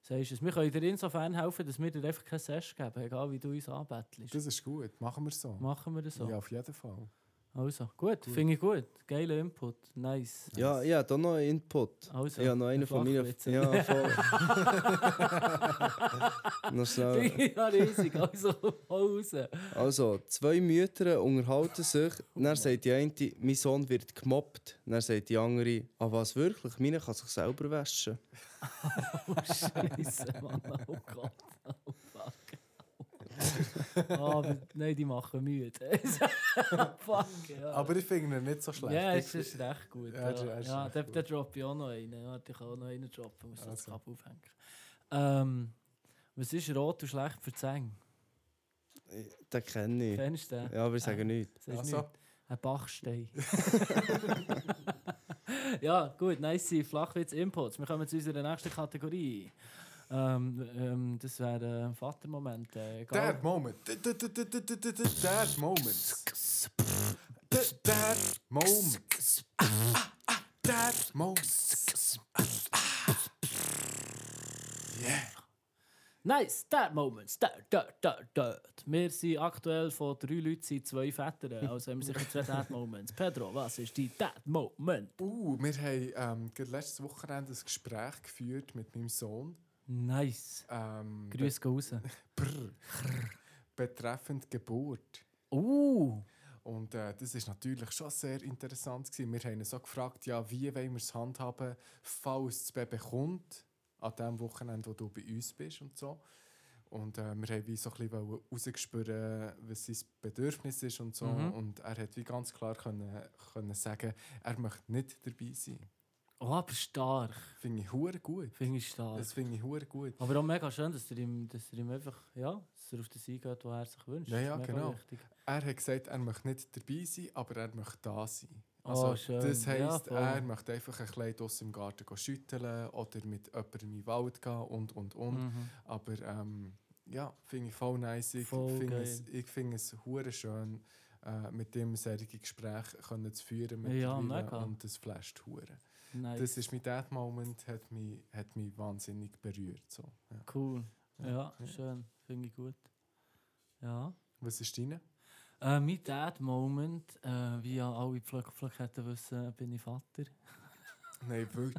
A: sagst du es. Wir können dir insofern helfen, dass wir dir einfach keinen Sesh geben, egal wie du uns anbettelst.
D: Das ist gut, machen wir so.
A: Machen wir das so.
D: Ja, auf jeden Fall.
A: Also, gut, finde ich gut. Geiler Input, nice.
B: Ja, ja, da noch ein Input.
A: Also,
B: Ja, noch eine
A: ein
B: Familie.
A: Flachwitz.
B: Ja, voll. noch schnell.
D: Äh.
A: ja, riesig, also raus.
B: Also, zwei Mütter unterhalten sich. Dann sagt die eine, mein Sohn wird gemobbt. Dann sagt die andere, ah was wirklich? Meine kann sich selber waschen.
A: Oh, Scheiße, Mann, oh Gott, oh fuck. Ah, aber nein, die machen müde. <laughs> fuck, ja.
D: Aber ich finde ihn nicht so schlecht.
A: Ja,
D: Ich-
A: es ist recht gut. Ja,
D: Ja, es ist-
A: ja.
D: es ist recht
A: der,
D: gut.
A: der droppe ich auch noch einen. Warte, ich kann auch noch einen droppen, muss das
D: Also.
A: Kabel aufhängen. Ähm, was ist rot und schlecht für die Zähne?
B: Den kenne ich.
A: Kennst du den?
B: Ja, aber ich sage nichts.
A: Sagst
D: Also.
A: nicht? Ein Bachstein. <laughs> ja, gut, nice. Flachwitz-Inputs. Wir kommen zu unserer nächsten Kategorie. Ähm, ähm, das wäre ein Vatermoment. Äh, egal.
D: That moment. D- d- d- d- d- d- d- d- That moment. D- That moment. That moment. Yeah.
A: Nice, that moment. Da, da, da, da. Wir sind aktuell von drei Leuten sind zwei Väter. Also haben wir sicher zwei That Moments. Pedro, was ist die That Moment?
D: Uh, wir haben ähm, gerade letztes Wochenende ein Gespräch geführt mit meinem Sohn.
A: Nice.
D: Ähm,
A: Grüß gehen raus.
D: be- brr. Betreffend Geburt.
A: Uh,
D: Und äh, das ist natürlich schon sehr interessant. Gewesen. Wir haben ihn so gefragt, ja, wie wollen wir es handhaben, falls das Baby kommt, an dem Wochenende, wo du bei uns bist und so. Und äh, wir haben wie so ein bisschen wollen rausgespüren, was sein Bedürfnis ist und so.
A: Mhm.
D: Und er hat wie ganz klar können, können sagen, er möchte nicht dabei sein.
A: oh, aber stark.
D: Finde ich hure gut.
A: Finde ich stark.
D: Das finde ich hure gut.
A: Aber auch mega schön, dass er ihm, dass er ihm einfach ja, dass er auf das eingeht, was er sich wünscht.
D: Ja,
A: Das
D: ja,
A: ist mega
D: genau.
A: wichtig.
D: Er hat gesagt, er möchte nicht dabei sein, aber er möchte da sein.
A: Oh,
D: Also,
A: schön.
D: Das
A: Ja,
D: heisst,
A: voll.
D: er möchte einfach ein bisschen draussen im Garten gehen schütteln oder mit jemandem in den Wald gehen und, und, und.
A: Mhm.
D: Aber ähm, Ja, finde ich voll nice. Ich
A: Voll
D: finde
A: geil.
D: es, ich finde es hure schön, äh, mit dem solche Gespräche können zu führen mit
A: Ja,
D: der
A: mega.
D: und das flasht hure.
A: Nice.
D: Das ist mein That Moment, hat mich, hat mich wahnsinnig berührt. So. Ja.
A: cool. Ja,
D: Ja.
A: schön. Finde ich gut. Ja.
D: Was ist deine?
A: Äh, mein Dad-Moment, äh, wie ja alle Pflöck hätten wissen, bin ich Vater.
D: Nein,
A: <laughs>
D: wir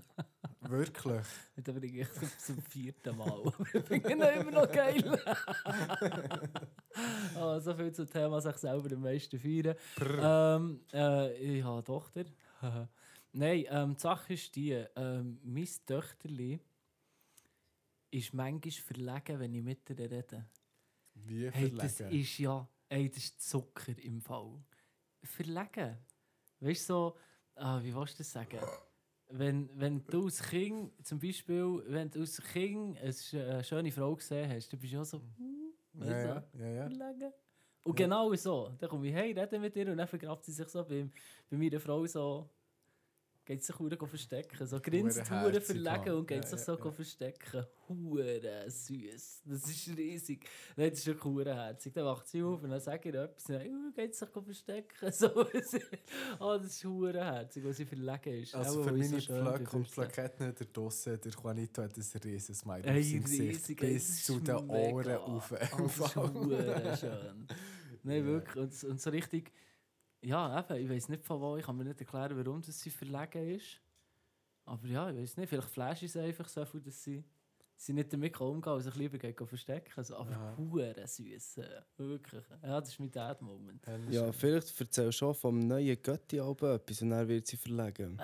D: wirklich.
A: Jetzt <laughs> bin ich echt zum vierten Mal. <laughs> Ich finde ihn immer noch geil. <laughs> oh, so viel zum Thema sich selber am meisten feiern. Ähm, äh, ich habe eine Tochter. <laughs> Nein, ähm, die Sache ist die, ähm, mein Töchterli ist manchmal verlegen, wenn ich mit ihr rede.
D: Wie
A: Hey, das
D: verlegen.
A: ist ja, hey, das ist Zucker im Fall. Verlegen. Weißt du, so, ah, wie willst du das sagen? Wenn, wenn du als Kind, zum Beispiel, wenn du als Kind eine sch- eine schöne Frau gesehen hast, dann bist du ja so
D: ja, ja, ja, ja.
A: verlegen. Und
D: Ja.
A: genau so. Dann komme ich hey, rede mit ihr und dann vergrabt sie sich so bei, bei meiner Frau so. Geht sich hure go verstecken. So grinst
D: Hure
A: hure
D: herzig,
A: verlegen
D: Mann.
A: und geht
D: Ja,
A: sich
D: ja,
A: so
D: ja.
A: go verstecken. Hure süß. Das ist riesig. Nein, das ist schon hure herzig. Dann wacht sie auf und dann sagt ihr etwas. Und Dann uh, geht sich go verstecken. <laughs> So, oh, das ist hure herzig, weil sie verlegen ist.
D: Also
A: Auch,
D: für
A: weil ich
D: meine
A: schön bin,
D: Flöcke und
A: würdest du sagen.
D: Flöcketten der Dosse, der Juanito hat ein riesen Smile
A: Ey,
D: auf seinem
A: riesig,
D: Gesicht.
A: ey, das
D: Bis zu
A: ist
D: den
A: mega.
D: Ohren rauf.
A: Oh, das ist
D: <laughs>
A: hure schön. Nein,
D: Ja.
A: eh, wirklich. Und, so- und so richtig. Ja, eben, ich weiß nicht von wo. Ich kann mir nicht erklären, warum das sie verlegen ist. Aber ja, ich weiß nicht. Vielleicht flash ist einfach so viel, dass sie, sie nicht damit kann umgehen also ich lieber gehen verstecken. Also, aber
D: Ja.
A: hure süß. äh, Wirklich. Ja, das ist mein Dad-Moment. <laughs>
B: Ja, vielleicht erzählst du schon vom neuen Götti-Album etwas und er wird sie verlegen.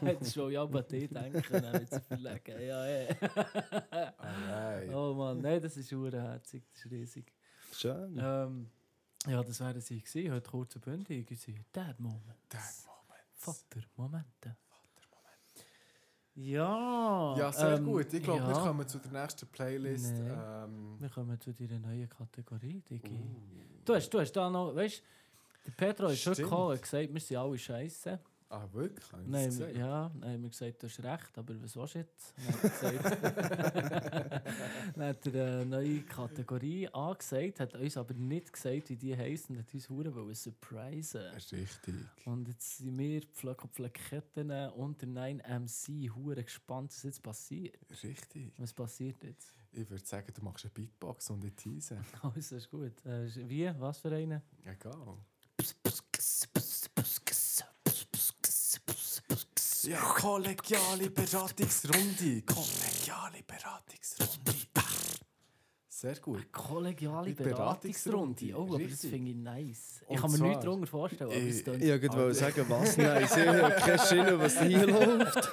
A: Hättest schon ja bei dir denken, dann wird sie verlegen. Ja,
D: Ah,
A: ja.
D: Alright.
A: oh Mann, nein, das ist hure herzig. Das ist riesig.
B: Schön.
A: Ähm, ja, das wäre sie gewesen. Heute kurze Bündig. Dad Moment.
D: That moment.
A: Vater Momente. Ja.
D: Ja, sehr
A: ähm,
D: gut. Ich glaube, wir
A: ja.
D: kommen zu der nächsten Playlist.
A: Nein.
D: Ähm,
A: Wir kommen zu deiner neuen Kategorie, Digi. Du hast, du hast da noch, weißt du, der Petro ist schon
D: Oh. Stimmt.
A: gekommen und hat gesagt, wir sind alle scheiße.
D: ah, wirklich? Hab ich das
A: Nein, wir-
D: gesagt?
A: ja, nein, wir gesagt, du hast recht, aber was warst du jetzt? Und Dann hat er
D: <laughs>
A: gesagt- Dann hat er eine neue Kategorie angesagt, hat uns aber nicht gesagt, wie die heisst und hat uns Huren wollen surprisen.
D: Richtig.
A: Und jetzt sind wir Pflöck und Pflöcketten unter 9MC hure gespannt, was jetzt passiert.
D: Richtig.
A: Was passiert jetzt?
D: Ich würde sagen, du machst eine Beatbox und ich tease.
A: Alles ist gut. Äh, ist- wie? Was für eine?
D: Egal. Ja, kollegiale Beratungsrunde. Kollegiale Beratungsrunde. Sehr gut.
A: Kollegiale
D: Die Beratungsrunde,
A: Beratungsrunde. Oh, aber das
D: richtig.
A: finde ich nice. Ich
D: Und
A: kann mir nichts
D: zwar-
A: darunter vorstellen, aber es
D: Ich-
A: tönt-
B: Ich wollte gerade sagen, was? Nein, ich habe keine Schiene, was hier läuft.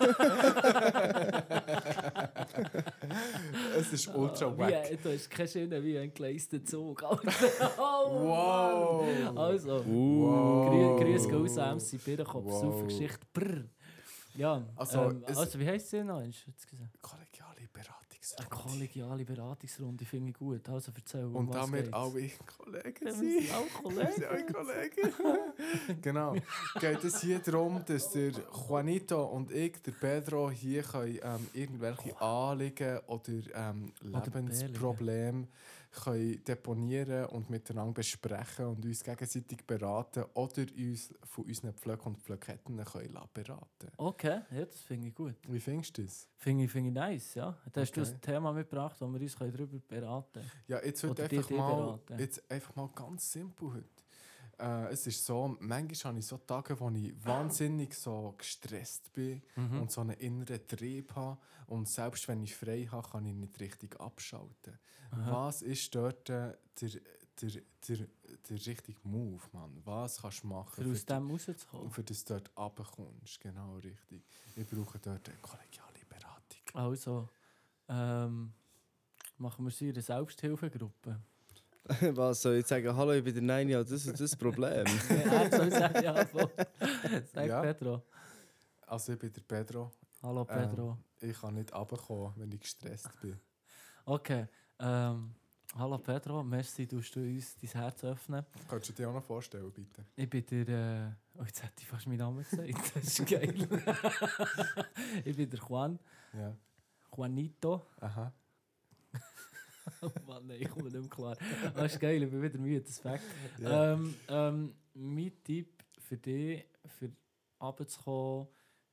D: Es ist ultra
A: Wie,
D: wack.
A: äh, Du hast keine Schiene wie ein geleisteter Zug. <laughs> Alter. Oh, Mann.
D: Wow!
A: Also, grü-
D: Wow.
A: grüß Gott, MC Birrenkopf,
D: Wow.
A: wow. Geschichte. Brr. Ja,
D: Also,
A: also, ähm,
D: es-
A: also wie heisst sie noch? Hast du jetzt gesagt?
D: Kollegiale
A: Eine
D: Beratungsrunde.
A: kollegiale Beratungsrunde finde ich gut. Also erzähl, um
D: Und
A: was
D: da wir
A: geht's?
D: alle Kollegen <laughs>
A: Wir
D: sind.
A: sind auch
D: Das ist
A: Kollegen.
D: ein Kollege. genau. Geht es hier darum, dass der Juanito und ich, der Pedro, hier können, ähm, irgendwelche Anliegen oder ähm,
A: Oder
D: Lebensprobleme können deponieren und miteinander besprechen und uns gegenseitig beraten oder uns von unseren Pflöcken und Pflöcketten können lassen beraten
A: Okay, ja, das finde ich gut.
D: Wie findest du das?
A: Finde ich, finde ich nice, ja. Da hast du
D: Okay.
A: ein Thema mitgebracht, wo wir uns können darüber beraten können.
D: Ja, jetzt heute
A: Oder die
D: einfach
A: Idee
D: mal,
A: beraten.
D: jetzt einfach mal ganz simpel heute. Äh, es ist so, manchmal habe ich so Tage, wo ich wahnsinnig so gestresst bin
A: Mhm.
D: und so einen inneren Trieb habe. Und selbst wenn ich frei habe, kann ich nicht richtig abschalten. Was ist dort äh, der, der, der, der richtige Move, Mann? Was kannst du machen,
A: Für Um aus
D: für,
A: dem rauszukommen.
D: für das du dort runterkommst? Genau, richtig. Ich brauche dort eine kollegiale Beratung.
A: Also, ähm, machen wir sie eine
D: <laughs>
A: Selbsthilfegruppe.
B: Was soll ich jetzt sagen? Hallo, ich bin der Nein, ja, das ist das Problem.
A: Ja, er soll sagen, ja, voll. Sag
D: Ja.
A: Pedro.
D: Also ich bin der Pedro.
A: Hallo
D: Ähm,
A: Pedro.
D: Ich kann nicht runterkommen, wenn ich gestresst bin.
A: Okay, ähm, hallo Pedro, merci, dass du uns dein Herz öffnen.
D: Könntest du dir auch noch vorstellen, bitte?
A: Ich bin der. Äh, oh, jetzt hätte ich fast meinen Namen gesagt. <laughs> Das ist geil. ich bin der Juan.
D: Ja. <laughs>
A: Juanito.
D: Aha.
A: oh Mann, nein, ich komme nicht mehr klar. Das ist geil, ich bin wieder müde, das ist Fact.
D: Ja.
A: Ähm, ähm, mein Tipp für dich, für runterzukommen,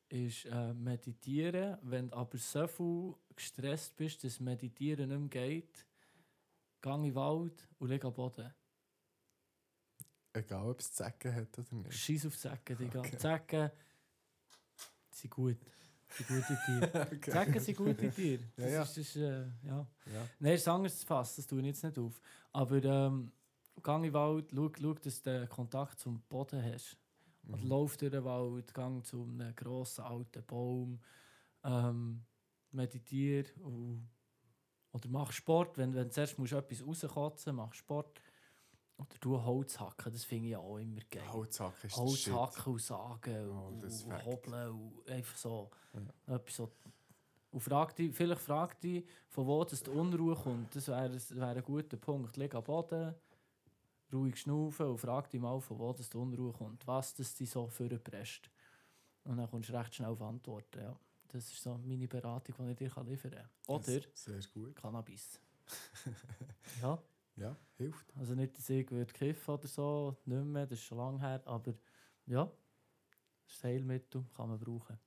A: ist äh, meditieren. Wenn du aber so viel gestresst bist, dus dass Meditieren nicht mehr geht, geh in den Wald und leg am Boden.
D: Egal, ob es Zecken hat oder nicht.
A: Scheiß auf die Säcke, Digga.
D: Okay.
A: Die Säcke sind gut. Sind gute Tiere. Die
D: okay. <laughs>
A: Säcke sind gute Tiere.
D: Ja,
A: Das
D: ja.
A: ist, das ist, äh, ja.
D: Ja.
A: Nein, es ist anders zu fassen, das tue ich jetzt nicht auf. Aber ähm, geh in den Wald, schau, schau, dass du den Kontakt zum Boden hast. Und
D: Mhm.
A: lauf durch den Wald, geh zu einem grossen alten Baum, ähm, meditiere und, oder mach Sport. Wenn, wenn du zuerst musst etwas rauskotzen musst, mach Sport. Oder du Holz hacken, das finde ich ja auch immer geil.
D: Holzhacken ist
A: Holz
D: der Shit.
A: hacken und sagen
D: Oh,
A: und,
D: das ist
A: und
D: Fakt.
A: hobeln und einfach so. Etwas so. Und frag dich, vielleicht frag dich, von wo das die Unruhe kommt. Das wäre wär ein guter Punkt. Leg am Boden, ruhig schnaufen und frag dich mal, von wo das die Unruhe kommt. Was das dich so vorpresst. Und dann kommst du recht schnell auf Antworten. Ja. Das ist so meine Beratung, die ich dir kann liefern kann. Oder
D: Das- Sehr gut. <laughs>
A: Cannabis. ja.
D: Ja, hilft.
A: Also nicht, dass ich würde kiffen oder so, nicht mehr, das ist schon lange her, aber ja, das ist ein Heilmittel, kann man brauchen.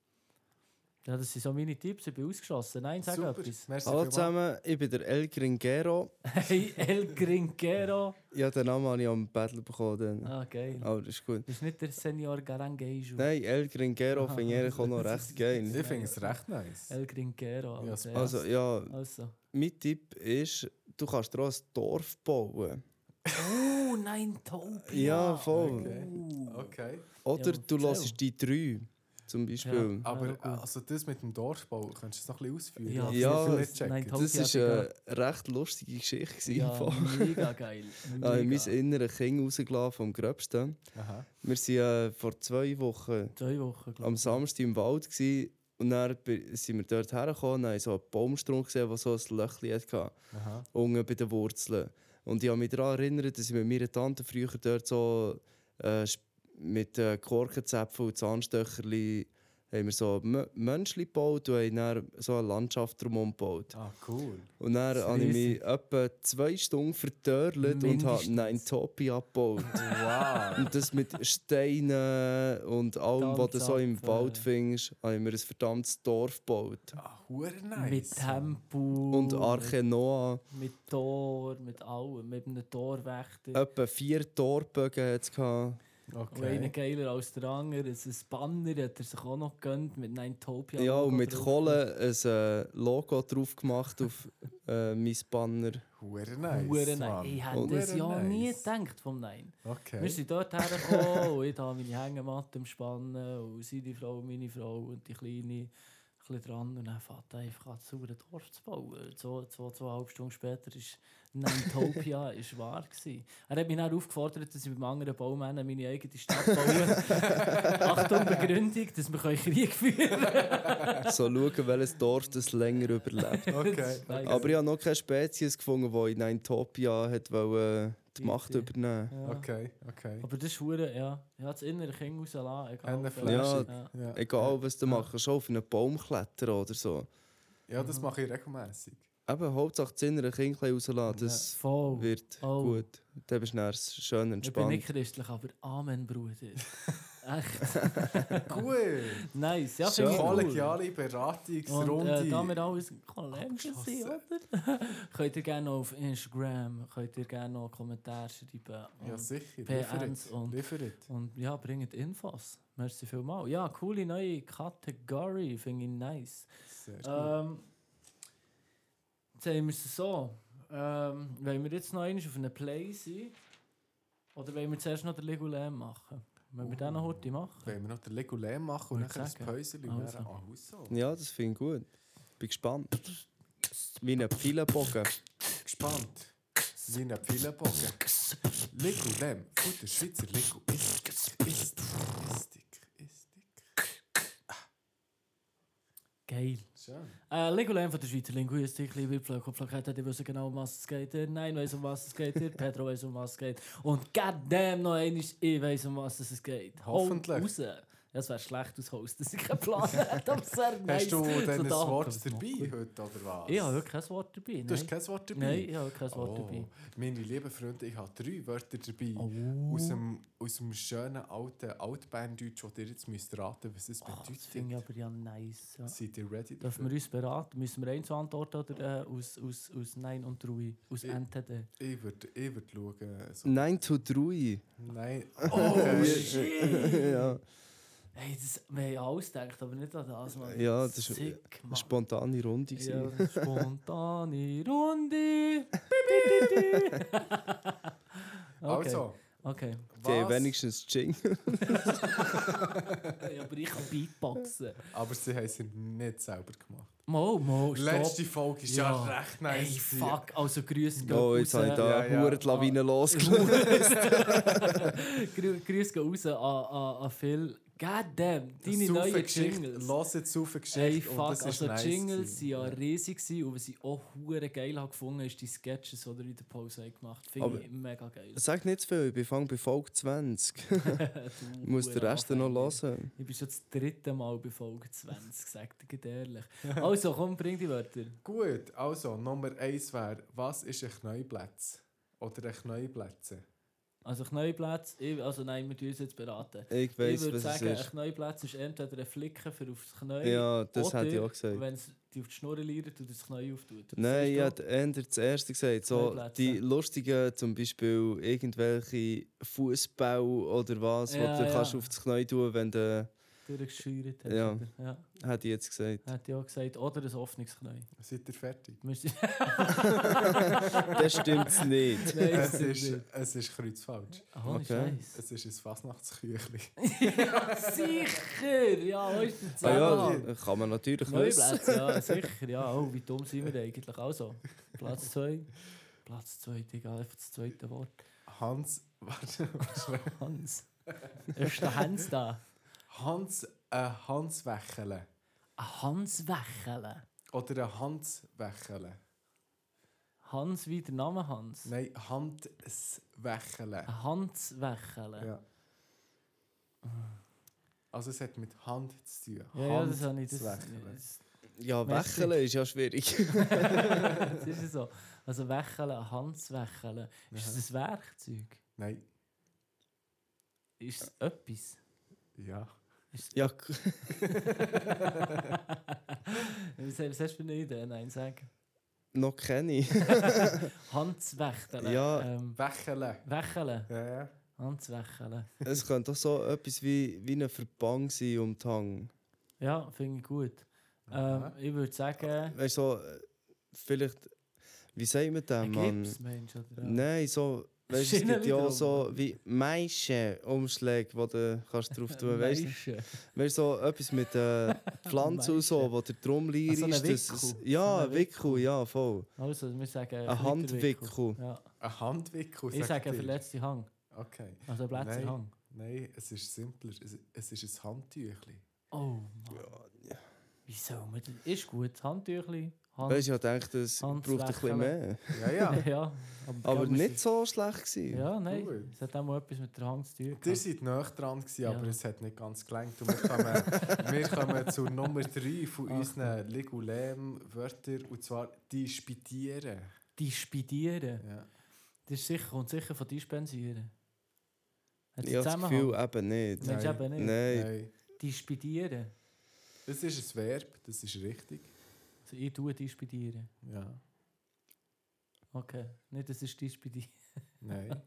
A: Ja, das sind so meine Tipps, ich bin ausgeschossen. Nein, sag
D: Super.
A: etwas. <laughs>
D: Merci
B: Hallo
D: vielmals.
B: zusammen, ich bin der El Gringero.
A: Hey, El Gringuero.
B: Ja, den Namen habe ich am Battle bekommen. dann.
A: Ah, geil.
B: Aber das ist gut.
A: Das ist nicht der Senior Garangejo.
B: Nein, El Gringero
A: Aha.
B: finde ich auch noch
A: <laughs>
B: recht geil.
D: Ich finde es recht nice.
A: El Gringuero.
D: Ja,
A: Alter.
B: Also ja,
A: also.
B: mein Tipp ist, du kannst dir auch ein Dorf bauen.
A: Oh, nein, Tobi.
B: Ja, voll.
D: Okay.
A: Uh.
D: Okay.
B: Oder
A: Ja,
B: du
A: erzähl.
B: lässt die drei, zum Beispiel.
A: Ja,
D: Aber
A: gut.
D: also das mit dem Dorfbau, kannst du es noch ein bisschen ausführen?
A: Ja,
D: Dass
B: Ja,
D: wir
B: das-
D: es nicht
A: nein,
D: checken.
A: Tobi
B: Das
A: hat
B: ist
A: ja-
B: eine dus recht lustige Geschichte. gewesen, im
A: Ja,
B: Fall.
A: mega
B: <laughs>
A: geil.
B: Ja, in Ah, mein
A: Mega.
B: inneres Kind rausgelassen vom Gröbsten.
D: Aha.
B: Wir waren äh, vor zwei Wochen
A: Zwei Wochen, glaube
B: am Samstag im Wald gewesen, und dann bi- sind wir dort hergekommen und haben so einen Baumstrunk gesehen, der so ein Löchchen hatte,
D: Aha.
B: unten bei den Wurzeln. Und ich habe mich daran erinnert, dass ich mit meiner Tante früher dort so äh, sp- mit äh, Korkenzäpfen und Zahnstöcherli haben wir so M- Menschen gebaut und haben dann so eine Landschaft drumherum gebaut.
D: Ah, cool.
B: Und dann
A: Das
B: habe ich mich etwa zwei Stunden verdörlet und habe
A: Mindestens.
B: Nein Topi abgebaut.
D: Wow.
B: Und das mit Steinen und allem, was du so im
A: Dammzapfen.
B: Wald findest, haben wir ein verdammtes Dorf gebaut.
D: ah, hure
A: ich.
D: nice.
A: Mit Tempo.
B: Und Arche Noah,
A: Mit Tor, mit allem, mit einem Torwächter.
B: etwa vier Torbögen hat es gehabt.
A: Und einer
D: Okay.
A: geiler als der andere. Es ist ein Banner, hat er sich auch noch gegönnt mit Ninetopia.
B: Ja, und mit Kohle ein äh, Logo drauf gemacht auf äh, mein Banner.
D: Hure
A: Nice,
D: nice. Mann.
A: Ich hätte
B: Und-
A: das ja
D: Hure
A: nie
D: nice.
A: gedacht vom Nein. Wir
D: Okay.
A: sind dort hergekommen und ich habe meine Hängematte im Spannen und seine Frau, meine Frau und die Kleine ein bisschen dran. Und dann fährt er einfach an, sauber Dorf zu bauen. Zwei, zwei, zweieinhalb Stunden später ist
D: <laughs>
A: Nantopia ist wahr. Gewesen. Er hat mich dann aufgefordert, dass ich mit einem anderen Baumänner meine eigene Stadt baue.
D: <laughs>
A: Achtung, Begründung, dass wir Krieg führen
B: So schauen, welches Dorf das
D: <laughs>
B: länger überlebt.
D: Okay.
A: Nein.
B: Aber ich habe noch keine Spezies gefunden, die in Ninetopia hat wollen, äh, die Macht
A: Easy.
B: übernehmen
A: Ja.
D: Okay.
A: <laughs>
D: Okay.
A: Aber das ist hure, ja. Ich habe das innere Kind rausgelassen.
D: Eine
A: egal.
D: Flasche.
A: Ja.
D: Ja.
B: Egal, was du machst, kannst du auf einen Baum klettern oder so.
D: ja,
A: Mhm.
D: das mache ich regelmäßig.
B: Eben, Hauptsache das innere Kind ein bisschen rauslassen, das
A: Voll.
B: wird
A: Oh.
B: gut. Dann bist du dann schön
A: Ich bin nicht
B: entspannt.
A: christlich, aber Amen,
D: <laughs>
A: Bruder. Echt
D: Gut.
A: nice. Ja,
B: So.
A: finde ich cool.
D: Kollegiale
A: Und
D: Beratungsrunde.
A: äh, da wir alles Kollegen sind,
D: Abgeschlossen.
A: oder? könnt ihr gerne noch auf Instagram, könnt ihr gerne noch Kommentare schreiben.
D: ja,
A: Und,
D: sicher.
A: PNs
D: Liefert.
A: und-
D: Liefert.
A: und ja, bringt Infos. Merci vielmals. Ja, coole neue Kategorie, finde ich nice.
D: Sehr gut.
A: Ähm, jetzt haben wir es so. Ähm, wollen wir jetzt noch einmal auf eine Play sein? Oder wollen wir zuerst noch den Legolam machen? Wollen wir den noch heute machen?
D: Wenn wir noch den Legolem machen und
A: Würde ich
D: nachher ein
A: sagen.
D: Päuschen Ah, und
A: Also.
D: dann an Husso.
B: Ja, das finde ich gut. Bin gespannt.
A: <laughs>
B: Wie ein Pfeilenbogen.
D: Gespannt. Wie ein Pfeilenbogen. Legolem. Guter Schweizer Lego. Ist, ist, ist, ist, dick, ist, dick.
A: Geil.
D: Schön.
A: Äh, Legolam von der Schweizer Linguistik, liebe Pflöcke und Pflöckette, die wissen genau, um was es geht. Der Nein weiss, um was es geht.
D: <laughs>
A: Der Pedro weiss, nou, um was es geht. Und goddamn noch einmal, ich weiss, um was es geht. Hau
D: Hoffentlich.
A: Raus. Ja, es wäre schlecht ausgekommen, dass ich keinen
D: <laughs>
A: Plan <laughs> hätte. Aber es wäre nice.
D: Hast du denn ein
A: da
D: Wort
A: kannst du es
D: dabei
A: machen.
D: heute, oder was?
A: Ich habe wirklich kein Wort dabei. Nein,
D: Du hast kein Wort dabei?
A: Nein, ich habe kein Wort
D: oh,
A: dabei.
D: Meine lieben Freunde, ich habe drei Wörter dabei.
A: Oh.
D: Aus, dem, aus dem schönen alten Altberndeutsch, das ihr jetzt müsst raten was es
A: Ah, das
D: bedeutet.
A: finde ich aber ja nice. Ja.
D: Seid ihr ready
A: Dürfen wir uns beraten? Müssen wir eins antworten oder äh, aus, aus, aus Nein und Ruhe? Aus
D: Ich-
A: NTD?
D: Ich würde ich würd schauen. Also,
B: 9 to 3.
D: nein.
A: Oh
D: <laughs> Okay.
A: shit!
B: ja,
A: Hey, das, wir haben ja alles gedacht, aber nicht an das, Mann.
B: Ja, das ist-
A: Sick,
B: eine
A: Mann.
B: spontane Runde.
A: Ja,
B: Ja.
A: spontane
D: <laughs>
A: Runde. Bi, bi, bi, bi. okay.
D: Also,
A: okay.
B: Die haben
D: was?
B: wenigstens Jingle.
A: Ja, aber ich kann Beatboxen.
D: Aber sie haben es nicht selber gemacht.
A: Mo, mo, Oh, stopp.
D: Letzte Folge ist ja,
A: Ja.
D: recht
A: Ey,
D: nice. gewesen.
A: fuck, also grüß gehen
B: Oh, jetzt
A: raus. Ah.
B: habe ich da
D: Ja,
A: <laughs>
D: ja.
B: Huren die Lawine losgelassen.
A: Grü- Grüß gehen raus an, an, an Phil. Goddamn, deine
D: Saufen
A: neuen
D: Geschichte.
A: Jingles.
D: Lass jetzt auf Geschichte.
A: Ey,
D: und
A: fuck,
B: Oh,
D: das ist
A: also
D: nice
A: die Jingles
D: gewesen.
A: waren ja riesig gewesen, und was ich auch hure geil habe gefunden habe, die Sketches, die er in der Pause haben gemacht haben. Finde
B: Aber-
A: ich mega geil.
B: Sag nicht zu viel, ich fange bei
A: <laughs>
B: Folge 20. Ich <laughs> muss den Rest dann noch hören.
A: Ich bin schon das dritte Mal bei Folge 20, sagt ich dir ehrlich. Also, komm, bring die Wörter.
D: Gut, also Nummer eins wäre, was ist ein Kneuplatz? Oder ein Kneuplätze?
A: Also, Kneuplatz, ich, also nein, wir tun uns jetzt beraten.
B: Ich
A: ich
B: weiss,
A: würde
B: was
A: sagen, ein
B: es ist.
A: Kneuplatz ist entweder ein Flicken für aufs Knie,
B: Ja, das
A: oder
B: hätte ich auch gesagt.
A: wenn es die auf die Schnur leiert und das Knie auftut.
B: Nein, ich
A: ja.
B: hätte eher das erste gesagt. So,
A: Kneiplätze.
B: die lustigen, zum Beispiel irgendwelche Fußball oder was,
A: Ja,
B: was du
A: ja.
B: kannst auf das Knie tun wenn du.
A: Durchgescheuert hat.
B: Ja.
A: oder? ja.
B: Hätte ich jetzt
A: <laughs>
B: gesagt.
A: Hätte ich auch gesagt. Oder ein offenes Knie.
D: Seid ihr fertig?
A: Müsste-
B: Das stimmt nicht.
A: <laughs> Nein, das stimmt
D: Es ist,
A: nicht.
D: es ist kreuzfalsch.
A: Oh, okay.
B: Okay.
A: Scheiße.
D: Es ist ein Fasnachtsküchli.
A: ja, <laughs> sicher! Ja, wo ist der
B: Ah,
A: Zusammenhang?
B: ja, kann man natürlich wissen.
A: Neuplätze, ja, sicher. Ja, oh, wie dumm sind wir denn eigentlich? Also, Platz 2. Platz 2, Digga, einfach das zweite Wort.
D: Hans, warte, warte.
A: Hans. Ist der Hans da?
D: Hans, ein Hanswächele.
A: Ein Hans Wächele.
D: Oder ein Hanswächele.
A: Hans wie der Name Hans.
D: Nein, Hanswächele.
A: Ein Hans Wächele.
D: Ja. Also es hat mit Hand zu tun.
A: Ja, ja, das habe ich. Das,
D: Hanswächele.
A: das,
B: Ja,
A: Merci.
B: Wächeln ist ja schwierig.
A: das <laughs> ist ja so. Also Wächele, ein Hans Wächele. Ist das ein Werkzeug?
D: Nein,
A: Ist es etwas?
D: ja.
A: Ist
B: <laughs> Ja,
A: <laughs> was, was hast du für eine Idee? Nein, sag.
B: noch kenne <laughs> ich.
A: Hans Wächtele.
B: Ja.
A: Ähm,
D: Wächele.
A: Wächele.
D: Ja, ja.
A: Hans Wächele.
B: Es könnte doch so etwas wie, wie ein Verbang sein um die Hang.
A: Ja, finde ich gut. Ähm,
D: Aha.
A: ich würde sagen,
B: Weißt du, so, äh, vielleicht, wie sagt man
A: ein
B: dem, Mann?
A: Gips, Mensch, oder?
B: Nein, so, weißt du, es gibt
A: Schienenlieder
B: ja auch
A: rum.
B: so wie Maische-Umschläge, wo du kannst drauf
A: <laughs>
B: tun kannst. Weißt
A: Weische.
B: du, weißt, so etwas
A: <laughs>
B: mit äh, Pflanzen und so,
A: Maische.
B: wo der drum liegt.
A: Ah, so ein Wickel. So
B: dus ja,
A: ein
B: ein Wickel, ja, voll.
A: Also, wir sagen.
B: Ein
A: Kleiderwickel.
B: Handwickel.
A: Ja.
D: Ein Handwickel.
A: Ich
D: sagt
A: sage
D: ihr.
A: verletzte Hang.
D: Okay.
A: Also, ein
D: Nein.
A: Hang.
D: Nein, es ist simpler. Es, es ist ein Handtüchli.
A: Oh, Mann. Wieso? Man- Ist gut. Handtüchli. Hand. <laughs>
B: Weißt du, ich dachte, es braucht ein bisschen
A: Handwächele.
B: mehr.
D: Ja,
A: <laughs>
D: ja.
A: ja.
B: Aber
A: glaub, wir
B: nicht so schlecht
A: sind-
B: gewesen.
A: Ja, nein.
D: Gut.
A: Es hat auch mal etwas mit der Hand zu tun.
D: Ihr
A: gehabt.
D: seid näher dran, gewesen, aber
A: Ja.
D: es hat nicht ganz gelangt. Und wir
A: <laughs>
D: kommen, wir kommen zur Nummer 3 von
A: Ach,
D: unseren Legulem-Wörtern, und zwar dispitieren.
A: Dispidieren.
D: Ja.
A: Das ist sicher, kommt sicher von dispensieren. Hat
B: Ich habe das Gefühl, eben nicht.
A: Mensch,
D: Nein.
A: eben nicht.
B: Nein.
D: Nein.
A: Dispidieren.
D: Es ist ein Verb, das ist richtig.
A: Also, ich tue dispidieren.
D: Ja.
A: Okay. Nicht, das ist <laughs> dispidieren.
D: Nein.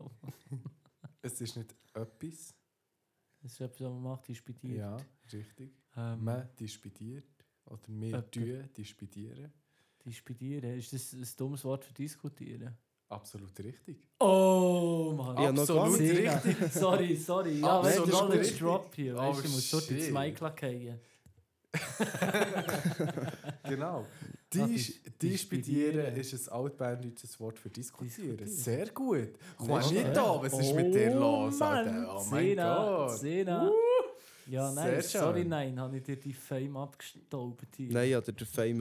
D: es ist nicht etwas.
A: Das ist etwas, was man macht, dispidiert.
D: Ja, richtig.
A: Ähm,
D: Man dispitiert. Oder wir
A: Jemand.
D: tun dispitieren.
A: Disputieren, ist das ein dummes Wort für diskutieren?
D: Absolut richtig.
A: Oh Mann,
B: Ja, noch
D: Absolut
B: ganz-
A: Sina.
D: richtig.
A: <laughs> Sorry, sorry. Ja, weißt
D: Absolut
A: du, Knowledge
D: richtig.
A: Drop hier. Weißt du,
D: Oh,
A: ich muss schon ins
D: shit.
A: Mic gehen.
D: <laughs>
A: Ah,
D: Genau. Dis
A: dis-
D: dispitieren
A: dispitieren.
D: ist ein altberndeutsches Wort für diskutieren.
A: Diskutieren.
D: Sehr gut.
A: Weißt du,
D: Juanito,
A: äh?
D: was ist mit dir
A: Oh,
D: los? Alter?
A: Mann.
D: Oh mein
A: Sina,
D: Gott.
A: Sina. Ja, nein,
D: Sehr
A: sorry,
D: schön.
A: nein, habe ich dir die Fame abgestaubt hier.
B: Nein, ich habe den Fame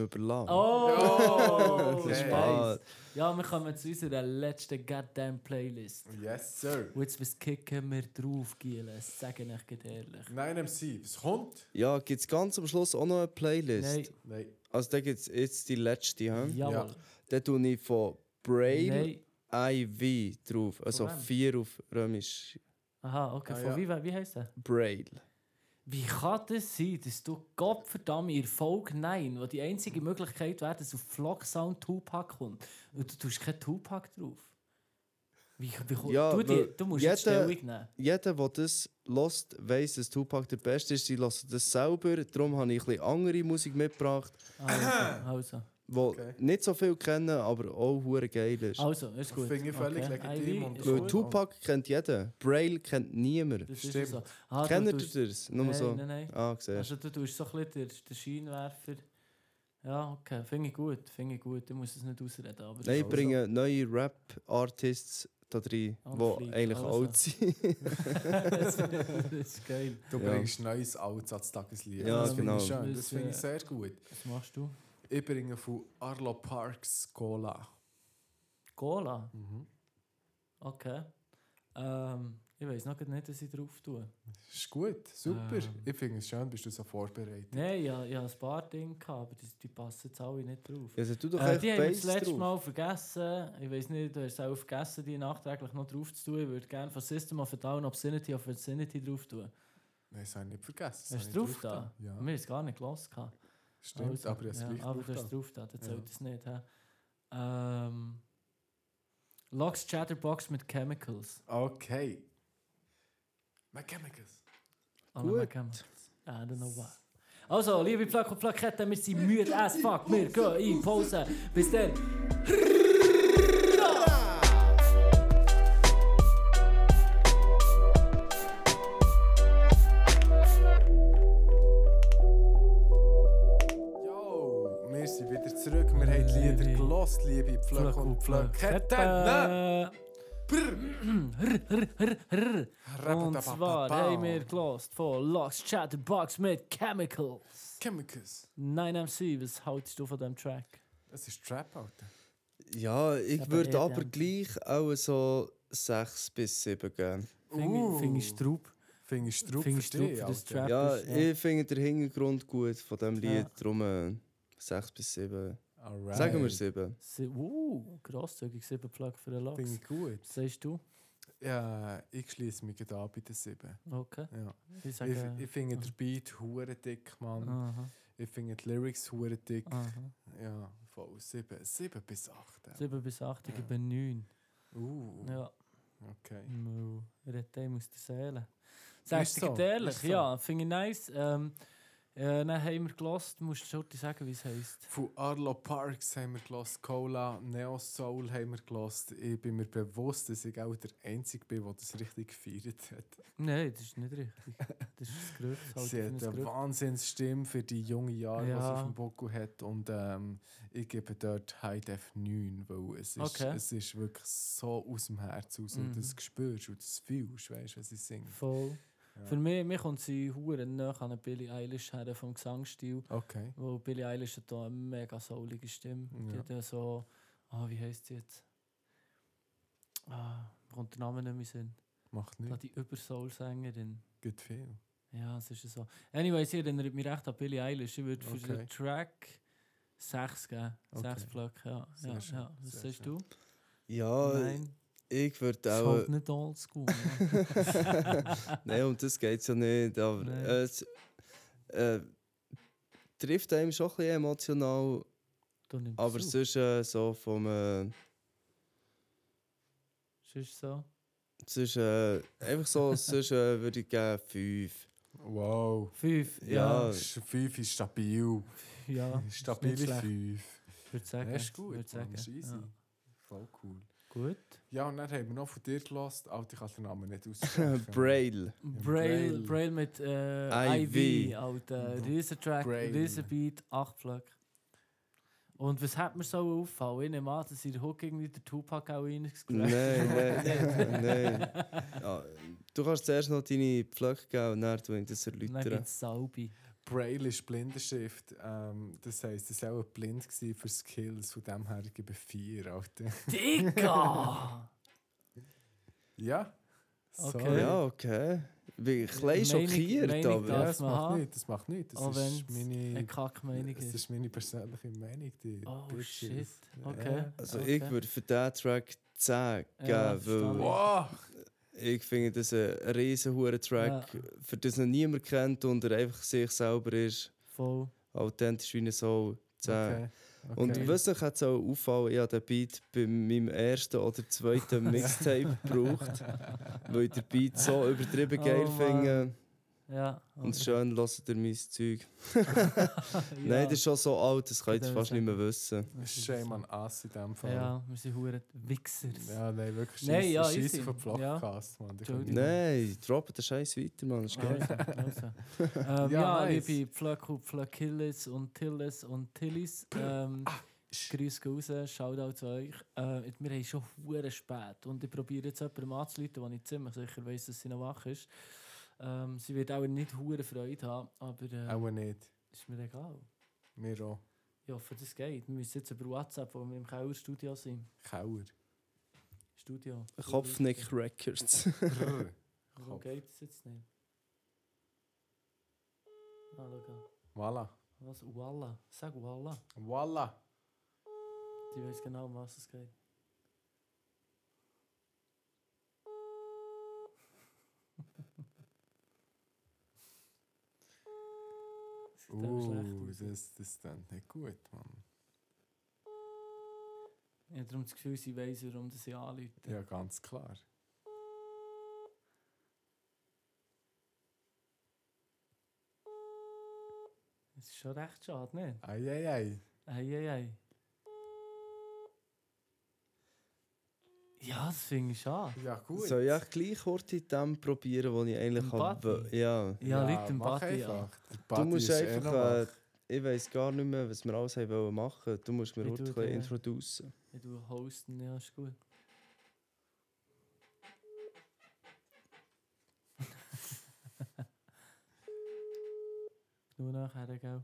A: <laughs>
B: überlassen.
A: Oh,
D: Okay.
A: Spaß. Ja, wir kommen zu unserer letzten goddamn Playlist.
D: Yes, sir.
A: Und jetzt was kicken wir drauf, Gieles. Sagen euch gerade ehrlich.
D: Nein, MC, was kommt?
B: Ja, gibt es ganz am Schluss auch noch eine Playlist?
A: Nein,
D: Nein.
B: Also, da gibt es jetzt die letzte. Ja?
D: Hm?
A: jawohl.
B: Dann tue ich von Braille
A: Nein.
B: IV drauf. Also
A: Von wem?
B: vier auf Römisch.
A: Aha, okay.
D: Ah,
A: Von
D: ja.
A: wie, wie heisst er?
B: Braille.
A: Wie kann das sein, dass du Gottverdammt in Folge 9, wo die einzige Möglichkeit wäre, dass auf Flock Sound Tupac kommt, und du tust keinen Tupac drauf? Wie, wie,
B: Ja,
A: du,
B: weil
A: die, du musst jetzt
B: jeder-
A: Stellung nehmen.
B: Jeder, der das lost, weiß, dass Tupac der Beste ist. Sie lassen das selber. Darum habe ich ein bisschen andere Musik mitgebracht,
A: Also, also.
B: die
D: Okay.
B: nicht so viel kennen, aber auch hure geil ist.
A: Also, ist gut.
D: Finde ich völlig legitim
A: Ivy
D: und
A: ist
D: cool.
B: Weil
A: gut.
B: Tupac kennt jeder. Braille kennt niemand.
A: Das ist
D: Stimmt.
A: so. Ah, du
B: Kennt ihr
A: tust-
B: das? Nur
A: nein,
B: so.
A: Nein, nein.
B: Ah, gesehen.
A: Also, du tust so ein bisschen den, den Scheinwerfer. Ja, okay. Finde ich gut. Finde ich gut. Ich muss es nicht ausreden. Aber
B: Nein, ich bringe neue Rap-Artists da rein,
A: Oh,
B: die
A: fliegt alles
B: eigentlich alt
A: ab.
B: sind.
A: <laughs> das
B: <laughs>
A: ist geil.
D: Du
B: Ja.
D: bringst neues Alts ans Tageslicht.
B: Ja,
D: das
B: genau.
D: finde ich schön.
A: Das,
D: Das finde ich
A: äh,
D: sehr gut.
A: Was machst du?
D: Ich bringe von Arlo Parks Cola.
A: Cola?
D: Mhm.
A: Okay. Ähm, ich weiß noch grad nicht, was ich drauf tue.
D: Ist gut, super.
A: Ähm.
D: Ich finde es schön, bist du so vorbereitet.
A: Nein, ja, ich hatte ein paar Dinge, gehabt, aber die, die passen jetzt alle nicht drauf.
B: Also, du doch
A: Äh, die
B: echt
A: haben wir das
B: Bass
A: letzte
B: drauf.
A: Mal vergessen. Ich weiß nicht, du hast auch vergessen, die nachträglich noch drauf zu tun. Ich würde gerne von System of a Down Obscenity of Obscenity drauf tun.
D: Nein, das habe ich nicht vergessen. das
A: Hast du
D: habe ich
A: drauf da?
D: Ja,
A: Wir haben es gar nicht gehört. gehabt.
D: stimmt,
A: Also,
D: aber ich habe es
A: ja, Aber du
D: gleich
A: hast
D: drauf da.
A: drauf da, dann zählt
D: Ja.
A: es nicht. hä? Ähm, Locks Chatterbox mit Chemicals.
D: Okay. My Chemicals.
A: Oh, no,
B: Gut.
A: Chemicals. I don't know why. Also, liebe Plak und Plaketten, wir sind müde as fuck. Wir gehen in Pause. Bis dann.
D: Yo, wir sind wieder zurück. Wir haben die Lieder
A: Liebe
D: gelost, liebe Pflöck und ne? Pflöcketten.
A: Plaketten. Und zwar haben wir gelost von Locks Chatterbox mit Chemicals.
D: Chemicals.
A: Nein, MC, was hältst du von diesem Track?
D: Es ist Trap, Alter.
B: Ja, ich
A: Aber
B: würde
A: eher
B: aber
A: Tempo.
B: gleich auch so 6 bis 7 geben.
A: Finde ich- finde ich
D: Uh.
A: Strupp.
D: Finde ich Strupp
A: Finde ich
D: für dich,
A: Strupp für das
D: Alter.
A: Trap.
B: Ja,
A: ist- ja.
B: ich finde den Hintergrund gut von diesem Lied.
A: Ja.
B: Darum äh, 6 bis 7.
D: Alright.
B: Sagen wir 7.
A: Sie- Uh, grosszügig, sieben Plug für den
D: Finde
A: Locks.
D: ich gut.
A: Was sagst du?
D: Ja, ich schließe mich gerade an bei den sieben.
A: Okay.
D: Ja.
A: Ich
D: Ich,
A: sage.
D: ich finde den Beat hure dick, Mann.
A: aha,
D: Ich finde die Lyrics hure dick.
A: aha.
D: Ja, voll. Sieben, sieben bis acht. ja.
A: Sieben bis acht, ich gebe neun.
D: Uh,
A: Ja,
D: okay.
A: Mu. Retem aus der Seele. Sagst du
D: so,
A: dir ehrlich?
D: ist so.
A: Ja, finde ich nice. Ähm, äh, dann haben wir gelost, du musst schon sagen, wie es heisst.
D: Von Arlo Parks haben wir gelost, Cola, Neo Soul haben wir gelost. Ich bin mir bewusst, dass ich auch der Einzige bin, der das richtig gefeiert hat.
A: Nein, das ist nicht richtig. Das ist das Gerücht. das halte
D: <laughs> Sie
A: ich für Halt ein
D: hat eine
A: Gerücht.
D: Wahnsinnsstimme für die jungen Jahre, die
A: Ja.
D: sie auf dem Buckel hat. Und ähm, ich gebe dort High Def 9, weil es ist,
A: Okay.
D: es ist wirklich so aus dem Herz raus.
A: Mhm.
D: Und das spürst und das fühlst, weißt du, was ich singe.
A: Voll.
D: Ja.
A: Für mich, mir kommt sie Huren nach an eine Billie Eilish her vom Gesangsstil.
D: Okay.
A: Wo Billie Eilish hat da eine mega soulige Stimme. Die
D: Ja.
A: hat ja so, ah, wie heisst sie jetzt? Ah, mir kommt der Name nicht mehr in den Sinn.
D: Macht
A: Da
D: nichts.
A: die Übersoul-Sängerin.
D: Geht viel.
A: Ja, es ist ja so. Anyway, sie erinnert mich recht an Billie Eilish. Ich würde für
D: Okay.
A: den Track 6 geben. 6
D: Okay.
A: Blöcke, ja.
D: Sehr
A: ja,
D: schön,
A: ja. Was
D: sehr
A: sagst
D: schön. Oh,
A: du?
B: Ja,
A: Nein,
B: ich würde
A: das ist
B: auch.
A: halt nicht oldschool. ne? Mann.
B: Nein, um das geht es ja nicht. Aber
A: Nein.
B: äh, es äh, trifft einem schon ein bisschen emotional.
A: <laughs> Du nimmst
B: Aber
A: es auf.
B: sonst äh, so vom. Äh,
A: Sonst so.
B: sonst, äh, einfach so, sonst äh, würde ich geben 5.
D: Wow.
A: 5,
B: Ja.
A: ja.
D: Sch- Fünf ist stabil.
A: Ja,
D: Stabile fünf.
A: würde
D: Das
A: sagen.
D: ist gut.
A: würd
D: Mann,
A: sagen.
D: ist easy.
A: Ja.
D: Voll cool.
A: Gut.
D: Ja, und dann haben wir noch von dir gelost. Alter, ich kann den
A: <laughs>
D: Namen nicht aussprechen.
B: Braille.
A: Braille,
D: Braille.
A: Braille mit äh,
B: IV.
A: IV, alter.
D: Br-
A: Riesen eh, Track,
D: Braille.
A: riesen Beat, 8 Blöcke. Und was hat mir so auffallen? Ich nehme an, <laughs> dass ihr Hook irgendwie der Tupac auch rein
B: Nein, nein, nein. Ja, Du kannst zuerst noch deine Pflöcke geben und dann tue ich das
A: Und dann
B: erläutern.
A: gibt es Salbi.
D: Braille ist Blindenschrift. Ähm, das heisst, es war auch blind gewesen für Skills. Von dem her gebe ich vier, Alter.
A: Digga!
D: <laughs> Ja.
A: Okay.
D: Sorry.
B: Ja, okay. Ich bin ein
A: Meinung-
B: bisschen schockiert,
A: Meinung
D: Ja,
B: aber...
A: darf
D: das
A: man
D: macht
A: haben.
D: nichts, das macht nichts. Das
A: Auch
D: ist
A: wenn es eine
D: meine,
A: Kackmeinung
D: das
A: ist.
D: ist meine persönliche Meinung. Die
A: Oh
D: Bitches.
A: shit.
D: Ja.
A: Okay.
B: Also
A: okay.
B: ich würde für diesen Track 10 geben,
A: Ja,
B: weil...
A: verstanden.
D: Wow!
B: Ich finde das ein riesen hoher Track,
A: Ja.
B: für das noch niemand kennt und er einfach sich selber ist,
A: Voll.
B: authentisch wie eine Sau. Okay.
D: Okay. okay.
B: Und wissen hat es auch auffallen, ich habe den Beat bei meinem
A: <laughs>
B: ersten oder zweiten Mixtape gebraucht, weil ich den Beat so übertrieben
A: Oh,
B: geil
A: Mann.
B: finde.
A: Ja.
B: Und
A: okay.
B: schön hört ihr mein Zeug.
A: <laughs> Ja.
B: Nein, das ist schon so alt, das kann ich
A: Ich
B: jetzt
D: Genau,
A: würde
B: fast nicht mehr
D: <laughs>
B: wissen.
D: Shame on us in dem Fall.
A: Ja, wir sind hure Wichsers.
D: Ja, nein, wirklich
A: Nein,
D: scheiße.
A: ja, easy.
D: Scheiße von
A: Ja.
D: Vlogcast, Mann. Da kann ich-
A: Entschuldigung.
B: Nein, drop den Scheiß weiter, Mann.
D: Ah,
B: Das ist geil.
A: Also, also. ähm,
D: Ja,
A: ja,
D: nice.
A: liebe Pflöcke, Pflöckillis und Tillis und Tillis. Ähm, Grüß gehen raus, Shoutout zu euch. Äh, wir haben schon hure spät und ich probiere jetzt jemandem anzuleiten, der ich ziemlich sicher weiß, dass sie noch wach ist. Ähm, sie wird auch nicht hure Freude haben, aber äh,
D: Auch nicht.
A: ist mir egal.
D: Wir auch.
A: Ich hoffe, das geht. Wir müssen jetzt über WhatsApp, wo wir im Kellerstudio sind.
D: Kauer. <laughs>
A: Studio.
D: <laughs>
B: Kopfnick Records.
D: Brr.
A: Warum geht das jetzt nicht? Ah, schau. an.
D: voilà.
A: Was? Walla. Sag Walla.
D: Voilà.
A: Die weiß genau, um was es
D: <laughs>
A: geht. Das sieht aber
D: Uh,
A: schlecht aus.
D: das, das klingt nicht gut, Mann.
A: Ich habe darum das Gefühl, sie weiss, warum das sie anrufen.
D: Ja, ganz klar.
A: Das ist schon recht schade, nicht?
D: Ei, ei, ei.
A: Ei, ei, ei. Ja, das finde ich schade.
D: Ja, gut.
B: Soll ich auch gleich kurz in dem probieren, was ich eigentlich
A: Im
B: habe?
A: Body?
B: Ja.
A: Ja, Leute im
D: mach
A: Body. Ja.
D: einfach. Der Body
B: musst
D: ist eh
B: einfach,
D: noch
B: äh,
D: wach.
B: Ich weiß gar nicht mehr, was wir alles haben wollen machen. Du musst mir
A: Ich
B: heute
A: tue
B: ein bisschen
A: gerne.
D: genau.
B: introduzieren.
A: Ich tue hosten, ja, ist gut. Nur nachher, gell?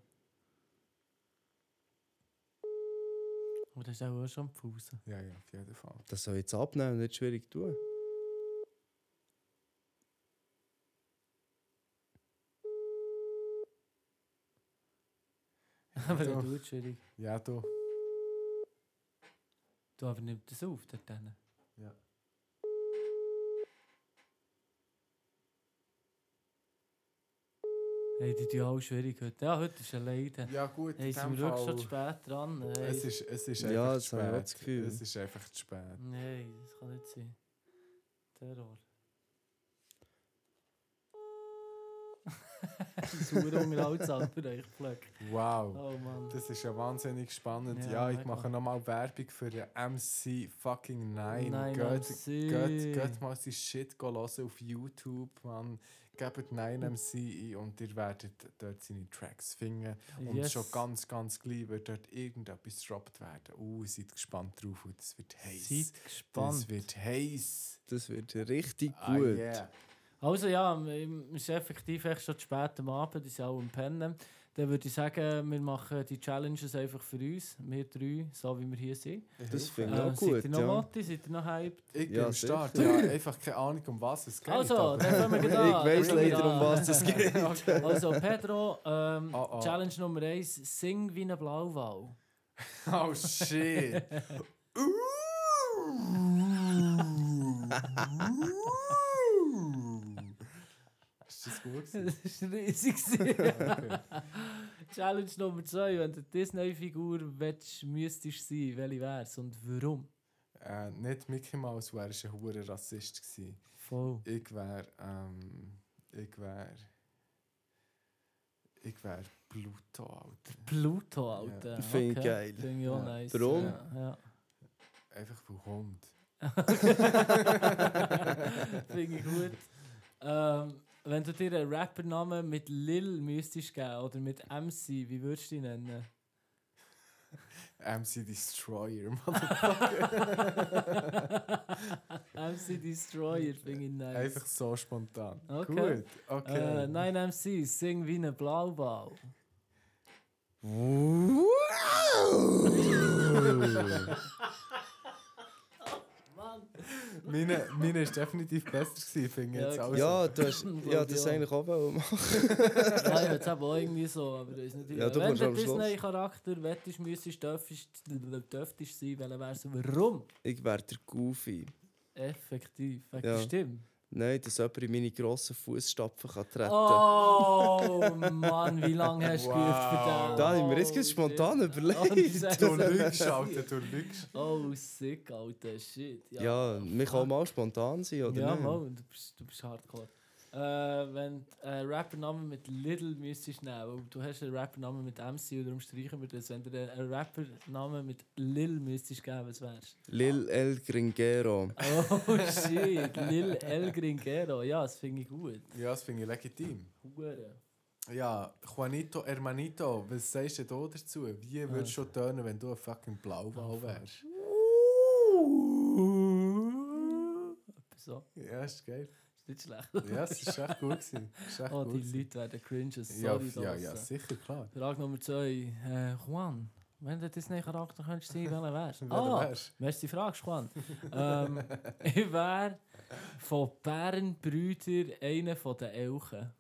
A: Aber das ist auch schon am Pause.
D: Ja, ja, auf jeden Fall.
B: Das soll ich jetzt abnehmen und nicht schwierig tun.
A: Aber
D: doch.
A: das tut schwierig.
D: Ja, du.
A: Du aber nimmst das auf, dort drinnen.
D: Ja.
A: Hey, die tun auch schwierig heute. Ja, heute ist ein Leiden.
D: Ja, gut.
A: Hey,
D: in
A: sind
D: dem
A: wir wirklich schon zu
D: Fall-
A: spät dran? Hey.
D: Es ist, es ist
B: Ja,
D: einfach
B: das
D: zu
B: habe ich auch
D: spät.
B: das Gefühl.
D: Es ist einfach zu spät.
A: Nein, das kann nicht sein. <laughs> Terror. Sauer Unterhaltsam für euch, Pflöck.
D: Wow.
A: Oh Mann.
D: Das ist ja wahnsinnig spannend. Ja,
A: Ja,
D: ich
A: mega.
D: mache nochmal Werbung für den MC fucking 9.
A: Nein,
D: geht,
A: MC.
D: geht, geht mal sein Shit hören auf YouTube, man. Gebt 9 MC ein und ihr werdet dort seine Tracks finden. Und
A: Yes.
D: schon ganz, ganz gleich wird dort irgendetwas gedroppt werden. Uh, seid gespannt drauf und es wird heiß.
A: Seid
D: Das
A: gespannt.
D: wird heiß.
B: Das wird richtig gut.
D: Ah, yeah.
A: Also ja, es ist effektiv echt schon zu spät am Abend, ist auch im Pennen. Dann würde ich sagen, wir machen die Challenges einfach für uns, wir drei, so wie wir hier sind.
B: Das finde ich
A: Äh,
B: auch gut.
A: seid ihr noch
B: Ja.
A: Motti, seid ihr noch hyped?
D: Ich bin
B: Ja,
D: am Start. Ja,
B: sicher.
D: einfach keine Ahnung, um was es geht.
A: Also,
D: aber-
A: dann fangen wir an.
B: Ich weiß
A: Dann fangen wir
B: leider, um
A: an.
D: <laughs>
A: <laughs>
B: was es geht.
A: Also Pedro, ähm,
D: Oh, oh.
A: Challenge Nummer 1, sing wie ein Blauwal. <laughs>
D: Oh shit. Ist das gut? gewesen?
A: Das ist riesig.
D: <laughs>
A: gewesen.
D: Okay.
A: Challenge Nummer 2, wenn du Disney-Figur willst, müsstest sein, welche wär's und warum?
D: Äh, nicht Mickey Mouse wäre ein hoher Rassist gewesen.
A: Voll.
D: Ich wäre, ähm, ich wäre, ich wäre Pluto, Alter.
A: Pluto, Alter.
D: Ja.
B: Finde ich geil.
A: Finde ich auch
D: Ja.
A: nice.
B: Warum?
A: Ja. ja.
D: Einfach für Hund. <laughs>
A: Finde ich gut. Ähm, wenn du dir einen Rappernamen mit Lil müsstest geben oder mit MC, wie würdest du ihn nennen?
D: MC Destroyer, Mann.
A: MC Destroyer, finde ich nice.
D: Einfach so spontan.
A: Okay.
D: Gut, okay.
A: Äh, nein, MC, sing wie ein Blaubau.
D: <laughs> Meine, meine ist definitiv besser gewesen, finde ich
A: Ja,
D: jetzt.
A: okay.
D: Also.
B: Ja, du hast,
A: Glaub
B: ja,
A: ich
B: das
A: auch.
B: eigentlich auch wollen machen.
A: Ja, ich jetzt eben auch irgendwie so, aber das ist natürlich.
B: Ja, du
A: Wenn
B: kommst
A: der
B: am Schluss.
A: Disney-Charakter wettest, müsstest, dürftest, dürftest sein, welcher wärst du? Warum?
B: Ich wäre der Goofy.
A: Effektiv. Wegen
B: Ja.
A: der Stimme.
B: Nein, dass jemand in meine grossen Fußstapfen kann treten kann.
A: Oh Mann, wie lange hast du
D: Wow.
A: geübt für den?
B: Da habe ich mir jetzt gerade spontan
A: <laughs>
B: überlegt.
D: Du lügst, Alter, du lügst.
A: Oh, sick, alter Shit.
B: Ja, man kann auch mal spontan sein, oder
A: ja,
B: nicht?
A: Mann, du bist, du bist hardcore. Äh, wenn du einen Rappernamen mit Little müsstest nehmen, weil du hast einen Rappernamen mit MC und darum streichen wir das. Wenn du dir einen Rappernamen mit Lil müsstest geben, was
D: <laughs>
A: wärst
B: Lil El Gringero.
A: Oh shit, Lil El Gringero. Ja, das finde ich gut.
D: Ja, das finde ich legitim.
A: Hure.
D: Ja, Juanito Hermanito, was sagst du da dazu? Wie würdest du schon tönen, wenn du ein fucking Blauwal wärst?
A: Etwa so.
D: Ja, ist geil.
A: Ist nicht schlecht.
D: Ja, es ist echt gut gewesen. Ist echt
A: Oh,
D: gut
A: die
D: gewesen.
A: Leute werden cringe. Sorry,
D: Ja,
A: da
D: ja,
A: draussen.
D: ja, sicher, klar.
A: Frage Nummer 2. Äh, Juan, wenn du das nicht Charakter könntest sein, welcher wärst du?
D: Wer du
A: Ah, <laughs>
D: wärst.
A: merci Frage, Juan.
D: <laughs>
A: <laughs> ähm, ich wäre von Bärenbrüder einer von den Elchen.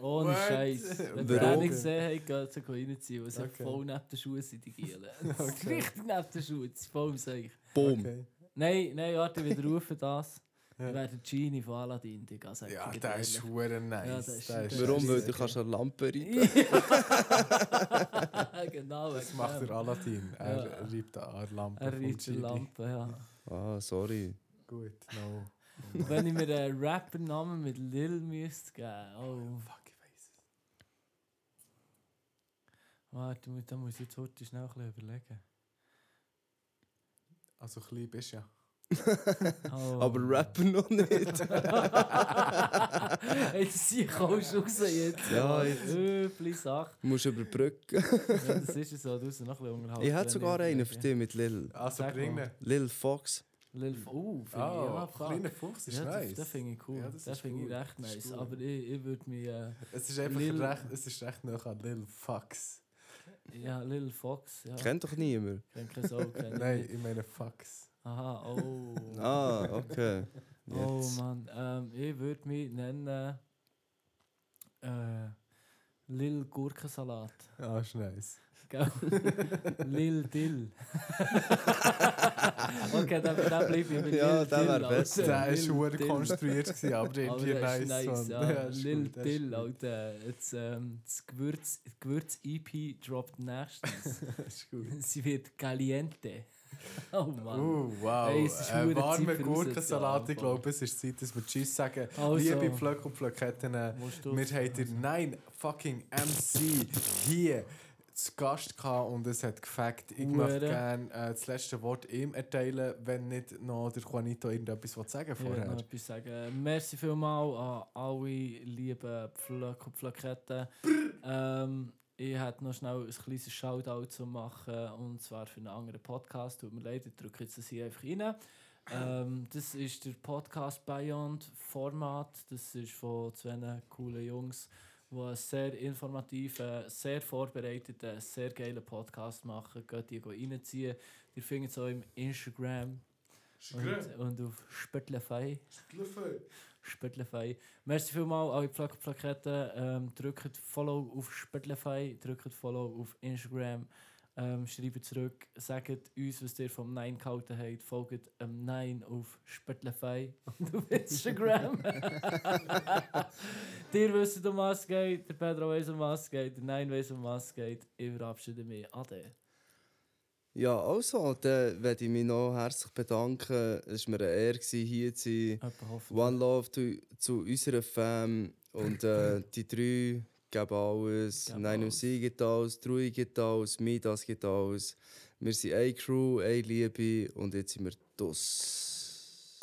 A: Ohne
D: What?
A: Scheiß. Wenn
B: Warum?
A: ihr den nicht gesehen habt, geht sie reinziehen, weil sie
D: Okay.
A: voll neben den Schuhen sind, die
D: <laughs>
A: Gielen.
D: Okay.
A: Richtig neben den Schuhen, sie sind voll im Seich.
B: Boom.
D: Okay.
A: Nein, nein, warte, wir rufen das.
D: Ja.
A: Ich wäre der Genie von Aladdin, die ganze
D: Ja, der ist hure
A: Ja,
D: nice.
A: der ist
D: Der ist
B: Warum?
D: nice.
B: Weil du kannst eine
A: <laughs>
D: <laughs>
B: Lampe reiten.
A: genau.
D: Das
A: wegen
D: macht
A: dem.
D: der Aladdin. Er
A: Ja.
D: reibt eine Lampe.
A: Eine
D: vom
A: riesige
D: Genie.
A: Lampe, ja.
B: Ah, sorry.
D: Gut, no.
A: Und wenn ich mir einen Rappernamen mit nou, Lil müsste geben, oh,
D: Fuck, ich weiß es.
A: warte, mu- da muss ich jetzt heute schnell ein bisschen überlegen.
D: Also klein bist du ja.
A: Oh.
B: <laughs> Aber rappen noch
A: <laughs>
B: nicht.
A: jetzt sehe ich auch schon raus jetzt.
B: Ja, jetzt-
A: jetzt. Üble Sache.
B: Du musst überbrücken.
A: Ja, das ist es so, du musst noch ein bisschen unterhalten.
B: Ich
A: wenn
B: hätte sogar einen
A: überlege.
B: für dich mit Lil.
D: Also
A: Sag
D: bring
A: mal.
D: ihn.
B: Lil Fox.
A: Lil F- Oh, finde ich
D: Ah,
A: ja,
D: oh,
A: fuck.
D: kleiner Fuchs ist
A: Ja, das,
D: nice.
A: das finde ich cool.
D: Ja, das
A: das das
D: ist
A: finde ich
D: gut.
A: recht
D: Das ist
A: nice.
D: gut.
A: Aber ich, ich würde mich. Äh,
D: Es ist einfach
A: Lil-
D: recht, es ist recht nah an Lil Fox.
A: ja, Lil Fox. Ja,
B: Kennt doch niemand.
A: kennt kein Soul. kennt
D: <laughs> Nein,
A: nicht.
D: ich meine Fox.
A: Aha, oh.
B: Ah, okay.
A: <laughs> Oh
B: Jetzt.
A: Mann, ähm, ich würde mich nennen äh, Lil Gurkensalat.
D: Ah, ist nice.
A: <laughs> Gell? Lil Dill. <laughs> okay, dann, dann bleibe ich mit
B: Ja,
A: Lil
B: der wär
A: Dill, Alter.
B: besser.
D: Der war
A: Lil
D: hure
A: Dill.
D: konstruiert, gewesen,
A: <laughs>
D: aber
A: Aber
D: irgendwie
A: der ist
D: nice.
A: nice,
D: Mann.
A: ja.
D: ist
A: Lil
D: gut, <laughs> der ist
A: Dill,
D: gut.
A: Alter. Jetzt, ähm, das Gewürz- das Gewürz-EP droppt
D: <laughs>
A: nächstens.
D: Ist gut.
A: Sie wird caliente. <laughs> Oh Mann.
D: Oh, wow.
A: Ey, es ist
D: Ein
A: verdammt
D: warmer
A: Zeit für
D: Gurkensalat.
A: raus,
D: Ich
A: ja,
D: glaube, es ist Zeit, dass wir Tschüss sagen.
A: Also.
D: Liebe Pflöck und Pflöcketten, wir
A: Musst du-
D: haben den nein fucking MC hier zu Gast gehabt und es hat gefackt. Ich
A: Hure.
D: möchte gerne äh, das letzte Wort ihm erteilen, wenn nicht noch der Juanito irgendetwas will sagen
A: Ich würde
D: vorher.
A: noch etwas sagen. Merci vielmals an alle lieben Pflöcke und Pflöcketten. Ähm, ich hätte noch schnell ein kleines Shoutout zu machen, und zwar für einen anderen Podcast. Tut mir leid, ich drücke jetzt das hier einfach rein. Ähm, das ist der Podcast Beyond Format. Das ist von zwei coolen Jungs, die einen sehr informativen, sehr vorbereiteten, sehr geilen Podcast machen. Geht die reinziehen. Ihr findet es auch im Instagram und, und auf Spöttlefei. Spöttlefei. Merci vielmals alle oh, Plak Plaketten. Ähm, drückt Follow auf Spöttlefei, drückt Follow auf Instagram. Ähm, schreibt zurück, sagt uns, was ihr vom Nein gehalten habt. Folgt ähm, Nein auf <laughs> Spöttlefei und auf Instagram. ihr wisst, um was es geht. Der Pedro weiß, um was es geht. Der Nein weiß, um was es geht. Ich verabschiede mich. Ade.
B: Ja, also, dann möchte ich mich noch herzlich nou bedanken. Es war mir eine Ehre, gewesen, hier zu sein.
A: Jemand hofft.
B: One Love zu, zu unserer Fam. Und
A: <laughs>
B: äh, die drei geben alles.
A: Geben
B: Nein,
A: alles.
B: sie gibt alles, Trui gibt alles, Midas gibt alles. Wir sind eine Crew, eine Liebe und jetzt sind wir dus.